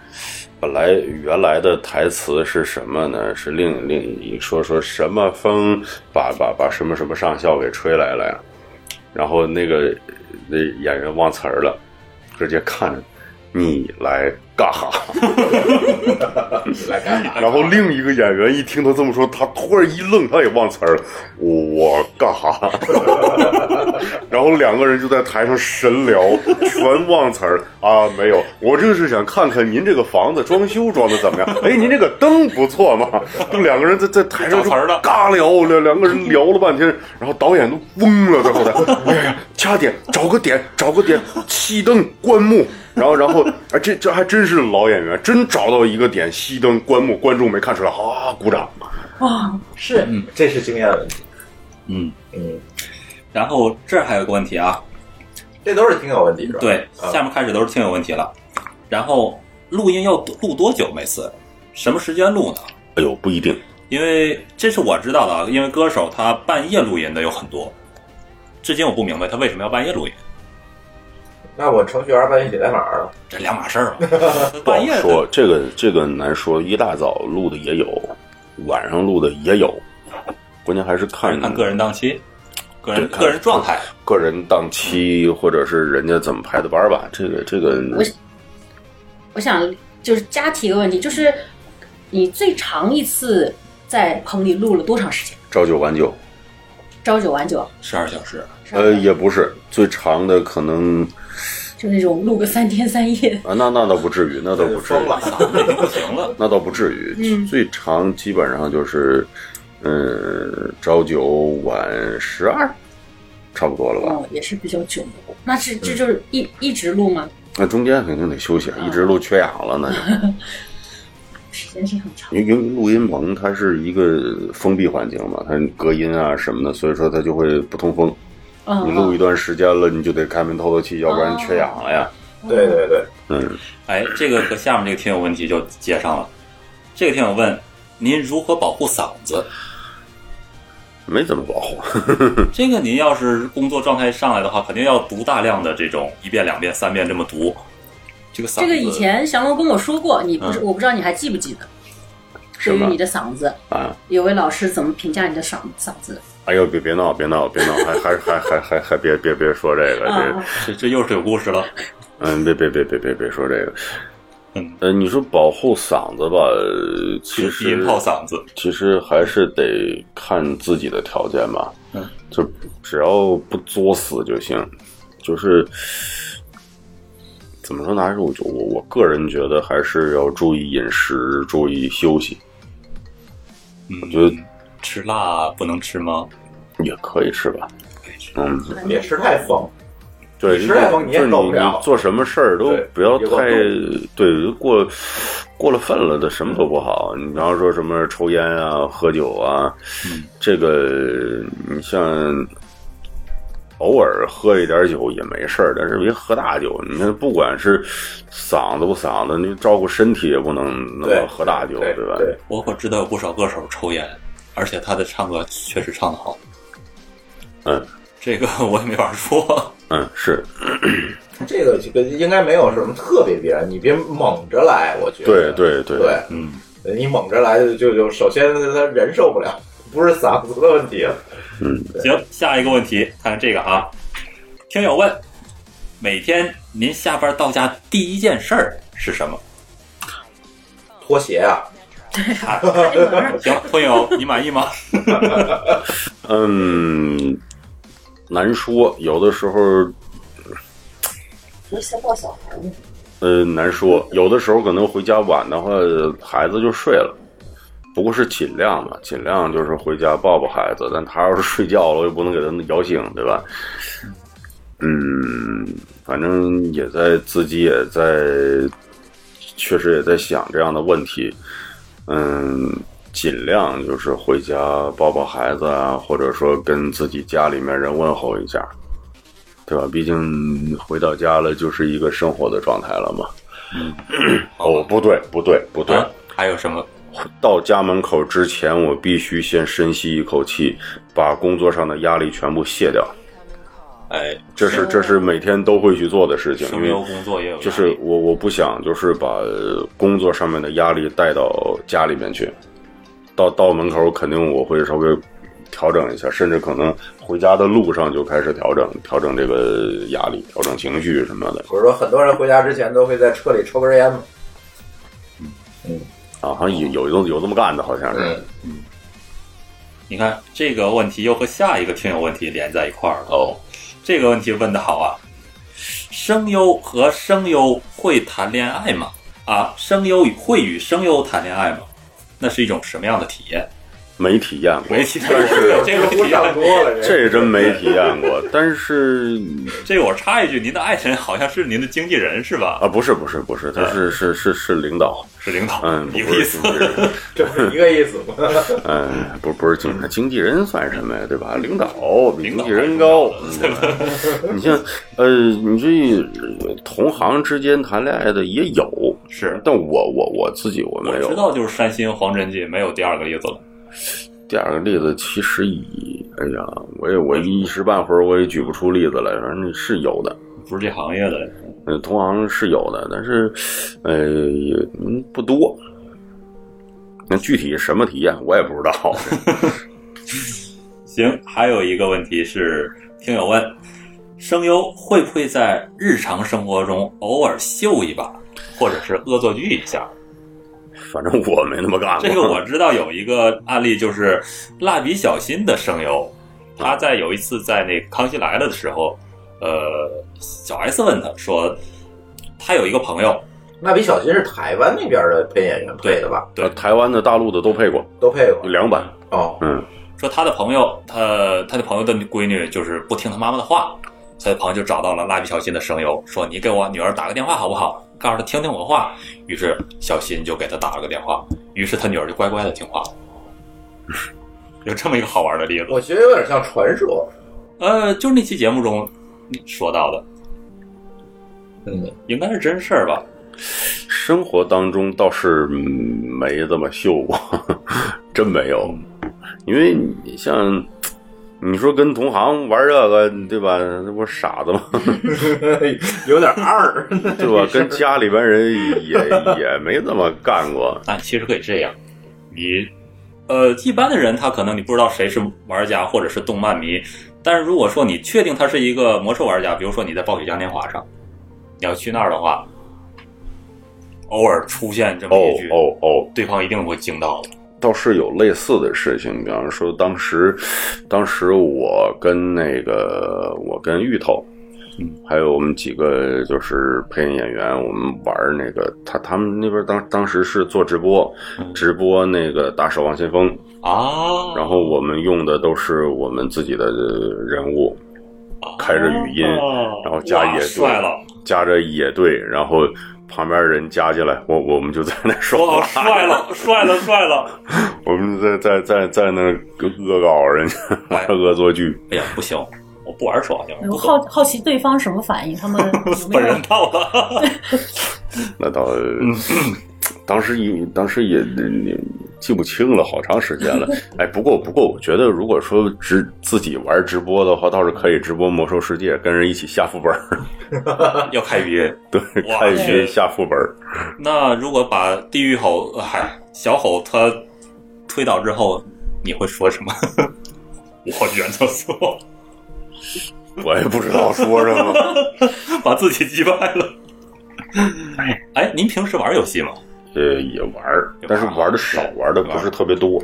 E: 本来原来的台词是什么呢？是另另一说说什么风把把把什么什么上校给吹来了呀？然后那个那演员忘词儿了，直接看着你来干哈？
D: 来干啥？
E: 然后另一个演员一听他这么说，他突然一愣，他也忘词儿了，我干哈？然后两个人就在台上 神聊，全忘词儿啊，没有，我就是想看看您这个房子装修装的怎么样？ 哎，您这个灯不错嘛。就两个人在在台上就
C: 找词儿了
E: 尬聊，两两个人聊了半天，然后导演都懵了，在后台， 哎呀，掐点，找个点，找个点，熄灯关幕。然后，然后，哎，这这还真是老演员，真找到一个点，熄灯关幕，观众没看出来，啊，鼓掌。
D: 是，嗯这是经验问题，
C: 嗯
D: 嗯。
C: 然后这儿还有个问题啊，
D: 这都是挺有问题是吧？
C: 对，
D: 啊
C: 下面开始都是听友问题了。然后录音要录多久？每次什么时间录呢？
E: 哎呦，不一定，
C: 因为这是我知道的，啊，因为歌手他半夜录音的有很多，至今我不明白他为什么要半夜录音，
D: 那我程序员半夜写代码了，
C: 这两码事 儿嘛。啊
E: 不好
C: 半夜的
E: 说，这个这个难说。一大早录的也有，晚上录的也有，关键还是看
C: 看个人档期，个人
E: 对看
C: 个人状态。
E: 个人档
C: 嗯
E: 期，或者是人家怎么排的班儿吧。这个这个，
F: 我我想就是加提一个问题，就是你最长一次在棚里录了多长时间？
E: 朝九晚九，
F: 朝九晚九，
C: 十二小时，
F: 是吧
E: 呃，也不是最长的，可能
F: 就那种录个三天三夜。
E: 啊，那那倒不至于，那倒不至
D: 疯
E: 于，
D: 了。
C: 嗓子已经不行了。
E: 那倒不至于。
F: 嗯
E: 最长基本上就是，嗯，朝九晚十二，差不多了吧。
F: 哦，也是比较久的，那是这就是一一直录吗？
E: 那中间肯定得休息，啊一直录缺氧了那就。
F: 时间是很长。
E: 因为因为录音棚它是一个封闭环境嘛，它隔音啊什么的，所以说它就会不通风。
F: 嗯，
E: 你录一段时间了，你就得开门透透气，要不然缺氧了呀。
D: 对对对，
E: 嗯，
C: 哎，这个和下面这个听友问题就接上了。这个听友问：您如何保护嗓子？
E: 没怎么保护。
C: 这个您要是工作状态上来的话，肯定要读大量的这种一遍、两遍、三遍这么读。这个嗓子，
F: 这个以前降龙跟我说过，你不是、
C: 嗯
F: 我不知道你还记不记得？
E: 什
F: 对于
E: 么
F: 你的嗓子
E: 啊，
F: 有位老师怎么评价你的嗓嗓子？
E: 哎呦，别别闹，别闹，别闹，还还还还还还别别别说这个，
F: 啊
E: 这，
C: 这这又是有故事 了。
E: 嗯，别别别别别别说这个。
C: 嗯，
E: 呃，你说保护嗓子吧，呃其
C: 低
E: 实
C: 音炮嗓子，
E: 其实还是得看自己的条件吧。
C: 嗯，
E: 就只要不作死就行。就是怎么说呢？还是我就我我个人觉得还是要注意饮食，注意休息。
C: 嗯，
E: 我觉得
C: 吃辣不能吃吗？
E: 也可以吃吧。嗯，
D: 别吃太疯。
E: 对，
D: 你吃太疯
E: 就
D: 你也
E: 是
D: 受不
E: 你
D: 了
E: 做什么事儿都
D: 对
E: 不要
D: 别过
E: 太
D: 度
E: 对过过了分了的，什么都不好。你比方说什么抽烟啊、喝酒啊，
D: 嗯
E: 这个你像偶尔喝一点酒也没事儿，但是别喝大酒。你看，不管是嗓子不嗓子，你照顾身体也不能那
D: 对
E: 么喝大酒，
D: 对
E: 吧？
D: 对，
C: 我可知道有不少歌手抽烟，而且他的唱歌确实唱得好。
E: 嗯，
C: 这个我也没法说。
E: 嗯，是
D: 这个这个应该没有什么特别必然，你别猛着来，我觉
E: 对
D: 得。
E: 对
D: 对，
C: 嗯，
D: 呃你猛着来就就就首先他人受不了，不是嗓子的问题了。
C: 行，下一个问题，看看这个啊。听友问：每天您下班到家第一件事儿是什么？
D: 拖鞋啊，
F: 哎
C: 行，朋友，你满意吗？
E: 嗯，难说，有的时候
G: 你生过小孩吗？
E: 呃难说，有的时候可能回家晚的话，孩子就睡了。不过是尽量吧，尽量就是回家抱抱孩子，但他要是睡觉了，我也不能给他摇醒，对吧？嗯，反正也在自己也在，确实也在想这样的问题。嗯，尽量就是回家抱抱孩子啊，或者说跟自己家里面人问候一下，对吧？毕竟回到家了就是一个生活的状态了嘛。哦，不对，不对，不对。
C: 啊还有什么？
E: 到家门口之前，我必须先深吸一口气，把工作上的压力全部卸掉。
C: 哎，
E: 这是这是每天都会去做的事情，因
C: 生
E: 为
C: 活工作也有压力，
E: 就是我我不想就是把呃工作上面的压力带到家里面去。到到门口肯定我会稍微调整一下，甚至可能回家的路上就开始调整调整这个压力，调整情绪什么的
D: 我说很多人回家之前都会在车里抽根烟嘛。
E: 啊，好像有有有有这么干的，好像是。
D: 嗯，
C: 你看这个问题又和下一个听友问题连在一块儿了。
E: 哦，
C: 这个问题问的好啊！声优和声优会谈恋爱吗？啊，声优与会与声优谈恋爱吗？那是一种什么样的体验？
E: 没体验过
C: 没，体验过 这个啊
D: 鼓
C: 体
D: 掌
C: 验。
D: 多了，
E: 这真没体验过。但是
C: 这个我插一句，您的爱人好像是您的经纪人是吧？
E: 啊，不是不是不是，他是是是是领导，
C: 是领导，
E: 嗯，
C: 一
E: 不
C: 个嗯意思
E: 是。不是
D: 这不是一个意思吗？
E: 嗯，不不是经纪人经纪人算什么呀，对吧？领导比
C: 领
E: 经
C: 导
E: 纪人高。你像呃，你这呃同行之间谈恋爱的也有，
C: 是
E: 但我我我自己我
C: 我
E: 没
C: 知
E: 有。
C: 道，就是山新黄真纪没有第二个叶子了。
E: 第二个例子其实以，哎呀，我也我一时半会儿我也举不出例子来，反正是有的。
C: 不是这行业的，
E: 呃，同行是有的，但是，呃，也嗯不多。那具体什么体验我也不知 道。
C: 行，还有一个问题是，听友问，声优会不会在日常生活中偶尔秀一把，或者是恶作剧一下？
E: 反正啊我没那么干过。
C: 这个我知道有一个案例，就是蜡笔小新的声优，他在有一次在那《康熙来了》的时候，呃，小 S 问他说，他有一个朋友，
D: 蜡笔小新是台湾那边的配演员配的吧？
E: 呃台湾的、大陆的都配过
D: 都配过
E: 两版。
D: 哦，
E: 嗯，
C: 说他的朋友，他他的朋友的闺女就是不听他妈妈的话，他的朋友就找到了蜡笔小新的声优，说你给我女儿打个电话好不好？告诉她听听我话。于是小新就给他打了个电话，于是他女儿就乖乖的听话了。有这么一个好玩的例子，
D: 我觉得有点像传说。
C: 呃，就是那期节目中说到的，
D: 嗯，
C: 应该是真事儿吧？
E: 生活当中倒是嗯没这么秀过， 真没有。因为你像你说跟同行玩这个，对吧？那不是傻子吗？
D: 有点 二，
E: 对吧？跟家里边人也也没这么 干过。
C: 但其实可以这样，你，呃，一般的人他可能你不知道谁是玩家或者是动漫迷，但是如果说你确定他是一个魔兽玩家，比如说你在暴雪嘉年华上，你要去那儿的话，偶尔出现这么
E: 哦
C: 一句，
E: 哦哦，
C: 对方一定会惊到的。
E: 倒是有类似的事情，比方说当时，当时我跟那个我跟芋头，
C: 嗯
E: 还有我们几个就是配音演员，我们玩那个他他们那边当当时是做直播，
C: 嗯
E: 直播那个打守望先锋，
C: 啊，
E: 然后我们用的都是我们自己的人物，开着语音，
C: 哦
E: 然后加
C: 哇
E: 野队
C: 帅了，，
E: 加着野队，然后旁边人加进来，我我们就在那说
C: 哇，
E: 话，
C: 帅了，帅了，帅了！
E: 我们在在在在那恶搞人家，
C: 哎
E: 玩 恶作剧。
C: 哎呀，不行，我不玩守望先锋，
H: 我好好奇对方什么反应，他们有没
C: 本
H: 有
C: 人到了，
E: 那倒， 当时也当时也也记不清了，好长时间了。哎，不过不过，我觉得如果说直自己玩直播的话，倒是可以直播《魔兽世界》，跟人一起下副本儿，
C: 要开语音。
E: 对，
C: 哇
E: 开语音下副本儿。
C: 呃那如果把地狱吼，嗨、小吼他推倒之后，你会说什么？ 我原则错，
E: 我也不知道说什 么。
C: 把自己击败了。哎，您平时玩游戏吗？
E: 呃，也玩儿，但是玩的少，玩的不是特别多。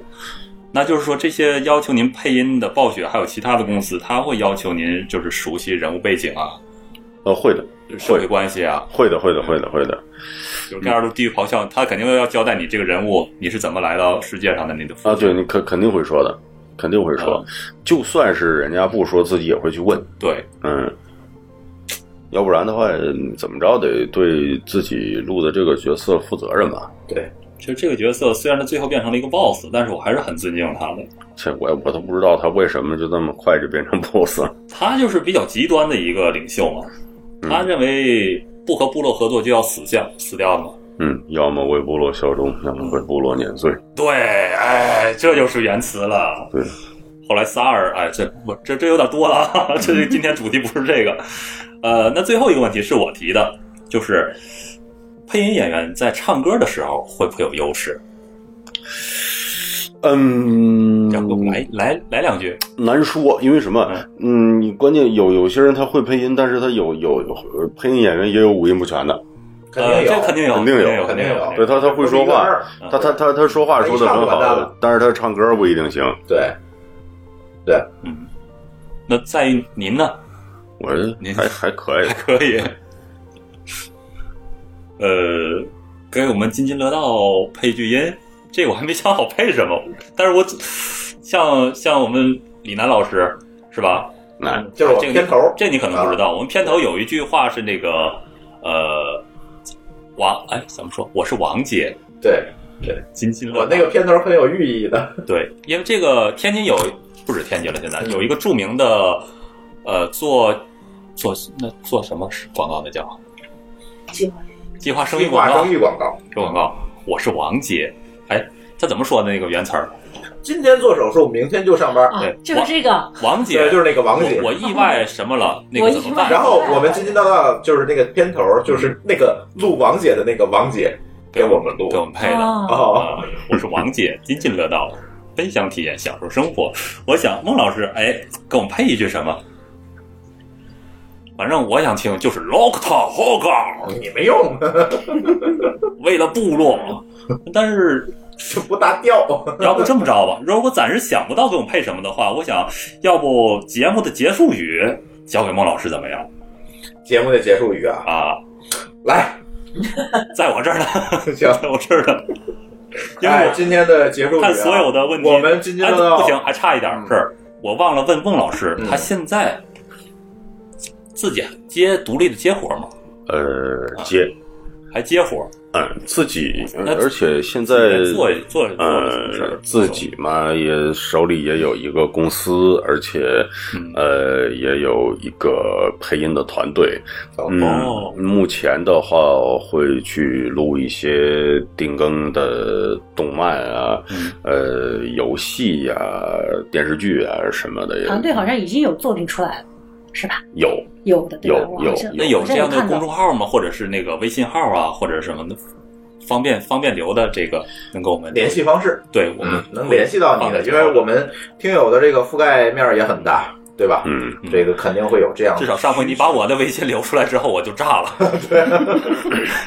C: 那就是说，这些要求您配音的暴雪还有其他的公司，他会要求您就是熟悉人物背景啊、
E: 呃，会的，
C: 社会关系啊，
E: 会的，会的，会的，会的。
C: 有这样的地狱咆哮，他肯定要交代你这个人物你是怎么来到世界上的，你的父
E: 啊，对，你肯肯定会说的，肯定会说。就算是人家不说，自己也会去问。
C: 对，
E: 嗯，要不然的话，嗯怎么着得对自己录的这个角色负责任吧？
C: 其实这个角色虽然他最后变成了一个 boss，但是我还是很尊敬他的。
E: 这我也我都不知道他为什么就那么快就变成 BOSS 了。
C: 他就是比较极端的一个领袖嘛，
E: 嗯
C: 他认为不和部落合作就要死掉，死掉嘛。
E: 嗯，要么为部落效忠，要么为部落碾碎。
C: 对，哎，这就是原词了。
E: 对，
C: 后来萨尔，哎，这我这这有点多了 啊，这这今天主题不是这个。呃，那最后一个问题是我提的，就是配音演员在唱歌的时候会不会有优势？
E: 嗯，
C: 要不来来来两句，
E: 难说，因为什么？嗯，你关键有有些人他会配音，但是他有有有配音演员也有五音不全的，
D: 肯定
C: 呃，
D: 有，
C: 这肯定有，
E: 肯定有
C: 肯定有，
D: 嗯肯定有
E: 对他他会说话，
C: 嗯
E: 他他他他说话说的很
D: 他一唱就完蛋
E: 好
D: 了，
E: 但是他唱歌不一定行。
D: 对，
C: 嗯，那在于您呢？
E: 我这
C: 您
E: 还还可以
C: 还，可以。 呃，给我们津津乐道配句音，这个我还没想好配什么，但是我像像我们李楠老师是吧？
E: 那
D: 就是我
C: 这个
D: 片头啊
C: 这你可能不知道，我们片头有一句话是那个呃王哎怎么说？我是王姐，
D: 对
C: 津津乐
D: 我
C: 道。
D: 那个片头很有寓意的，
C: 对，因为这个天津有不止天津了，现
D: 嗯
C: 在有一个著名的呃做做那做什么广告那叫
G: 计划
C: 计划生
D: 计
C: 育广
D: 划
C: 告
D: 生。育广告。
C: 有广告，我是王姐。哎，他怎么说的那个原词儿？
D: 今天做手术，明天就上班。
H: 啊
C: 对，
H: 就是这个，
C: 王姐
D: 对，就是那个王姐
C: 我我意外什么了？那个怎么
H: 我意外
D: 然
C: 办？
D: 后我们津津乐道就是那个片头，
C: 嗯
D: 就是那个录王姐的那个王姐给我们录
C: 给。我们配的。
H: 哦
D: 哦，
C: 啊，我是王姐，津津乐道，分享体验，享受生活。我想孟老师，哎，给我们配一句什么？反正我想听就是 Lockdown h o g a
D: 你没用，
C: 为了部落。但是
D: 就不搭调。
C: 要不这么着吧，如果暂时想不到给我们配什么的话，我想要不节目的结束语交给孟老师怎么样
D: 节目的结束语啊，
C: 啊？
D: 来，
C: 在我这儿呢，
D: 行
C: 在我这儿呢。因为
D: 哎，
C: 我
D: 今天的结束语啊，
C: 看所有的问题，
D: 我们津津
C: 哎
D: 乐道
C: 不行，还差一点
D: 嗯
C: 事儿，我忘了问孟老师，他现在自己接独立的接活吗？
D: 嗯
E: 呃接
C: 还接活？
E: 嗯自己，
C: 那
E: 而且现在
C: 做做做了什么事
E: 呃
C: 儿？
E: 自己嘛也手里也有一个公司，而且
C: 嗯
E: 呃也有一个配音的团队，
C: 哦
E: 嗯，目前的话会去录一些定更的动漫啊，
C: 嗯
E: 呃，游戏呀、电视剧啊什么的也
F: 团队好像已经有作品出来了，是吧？
E: 有。
F: 有的对吧？
E: 有
F: 我好像
C: 那
E: 有
C: 有这样
F: 我
C: 的
F: 看到
C: 公众号吗？或者是那个微信号啊，或者什么的？方便方便留的这个能给我们
D: 联系，方式，
C: 对我们
D: 嗯，能联系到你的，因为我们听友的这个覆盖面也很大，对吧？
E: 嗯，
D: 这个肯定会有这样的，
C: 至少上回你把我的微信留出来之后，我就炸了。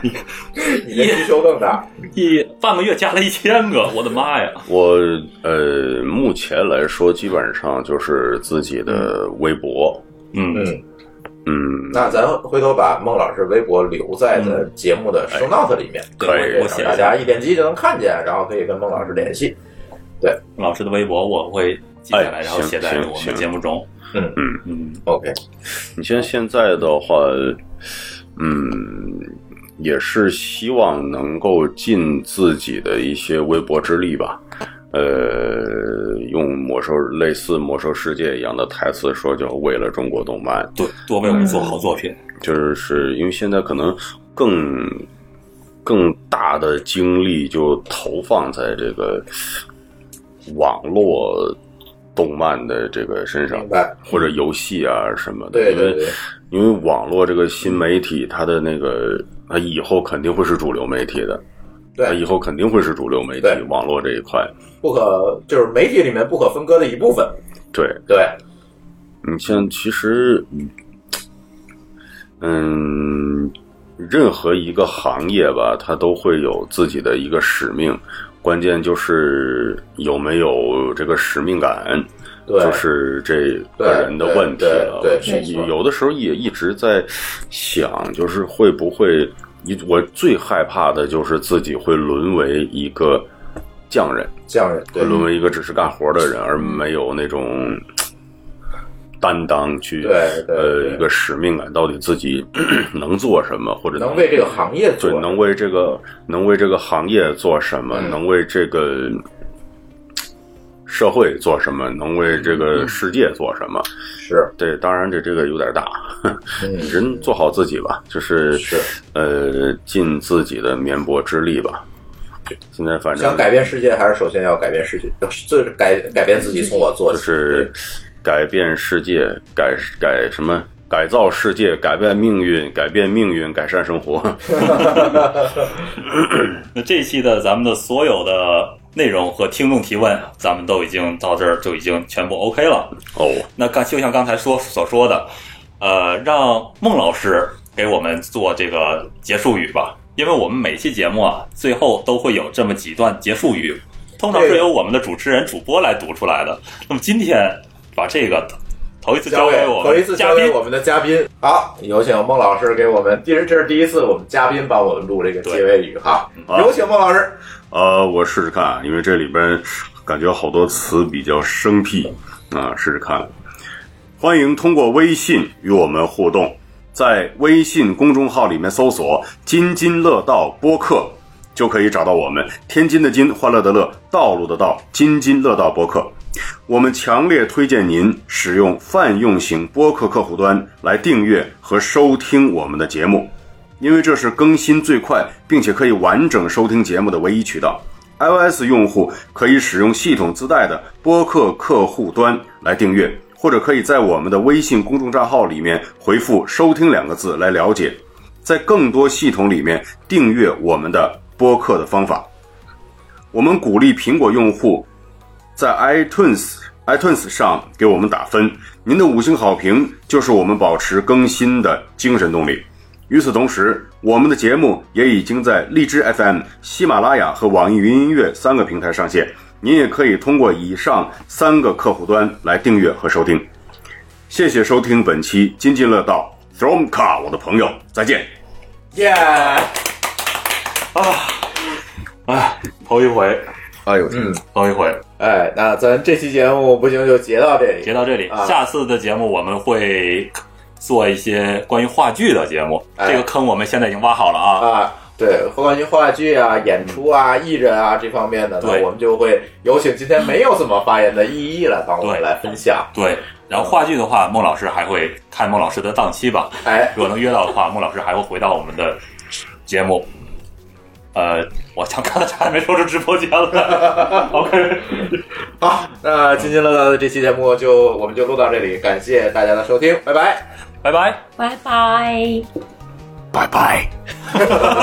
D: 你的需求更大。
C: 一半个月加了一千个，我的妈呀！
E: 我呃，目前来说基本上就是自己的微博，
C: 嗯，
D: 嗯，
E: 嗯，
D: 那咱回头把孟老师微博留在的节目的 show note 里面，
C: 对
E: 可以
D: 这
C: 我
D: 样
C: 写
D: 大
C: 一
D: 家
C: 下
D: 一点击就能看见，然后可以跟孟老师联系。
C: 老师的微博，我会记下来，
E: 哎
C: 然后写在
E: 行
C: 我
E: 行
C: 们节目中。
D: 嗯
C: 嗯嗯，
D: OK，
E: 你
D: 嗯
E: 像现在的话，嗯，也是希望能够尽自己的一些微薄之力吧。呃，用魔兽类似魔兽世界一样的台词说，叫为了中国动漫，
C: 对，多为我们
D: 嗯
C: 做好作品。
E: 就是因为现在可能更更大的精力就投放在这个网络动漫的这个身上
D: 明，白。
E: 或者游戏啊什么的，
D: 对对
E: 因为
D: 对
E: 因为网络这个新媒体，它的那个它以后肯定会是主流媒体的，
D: 对
E: 它以后肯定会是主流媒体
D: 对、
E: 网络这一块。
D: 不可就是媒体里面不可分割的一部分。
E: 对，
D: 对，
E: 你像其实，嗯嗯，任何一个行业吧，它都会有自己的一个使命，关键就是有没有这个使命感。
D: 对
E: 就是这个人的问题了。我
D: 对对对
E: 觉
D: 没
E: 得
D: 错
E: 有的时候也一直在想，就是会不会一，我最害怕的就是自己会沦为一个匠人，
D: 这样人对
E: 会沦为一个只是干活的人，而没有那种担当去
D: 对对
E: 呃
D: 对
E: 一个使命感，到底自己 能做什么，或者
D: 能为这个行业做
E: 对，能为这个能为这个行业做什么，
D: 嗯
E: 能为这个社会做什么，能为这个
D: 嗯
E: 世界做什么。
D: 是
E: 对，当然这这个有点大，
D: 嗯
E: 人做好自己吧，就是
D: 是
E: 呃尽自己的绵薄之力吧。现在反正
D: 想改变世界，还是首先要改变世界， 这是改改变自己，从我做
E: 就
D: 起。
E: 是改变世界，改改什么？改造世界，改变命运，改变命运，改善生 活。
C: 那这一期的咱们的所有的内容和听众提问，咱们都已经到这儿就已经全部 OK 了。
E: 哦，
C: 那刚就像刚才说所说的，呃，让孟老师给我们做这个结束语吧，因为我们每期节目啊，最后都会有这么几段结束语，通常是由我们的主持人、主播来读出来的。那么今天把这个头一次交给我
D: 头一
C: 们
D: 次
C: 嘉
D: 交
C: 宾
D: 给，我们的嘉宾，好，有请孟老师给我们，第这是第一次我们嘉宾帮我们录这个结尾语哈，
E: 好
D: 有请孟老师。
E: 呃，我试试看啊，因为这里边感觉好多词比较生僻啊，试试看。欢迎通过微信与我们互动，在微信公众号里面搜索“津津乐道播客”，就可以找到我们。天津的津，欢乐的乐，道路的道，津津乐道播客。我们强烈推荐您使用泛用型播客客户端来订阅和收听我们的节目。因为这是更新最快，并且可以完整收听节目的唯一渠道。iOS 用户可以使用系统自带的播客客户端来订阅，或者可以在我们的微信公众账号里面回复“收听”两个字来了解，在更多系统里面订阅我们的播客的方法。我们鼓励苹果用户在 iTunes iTunes 上给我们打分，您的五星好评就是我们保持更新的精神动力。与此同时，我们的节目也已经在荔枝 FM、喜马拉雅和网易云音乐三个平台上线，您也可以通过以上三个客户端来订阅和收听。谢谢收听本期津津乐道 From Car，我的朋友，再见。
D: 耶、
C: 哎，头一回，
E: 哎呦，
D: 嗯，
C: 头一回，
D: 哎，那咱这期节目不行就截到这里，
C: 截到这里。
D: 啊
C: 下次的节目我们会做一些关于话剧的节目，
D: 哎
C: 这个坑我们现在已经挖好了啊。
D: 啊。对，关于话剧啊、演出啊、艺人啊这方面的，
C: 对
D: 那我们就会有请今天没有怎么发言的依依来帮我们
C: 对
D: 来分享。
C: 对，然后话剧的话，孟老师还会看孟老师的档期 吧。
D: 哎，
C: 如果能约到的话，孟老师还会回到我们的节目。呃，我想刚才还没说出直播间 了。OK，
D: 好，那津津乐道的这期节目就我们就录到这里，感谢大家的收听，拜拜。
C: 拜拜。
H: 拜拜。
E: 拜拜。